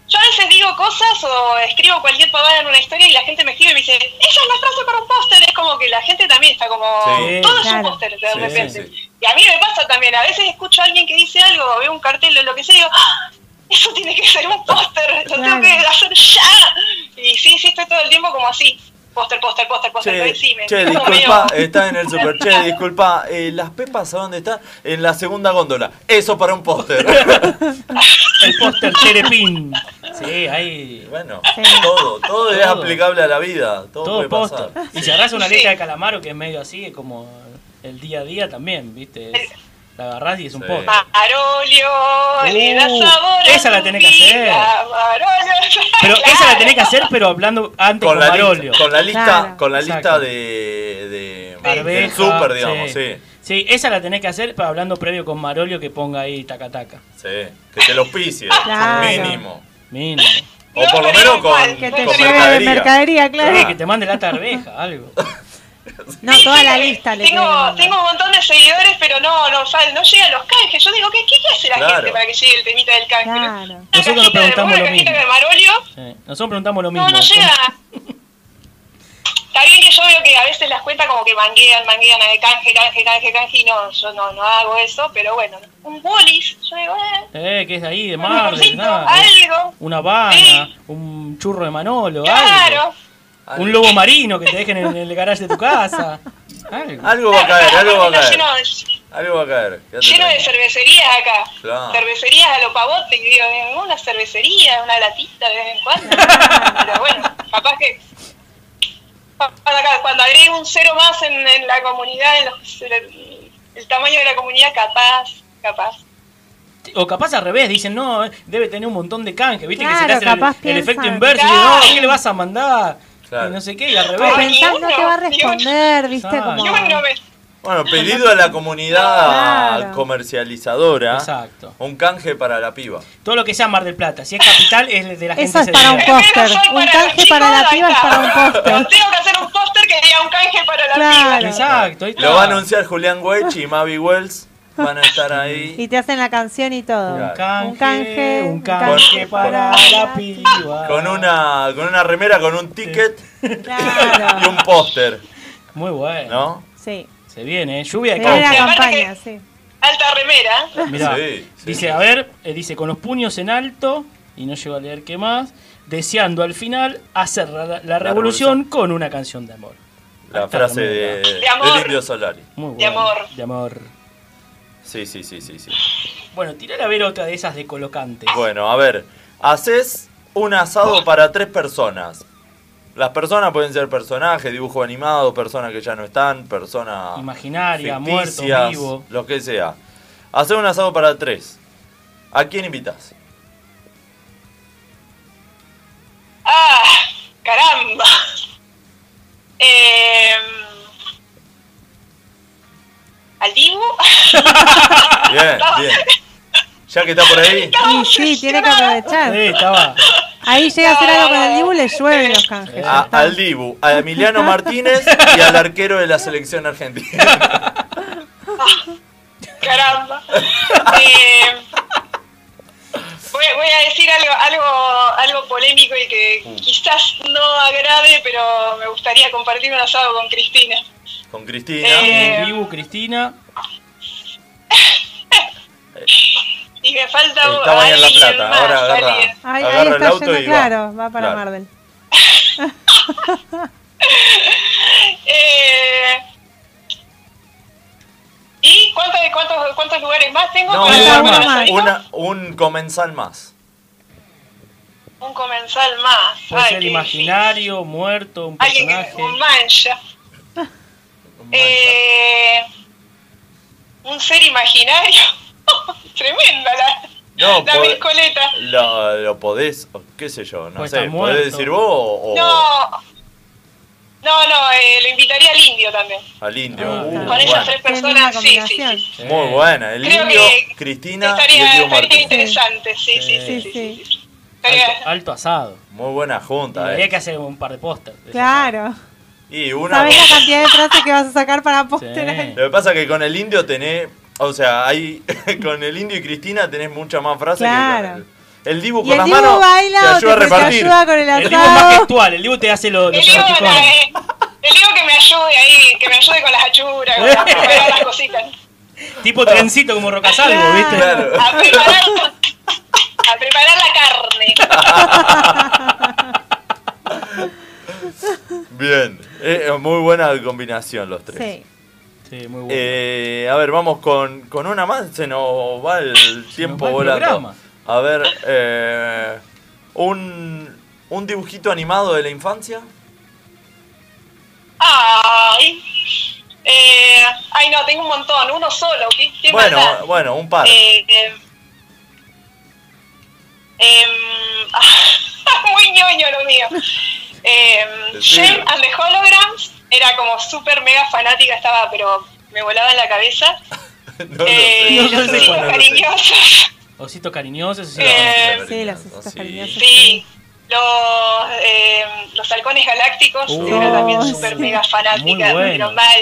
yo a veces digo cosas o escribo cualquier pavada en una historia y la gente me escribe y me dice, esa es la frase para un póster, es como que la gente también está como,
Sí.
todo es un
Claro.
póster de
Sí,
repente.
sí,
Y a mí me pasa también, a veces escucho a alguien que dice algo, o veo un cartel o lo que sea, y digo, "Ah, eso tiene que ser un póster, lo tengo
Claro.
que hacer ya. Y sí, sí, estoy todo el tiempo como así, póster, póster, póster, póster,
Che,
estoy- sí, me-
che,
como
disculpa,
este,
medio-
está en el super. Che, disculpa, eh, las pepas, ¿a dónde están? En la segunda góndola. Eso para un póster.
El póster Terepin. Sí, ahí.
Bueno, todo, todo es aplicable a la vida. Todo,
Todo
puede
posta.
pasar.
Y
Sí.
si agarras una letra de calamaro que es medio así, es como el día a día también, ¿viste? Es- la agarrás y es un
Sí.
póster.
Ah, Marolio, le da
Uh,
sabor.
esa la tenés que hacer. Pero esa la tenés que hacer, pero hablando antes
Con
con,
la,
Marolio.
lista, con la lista,
Claro.
con la
Exacto.
lista de, de del
Arveja,
super, digamos, sí.
Sí, esa la tenés que hacer, pero hablando previo con Marolio que ponga ahí taca taca.
Sí, que te lo pisie,
Claro.
mínimo.
Mínimo.
O por lo menos con,
Que te
con
lleve
mercadería.
mercadería, claro.
Sí, que te mande lata de arveja, algo.
No, toda la lista le tiene que
Tengo,
mandar.
tengo un montón de seguidores, pero no, no, sal- no llegan los canjes. Yo digo, ¿qué, qué hace la
Claro.
gente para que llegue el temita del canje? Una
Nosotros nos
cajita de-
preguntamos
una
lo
cajita
mismo.
de Marolio,
Sí, Nosotros preguntamos lo mismo.
no, no llega. Está bien que yo veo que a veces las cuentas como que manguean, manguean a de canje, canje, canje, canje, y no, yo no, no hago eso, pero bueno, un bolis, yo digo, eh,
Eh, que es de ahí, de
Un
Marley,
amorcito,
nada.
algo.
Una habana, un churro de Manolo,
claro.
algo. Un lobo marino que te dejen en el garage de tu casa. Algo.
Algo va a caer, algo va a
Está
caer.
lleno de-
Algo va a caer. quédate
lleno de
tranquilo.
cervecerías acá.
Claro.
Cervecerías a lo pavote, y digo, eh, una cervecería, una latita de vez en cuando. Pero bueno, capaz que. Cuando, acá- cuando agregue un cero más en, en la comunidad, en los- el, el tamaño de la comunidad, capaz, capaz.
O capaz al revés, dicen, no, eh, debe tener un montón de canje. Viste que se te
Claro,
hace el-
capaz
el,
piensan.
efecto inverso. Y
Claro.
dicen, no, ¿qué le vas a mandar? Y no sé qué, y al
O
revés.
pensás, no te va a responder, viste, como...
Bueno, pedido a la comunidad comercializadora.
Exacto.
Un canje para la piba.
Todo lo que sea Mar del Plata, si es capital, es de la gente.
Eso es para un póster. Un canje para la piba es para un póster.
Tengo que hacer un póster que diga un canje para la piba.
Exacto.
Lo va a anunciar Julián Welch y Mavi Wells. Van a estar ahí.
Y te hacen la canción y todo.
Un
Un canje.
Un canje
Con-
para la piba.
Con una, con una remera, con un ticket y un póster.
Muy bueno.
¿No?
Sí.
Se viene, ¿eh? lluvia de
Era la
canje.
campaña, sí.
Alta remera.
Mirá,
Sí, sí,
dice,
sí.
a ver, eh, dice, con los puños en alto, y no llego a leer qué más, deseando al final hacer la, la revolución, con una canción de amor.
La
Alta
frase
remera.
de,
De amor.
del Indio Solari.
Muy bueno.
De amor.
De amor.
Sí, sí, sí, sí, sí.
Bueno, tirar a ver otra de esas de colocantes.
Bueno, a ver. Haces un asado para tres personas. Las personas pueden ser personajes, dibujos animados, personas que ya no están, personas
Imaginaria, muerto,
ficticias,
vivo.
lo que sea. Hacer un asado para tres. ¿A quién invitas?
¡Ah! ¡Caramba! Eh, ¿Al Dibu?
Bien, bien. Ya que está por ahí.
Y sí, tiene que aprovechar.
Eh,
Ahí llega a hacer algo con el Dibu y le llueven los
Eh.
canjes.
A- al Dibu, a Emiliano Martínez y al arquero de la selección argentina.
Caramba. Eh, voy, voy a decir algo, algo, algo polémico y que
Mm.
quizás no agrade, pero me gustaría compartir un asado con Cristina.
Con Cristina.
Eh.
Dibu, Cristina.
Y me falta
Estaba ahí en La
alguien
Plata.
más,
Ahora agarra,
alguien.
Ahí, ahí
agarra el
está
auto
yendo,
y va.
claro, va para
Claro.
Marvel.
Eh, ¿Y cuántos, cuántos, cuántos lugares más tengo?
No,
para
una
la
más,
Margarita?
una- un comensal más.
Un comensal más.
Puede
Ay,
ser
qué
imaginario, muerto, un
Alguien
personaje.
que un mancha. Eh, un ser imaginario. Tremenda la,
No,
la
pod-
mezcoleta.
lo, lo podés, o qué sé yo, no
Pues
sé,
está muerto.
podés decir vos o, o
No, no, no eh, lo invitaría al indio también.
al indio.
Ah,
Uh,
Con
bueno.
esas tres personas, sí, sí, sí.
Muy buena, el
Creo
indio,
que
Cristina y el
estaría,
tío
estaría
Martín.
interesante, sí, sí, sí. sí, sí. Estaría-
Alto, alto asado.
Muy buena junta,
Habría
eh.
que hacer un par de póster.
Claro.
Y una
¿Sabés la cantidad de frases que vas a sacar para postear?
Lo que pasa es que con el indio tenés, o sea, ahí con el indio y Cristina tenés mucha más frases que
Claro.
con el, el dibu
Y
con
el
las
Dibu
manos
baila
te
o
ayuda a
te- te
repartir.
ayuda con el
El Dibu es más gestual, el Dibu te hace los, los
El Dibu,
emoticones.
eh, el Dibu que me ayude ahí, que me ayude con las achuras, con las, con las cositas.
Tipo trencito como Rocasalvo, ¿viste?
A preparar, a preparar la carne.
Bien, Eh, muy buena combinación los tres.
Sí.
Sí, muy bueno.
Eh, a ver, vamos con, con una más. Se nos va el tiempo
va el
volando.
programa.
A ver, eh, un, un dibujito animado de la infancia.
Ay. Eh, ay, no, tengo un montón, uno solo. ¿qué, qué
Bueno,
maldad.
bueno, un par.
Eh, eh, em, muy ñoño lo mío. Em,
Decilo.
Shame and the Holograms era como súper mega fanática, estaba, pero me volaba en la cabeza.
No lo
Eh,
sé. No
los
lo sé cuál,
ositos
no lo sé.
cariñosos.
Ositos cariñosos. ositos
Eh,
cariñosos.
Sí,
los ositos cariñosos.
Sí, los, eh, los halcones galácticos,
Uh,
era también
sí.
súper mega
Muy
fanática,
bueno.
pero mal.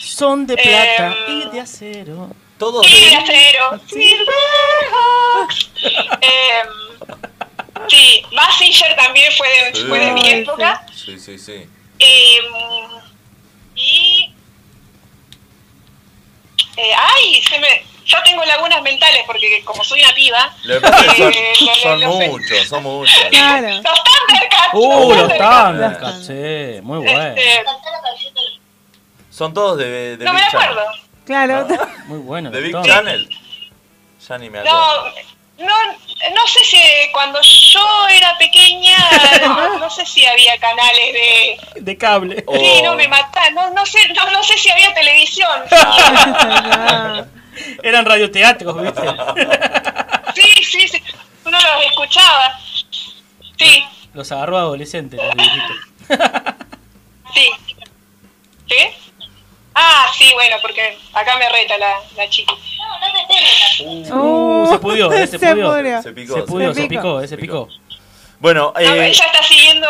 Son de plata y de acero.
Todos
Y de acero, Silverhawks. Eh, sí, Massinger también fue de, fue de mi época.
Sí, sí, sí.
Eh, y. eh, ¡Ay! Se me, ya tengo lagunas mentales porque, como soy una piba.
Lo que pasa es
eh,
que son,
lo-
son
lo- lo-
muchos, son muchos.
Claro.
Los Thundercats.
Uh, los
Thundercats.
Thundercats, sí, muy bueno.
Este,
Son todos de, de
no me
Big Channel.
acuerdo.
Claro.
Muy bueno.
¿De Big
Tom.
Channel? Ya ni me acuerdo.
No, no, no sé si cuando yo era pequeña, no, no sé si había canales de...
De cable.
Sí, no, me matan, no, no, sé, no, no sé si había televisión.
Ah.
Eran radioteatros, ¿viste?
Sí, sí, sí, uno los escuchaba. Sí,
Los agarró adolescentes, los dibujitos.
sí. ¿Sí? Ah, sí, bueno, porque acá me reta la, la chica.
Uh, se pudió, eh,
se
se, pudió.
pudrió.
Se
Se
picó,
picó,
se,
se
pudió, se
picó.
picó, eh, se picó.
Bueno,
No,
eh,
ella está siguiendo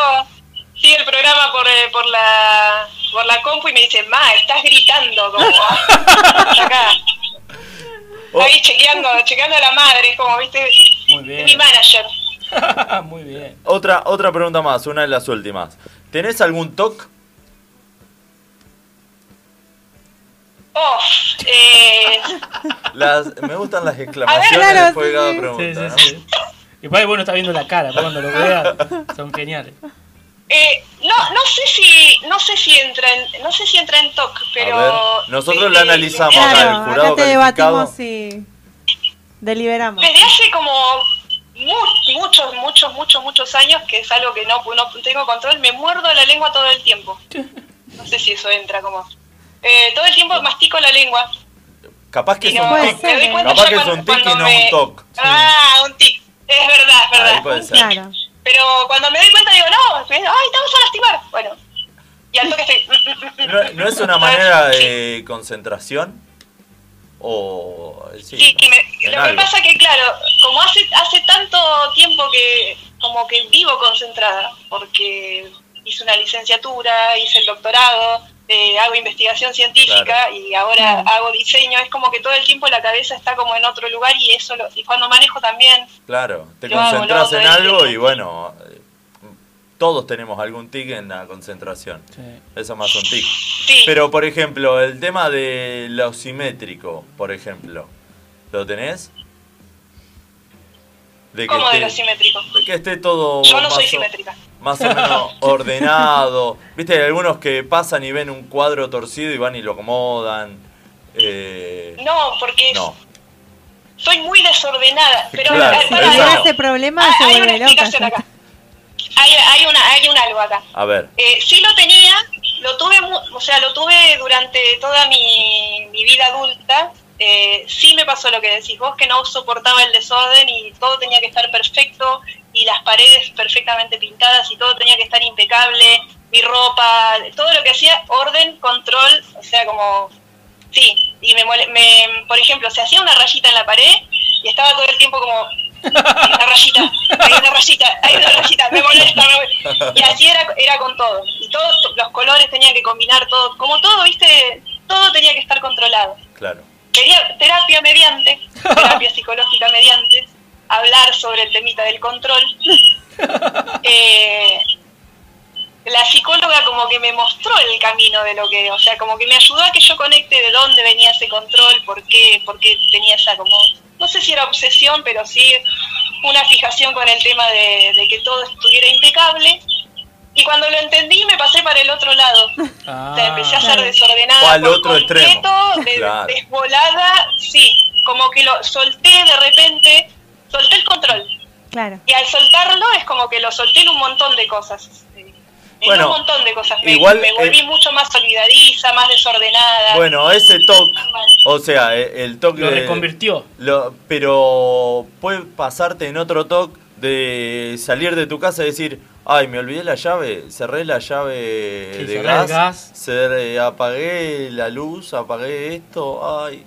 sigue el programa por, eh, por la por la compu y me dice, ma, estás gritando como acá.
Oh.
Ahí chequeando, chequeando a la madre, como viste,
Muy
es
bien.
mi manager.
Muy bien.
otra, otra pregunta más, una de las últimas. ¿Tenés algún toque?
Oh, eh,
Las, me gustan las exclamaciones
claro,
después de
sí,
cada
sí.
pregunta.
Sí, sí, Y por ahí vos no estás viendo la cara, pero cuando lo veas, son geniales.
eh, no, no sé si, no sé si entra en, no sé si entra en TOC, pero eh,
A ver, nosotros la analizamos acá, el
Claro,
jurado
acá te
calificado.
debatimos y deliberamos.
desde hace como mu- muchos, muchos, muchos, muchos años que es algo que no, no tengo control, me muerdo la lengua todo el tiempo. No sé si eso entra como... Eh, todo el tiempo mastico la lengua.
Capaz que
Y
es
no,
un
puede
tic.
ser. Me doy cuenta
Capaz
ya
que es
cuando-
un tic y
cuando
no
me-
un toc.
Ah, un tic. Es verdad, es verdad.
Ahí puede
Un
ser.
tic. Pero cuando me doy cuenta digo, no, me- ay, te vas a lastimar. Bueno. Y al toque estoy... mm, mm, mm, mm.
¿No, no es una manera de concentración? O. Sí,
Sí, que me-
en
lo que
algo.
pasa que, claro, como hace, hace tanto tiempo que como que vivo concentrada, porque hice una licenciatura, hice el doctorado, eh, hago investigación científica
Claro.
y ahora
Claro.
hago diseño, es como que todo el tiempo la cabeza está como en otro lugar y eso lo- y cuando manejo también,
Claro, te
Lo hago, lo
concentras
hago
en
todo el
algo y bueno, eh, todos tenemos algún tic en la concentración. Eso es más un tic. Pero por ejemplo, el tema de lo simétrico, por ejemplo, ¿lo tenés? De
como de
esté-
lo simétrico.
de que esté todo
Yo no soy
más o-
simétrica.
más o menos ordenado. Viste, hay algunos que pasan y ven un cuadro torcido y van y lo acomodan. Eh,
No, porque
no.
soy muy desordenada, pero
Claro,
eh, pará,
esa
pará,
no.
Ese problema se
Ah, hay una
vuelve loca.
explicación acá. Hay, hay, una, hay un algo acá.
A ver,
Eh, sí lo tenía, lo tuve, mu- o sea, lo tuve durante toda mi, mi vida adulta. Eh, sí me pasó lo que decís vos, que no soportaba el desorden y todo tenía que estar perfecto y las paredes perfectamente pintadas y todo tenía que estar impecable, mi ropa, todo lo que hacía, orden, control, o sea, como, sí, y me, mole- me por ejemplo, se hacía una rayita en la pared y estaba todo el tiempo como, hay una rayita, hay una rayita, hay una rayita, me molesta, me molesta. Y así era, era con todo. Y todos los colores tenían que combinar, todo, como todo, viste, todo tenía que estar controlado.
claro.
Quería terapia mediante, terapia psicológica mediante, hablar sobre el temita del control. Eh, la psicóloga como que me mostró el camino de lo que, o sea, como que me ayudó a que yo conecte de dónde venía ese control, por qué, por qué tenía esa como, no sé si era obsesión, pero sí una fijación con el tema de, de que todo estuviera impecable. Y cuando lo entendí me pasé para el otro lado.
Ah,
O sea, empecé a ser desordenada.
O al
por
otro extremo.
completo, de-
Claro.
desvolada, sí. Como que lo solté de repente, solté el control.
Claro.
Y al soltarlo es como que lo solté en un montón de cosas. eh, En
Bueno,
un montón de cosas. Me,
igual,
me volví
eh,
mucho más solidariza, más desordenada.
Bueno, ese toque, o sea, e- el toque...
Ah, Lo
de-
reconvirtió.
lo- pero puede pasarte en otro toque de salir de tu casa y decir, ay, me olvidé la llave, cerré la llave
Sí, cerré
de
el
gas,
gas.
cerré- apagué la luz, apagué esto, ay.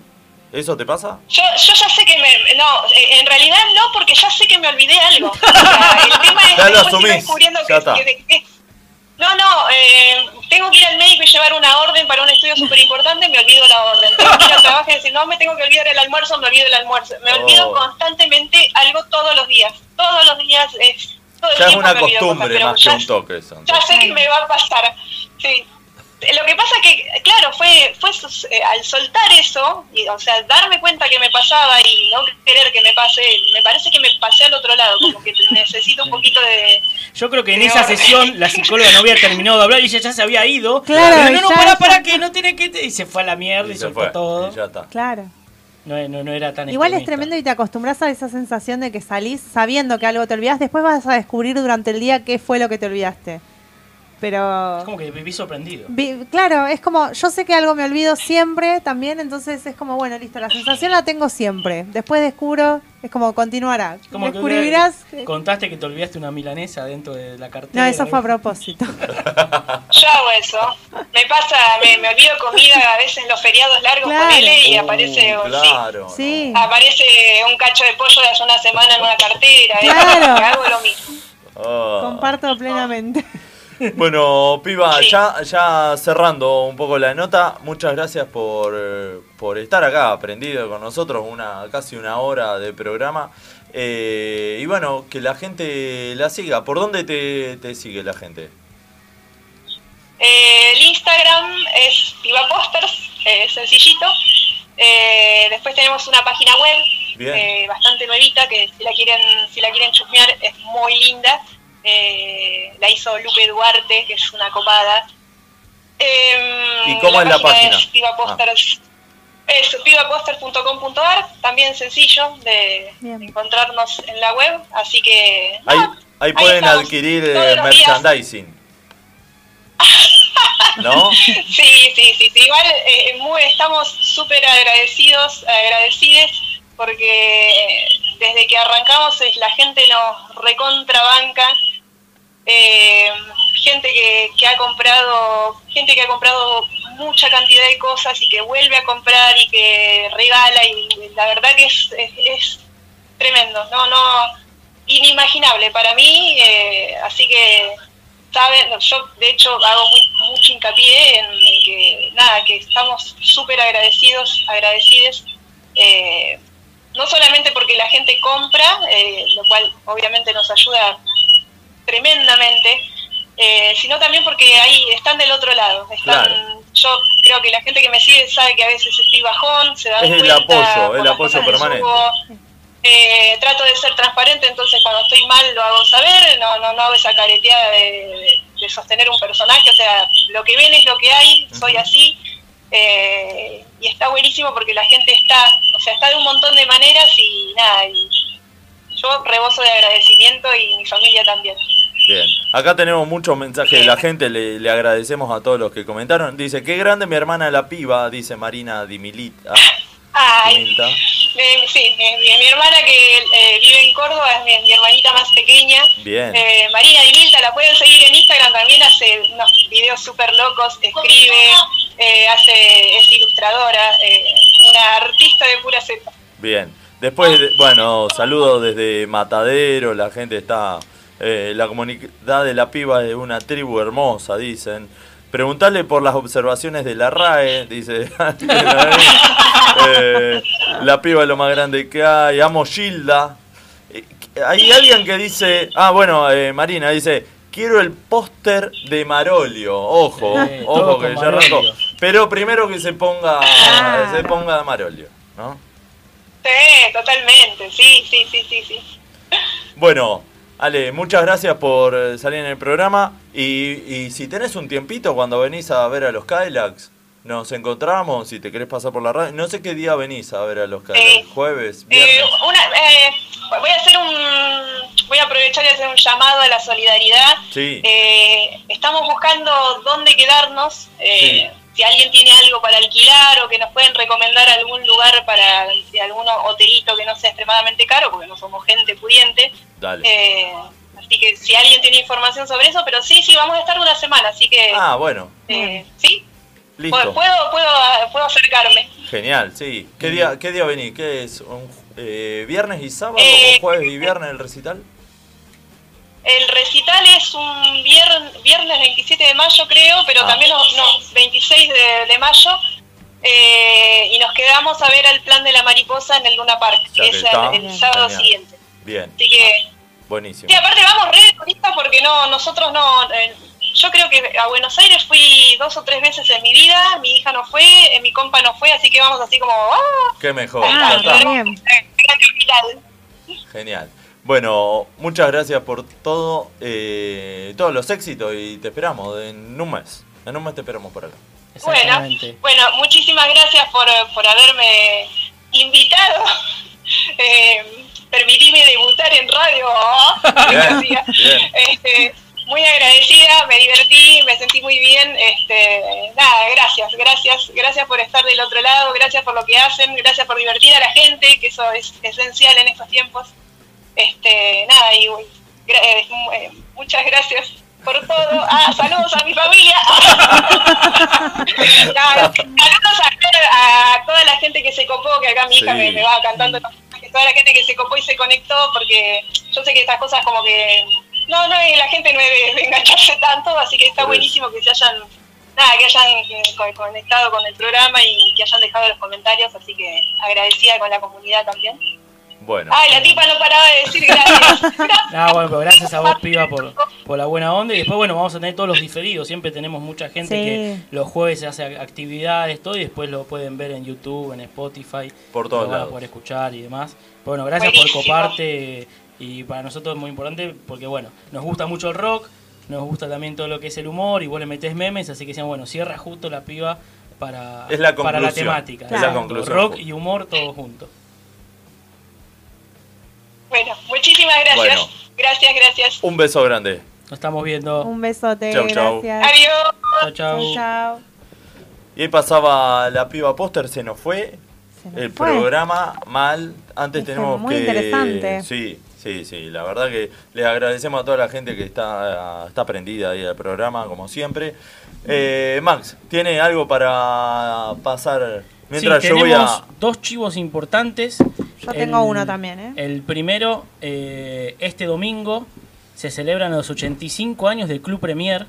¿Eso te pasa?
Yo, yo ya sé que me... No, eh, en realidad no, porque ya sé que me olvidé algo. O sea, el tema es
Ya lo
después ir
asumís,
descubriendo
ya está.
que- que- que- no, no, eh, tengo que ir al médico y llevar una orden para un estudio súper importante, me olvido la orden. Tengo que ir al trabajo y decir, no, me tengo que olvidar el almuerzo, me olvido el almuerzo. Me olvido
Oh.
constantemente algo todos los días. Todos los días es... Todo el
Ya es
tiempo
una
me olvido cosas,
costumbre
pero
más que un toque eso.
ya sé que me va a pasar. Sí. Lo que pasa que, claro, fue, fue sus- eh, al soltar eso, y, o sea, darme cuenta que me pasaba y no querer que me pase, me parece que me pasé al otro lado, como que necesito un poquito de...
Yo creo que en
Sí,
esa
ahora-
sesión la psicóloga no había terminado de hablar y ella ya se había ido.
Claro,
Pero no, no,
ya-
pará,
ya-
pará, que no tiene que. Y se fue a la mierda y, soltó
fue,
todo.
ya está.
Claro.
No, no, no era tan
Igual es
extremista.
tremendo y te acostumbras a esa sensación de que salís sabiendo que algo te olvidás. Después vas a descubrir durante el día qué fue lo que te olvidaste. Pero.
Es como que viví sorprendido.
Vi- Claro, es como, yo sé que algo me olvido siempre también, entonces es como, bueno, listo, la sensación la tengo siempre. Después descubro, es como continuará.
Como que
Descubrirás.
una- contaste que te olvidaste una milanesa dentro de la cartera.
No, eso fue a propósito.
Yo hago eso. Me pasa, me, me olvido comida a veces en los feriados largos
Claro.
ponele, y
Uh,
aparece, o- sí,
Claro.
Sí.
aparece un cacho de pollo de hace una semana en una cartera. ¿eh?
Claro.
Que hago lo mismo.
Ah.
Comparto plenamente.
Bueno, piba, ya, ya cerrando un poco la nota, muchas gracias por, eh, por estar acá, aprendido con nosotros, una casi una hora de programa. Eh, y bueno, que la gente la siga. ¿Por dónde te, te sigue la gente?
Eh, el Instagram es Piva Posters, eh, sencillito. Eh, después tenemos una página web
Bien.
eh, bastante nuevita que si la quieren si la quieren chusmear es muy linda. Eh, la hizo Lupe Duarte, que es una copada. Em,
¿Y cómo es la página? Ah.
es Piva Posters. Eso, pibacoster.com.ar, también sencillo de encontrarnos en la web, así que
Ahí, ahí pueden
estamos,
adquirir
todos
eh,
los días.
merchandising. ¿No?
Sí, sí, sí, sí. Igual eh, muy- estamos súper agradecidos, agradecides, porque desde que arrancamos es la gente nos recontrabanca, eh, gente que, que ha comprado, gente que ha comprado mucha cantidad de cosas y que vuelve a comprar y que regala y la verdad que es, es, es tremendo, no, no, inimaginable para mí, eh, así que saben, yo de hecho hago muy, mucho hincapié en, en que nada, que estamos súper agradecidos, agradecides, eh, no solamente porque la gente compra, eh, lo cual obviamente nos ayuda tremendamente, eh, sino también porque ahí están del otro lado, están,
Claro.
yo creo que la gente que me sigue sabe que a veces estoy bajón, se da
Es el
cuenta
apoyo,
por
el
las
apoyo
cosas que
permanente.
subo. Eh, trato de ser transparente, entonces cuando estoy mal lo hago saber, no, no, no hago esa careteada de, de sostener un personaje, o sea, lo que ven es lo que hay, soy así, eh, y está buenísimo porque la gente está, o sea, está de un montón de maneras y nada, y yo rebozo de agradecimiento y mi familia también.
Bien. Acá tenemos muchos mensajes de la gente, le, le agradecemos a todos los que comentaron. Dice, qué grande mi hermana la piba, dice Marina Dimilita. Dimilta.
Eh, sí, mi, mi- mi hermana que eh, vive en Córdoba es mi, mi hermanita más pequeña.
Bien.
Eh, Marina Dimilta, la pueden seguir en Instagram, también hace unos videos súper locos, escribe, eh, hace, es ilustradora, eh, una artista de pura cepa.
Bien. Después, de- bueno, saludos desde Matadero, la gente está... eh, la comunidad de la piba es una tribu hermosa, dicen. Preguntarle por las observaciones de la RAE, dice. Eh, la piba es lo más grande que hay. Amo Gilda. Eh, Hay alguien que dice. Ah, bueno, eh, Marina dice. Quiero el póster de Marolio. Ojo,
Eh, todo
ojo que
con
ya arrancó.
Marolio.
Pero primero que se ponga. Se ponga Marolio, ¿no?
Sí, totalmente, sí, sí, sí, sí, sí.
Bueno, Ale, muchas gracias por eh, salir en el programa. Y, y si tenés un tiempito cuando venís a ver a los Kylax, nos encontramos. Si te querés pasar por la radio, no sé qué día venís a ver a los Kylax. Jueves,
Eh,
viernes.
una, eh, voy a hacer un, voy a aprovechar y hacer un llamado a la solidaridad.
Sí.
Eh, estamos buscando dónde quedarnos. eh, Si alguien tiene algo para alquilar o que nos pueden recomendar algún lugar para de algún hotelito que no sea extremadamente caro, porque no somos gente pudiente.
Dale.
Eh, así que si alguien tiene información sobre eso, pero sí, sí, vamos a estar una semana, así que.
Ah, bueno,
eh, sí.
listo.
Puedo, puedo, puedo acercarme.
Genial, sí. ¿Qué día, qué día venís? ¿Qué es? ¿Un, eh, ¿Viernes y sábado
Eh,
o jueves y viernes el recital?
El recital es un vier- viernes 27 de mayo, creo, pero
Ah.
también los, no, 26 de, de mayo. eh, y nos quedamos a ver el plan de la mariposa en el Luna Park,
sea
que
que
es
está
el, el sábado
genial. Ah,
siguiente.
Bien,
Así que,
buenísimo.
sí, aparte vamos re turistas porque no, nosotros no. eh, yo creo que a Buenos Aires fui dos o tres veces en mi vida, mi hija no fue, eh, mi compa no fue, así que vamos así como. ¡Ah!
Qué mejor. Oh, ya está.
Capital.
Genial. Bueno, muchas gracias por todo, eh, todos los éxitos y te esperamos en un mes. En un mes te esperamos por acá.
Bueno, bueno, muchísimas gracias por, por haberme invitado. Eh, permitime debutar en radio.
Bien,
Decía.
bien.
Este, muy agradecida, me divertí, me sentí muy bien. Este, nada, gracias, gracias, gracias por estar del otro lado, gracias por lo que hacen, gracias por divertir a la gente, que eso es esencial en estos tiempos. Este, nada, y bueno, gra- eh, mu- eh, muchas gracias por todo. Ah, saludos a mi familia. No, saludos a, a toda la gente que se copó, que acá mi hija
Sí.
me, me va cantando los mensajes, toda la gente que se copó y se conectó, porque yo sé que estas cosas como que... No, no, y la gente no debe de engancharse tanto, así que está
Por eso.
buenísimo que se hayan... Nada, que hayan eh, co- conectado con el programa y que hayan dejado los comentarios, así que agradecida con la comunidad también.
Bueno.
Ay, la tipa no paraba de decir gracias.
Ah, bueno, pero gracias a vos, piba, por, por la buena onda. Y después, bueno, vamos a tener todos los diferidos. Siempre tenemos mucha gente
Sí.
que los jueves se hace actividades, todo, y después lo pueden ver en YouTube, en Spotify.
Por todos
lo van a
lados.
poder escuchar y demás. Bueno, gracias
Buenísimo.
por coparte. Y para nosotros es muy importante porque, bueno, nos gusta mucho el rock, nos gusta también todo lo que es el humor, y vos le metés memes, así que decían, bueno, cierra justo la piba para,
Es la
para la
conclusión,
temática.
es la
exacto.
conclusión. pues.
Rock y humor todos juntos.
Bueno, muchísimas gracias.
Bueno.
Gracias, gracias.
Un beso grande.
Nos estamos viendo.
Un besote.
Chau, chau.
Gracias.
Adiós.
Chau, chau.
chau.
Y ahí pasaba la piba póster, se nos fue. el
fue.
programa mal. Antes tenemos
muy
que.
interesante.
Sí, sí, sí. La verdad que les agradecemos a toda la gente que está, está prendida ahí al programa, como siempre. Eh, Max, ¿tiene algo para pasar mientras
Sí,
yo voy
tenemos
a.
dos chivos importantes.
Yo tengo uno también, ¿eh?
El primero, eh, este domingo se celebran los 85 años del Club Premier.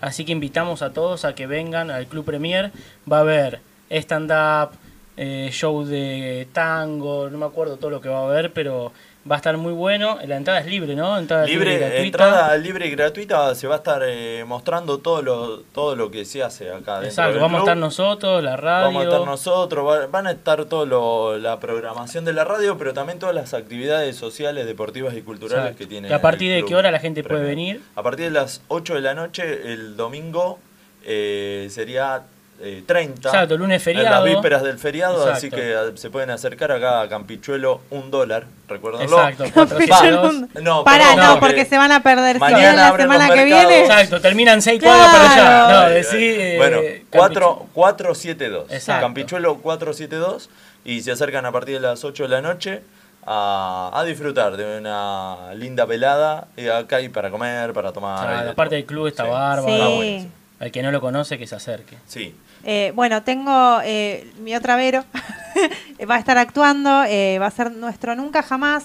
Así que invitamos a todos a que vengan al Club Premier. Va a haber stand-up, eh, show de tango, no me acuerdo todo lo que va a haber, pero va a estar muy bueno. La entrada es libre, ¿no? Entrada
Libre,
libre y gratuita.
entrada libre y gratuita, se va a estar eh, mostrando todo lo, todo lo que se hace acá dentro
Exacto,
del
vamos a
club.
estar nosotros, la radio.
Vamos a estar nosotros, va- van a estar toda la programación de la radio, pero también todas las actividades sociales, deportivas y culturales
Exacto.
que tiene.
¿Y a partir
el
de
club
qué hora la gente puede
Premier.
venir?
A partir de las 8 de la noche, el domingo eh, sería eh, 30.
Exacto, lunes
En las
feriado.
vísperas del feriado, así
Exacto.
que ah, se pueden acercar acá a Campichuelo, un dólar, recuérdenlo.
Exacto, Campichuelo, un-
No,
Pará,
perdón,
no, porque se van a perder. Si
mañana
vienen la
abren los
semana que
mercados.
viene.
Exacto, terminan seis
Claro.
cuadras para allá. No,
Eh,
decí, eh,
bueno, cuatro- 472.
Exacto.
Campichuelo 472. Y se acercan a partir de las 8 de la noche a, a disfrutar de una linda velada. Y acá hay para comer, para tomar.
Ah,
y
la
de
parte del club está bárbaro.
Sí. Está buenísimo.
Al que no lo conoce, que se acerque.
Sí.
Eh, bueno, tengo eh, mi otra Vero. va a estar actuando. eh, va a ser nuestro Nunca Jamás.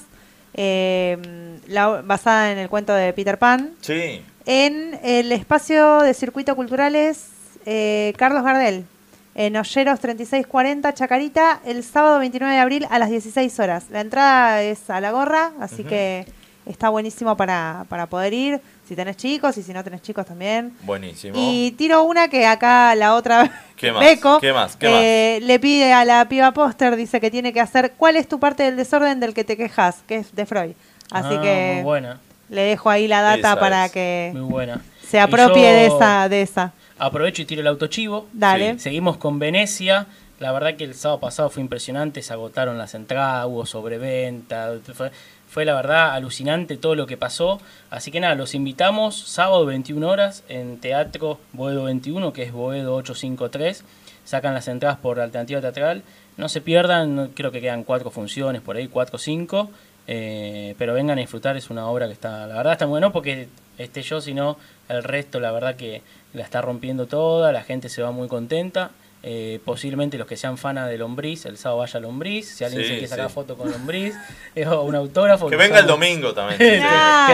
eh, la- basada en el cuento de Peter Pan.
todo. Sí.
En el espacio de circuito culturales eh, Carlos Gardel. En Olleros 3640, Chacarita, el sábado 29 de abril a las 16 horas. La entrada es a la gorra, así
Ujú.
que está buenísimo para, para poder ir. Si tenés chicos y si no tenés chicos también.
Buenísimo.
Y tiro una que acá la otra
¿Qué más?
Beco,
¿Qué más? ¿Qué más?
eh, le pide a la piba póster, dice que tiene que hacer cuál es tu parte del desorden del que te quejas, que es de Freud. Así
Ah,
que
Muy buena,
le dejo ahí la data
Esa
para
es.
que
muy buena.
se apropie
Y yo
de esa, de esa.
Aprovecho y tiro el autochivo.
Dale. Sí.
Seguimos con Venecia. La verdad que el sábado pasado fue impresionante. Se agotaron las entradas, hubo sobreventa. Fue, fue la verdad alucinante todo lo que pasó. Así que nada, los invitamos sábado 21 horas en Teatro Boedo 21, que es Boedo 853. Sacan las entradas por alternativa teatral. No se pierdan, no- creo que quedan cuatro funciones por ahí, cuatro o cinco. Eh, pero vengan a disfrutar, es una obra que está, la verdad está muy bueno porque esté yo, sino el resto, la verdad que la está rompiendo toda, la gente se va muy contenta. Eh, posiblemente los que sean fanas de Lombriz, el sábado vaya a Lombriz, si alguien
Sí,
se quiere sacar
sí.
foto con Lombriz, eh, o un autógrafo.
Que
lo
venga el
usamos.
domingo también, sí, sí.
que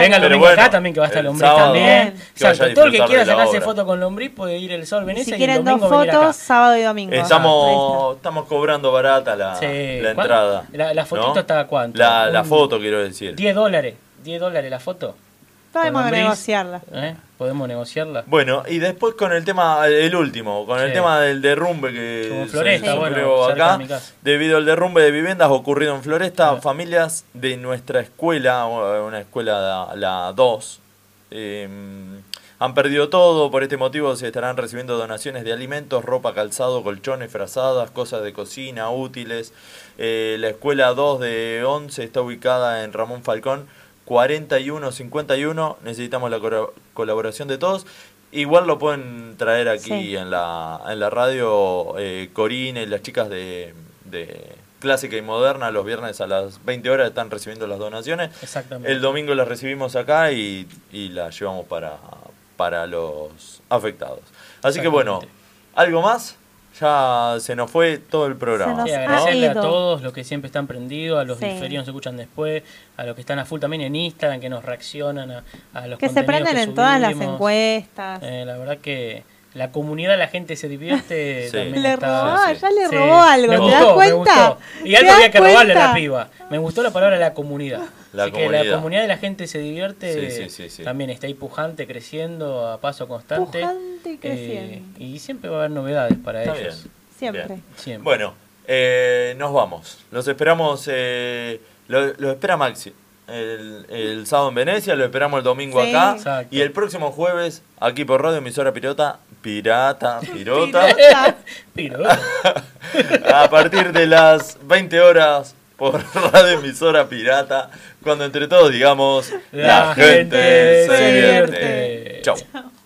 venga el
Pero
domingo
bueno,
acá también, que va a estar
el
Lombriz
sábado,
también.
que
Exacto,
vaya a
todo el que
disfrutar
quiera
de la
sacarse
obra.
foto con Lombriz puede ir el sol Venecia
Si
y el
quieren dos
domingo venir acá.
fotos, sábado y domingo.
Eh, Estamos, estamos cobrando barata la,
Sí.
la
¿Cuánto?
entrada.
La- la fotito
¿no?
está cuánto?
La, la
Un-
foto, quiero decir.
10 dólares, 10 dólares la foto.
Podemos
Con Lombriz,
negociarla.
¿eh? Podemos negociarla.
Bueno, y después con el tema, el último, con el
Sí.
tema del derrumbe que
Como
se-
Floresta,
se
bueno,
sufrió
cerca
acá,
de mi casa.
debido al derrumbe de viviendas ocurrido en Floresta, familias de nuestra escuela, una escuela, la- la 2, eh, han perdido todo, por este motivo se estarán recibiendo donaciones de alimentos, ropa, calzado, colchones, frazadas, cosas de cocina, útiles. Eh, la escuela 2 de 11 está ubicada en Ramón Falcón 4151. Necesitamos la cora- colaboración de todos. Igual lo pueden traer aquí
Sí.
en, la, en la radio eh, Corine, las chicas de, de Clásica y Moderna, los viernes a las 20 horas están recibiendo las donaciones.
Exactamente.
El domingo las recibimos acá y, y las llevamos para, para los afectados. Así que bueno, ¿algo más? Ya se nos fue todo el programa.
Sí,
¿no?
agradecerle a todos los que siempre están prendidos, a los
Sí.
diferidos que nos escuchan después, a los que están a full también en Instagram, que nos reaccionan a, a los
Que se
contenidos
prendan
que
en todas las
subimos.
encuestas.
Eh, la verdad que la comunidad, la gente se divierte.
Sí.
también
Le
está-
robó, ya le robó algo,
Me
¿te das
gustó, me
cuenta?
gustó. Y
¿Te
algo
das
había que robarle a
cuenta?
la piba. Me gustó la palabra la comunidad.
La
Así que
comunidad.
la comunidad de la gente se divierte.
Sí, sí, sí, sí.
También está ahí pujante, creciendo a paso constante.
Pujante y
Eh,
creciendo.
y siempre va a haber novedades para
Está
ellos.
Siempre.
Bien.
Siempre.
Bueno, eh, nos vamos. Los esperamos, eh, lo, lo espera Maxi. El, el sábado en Venecia, lo esperamos el domingo
Sí.
acá.
Exacto.
Y el próximo jueves, aquí por Radio Emisora Pirota, Pirata, pirota.
Pirota.
A partir de las 20 horas por radio emisora pirata, cuando entre todos digamos,
La gente se
divierte. Chau.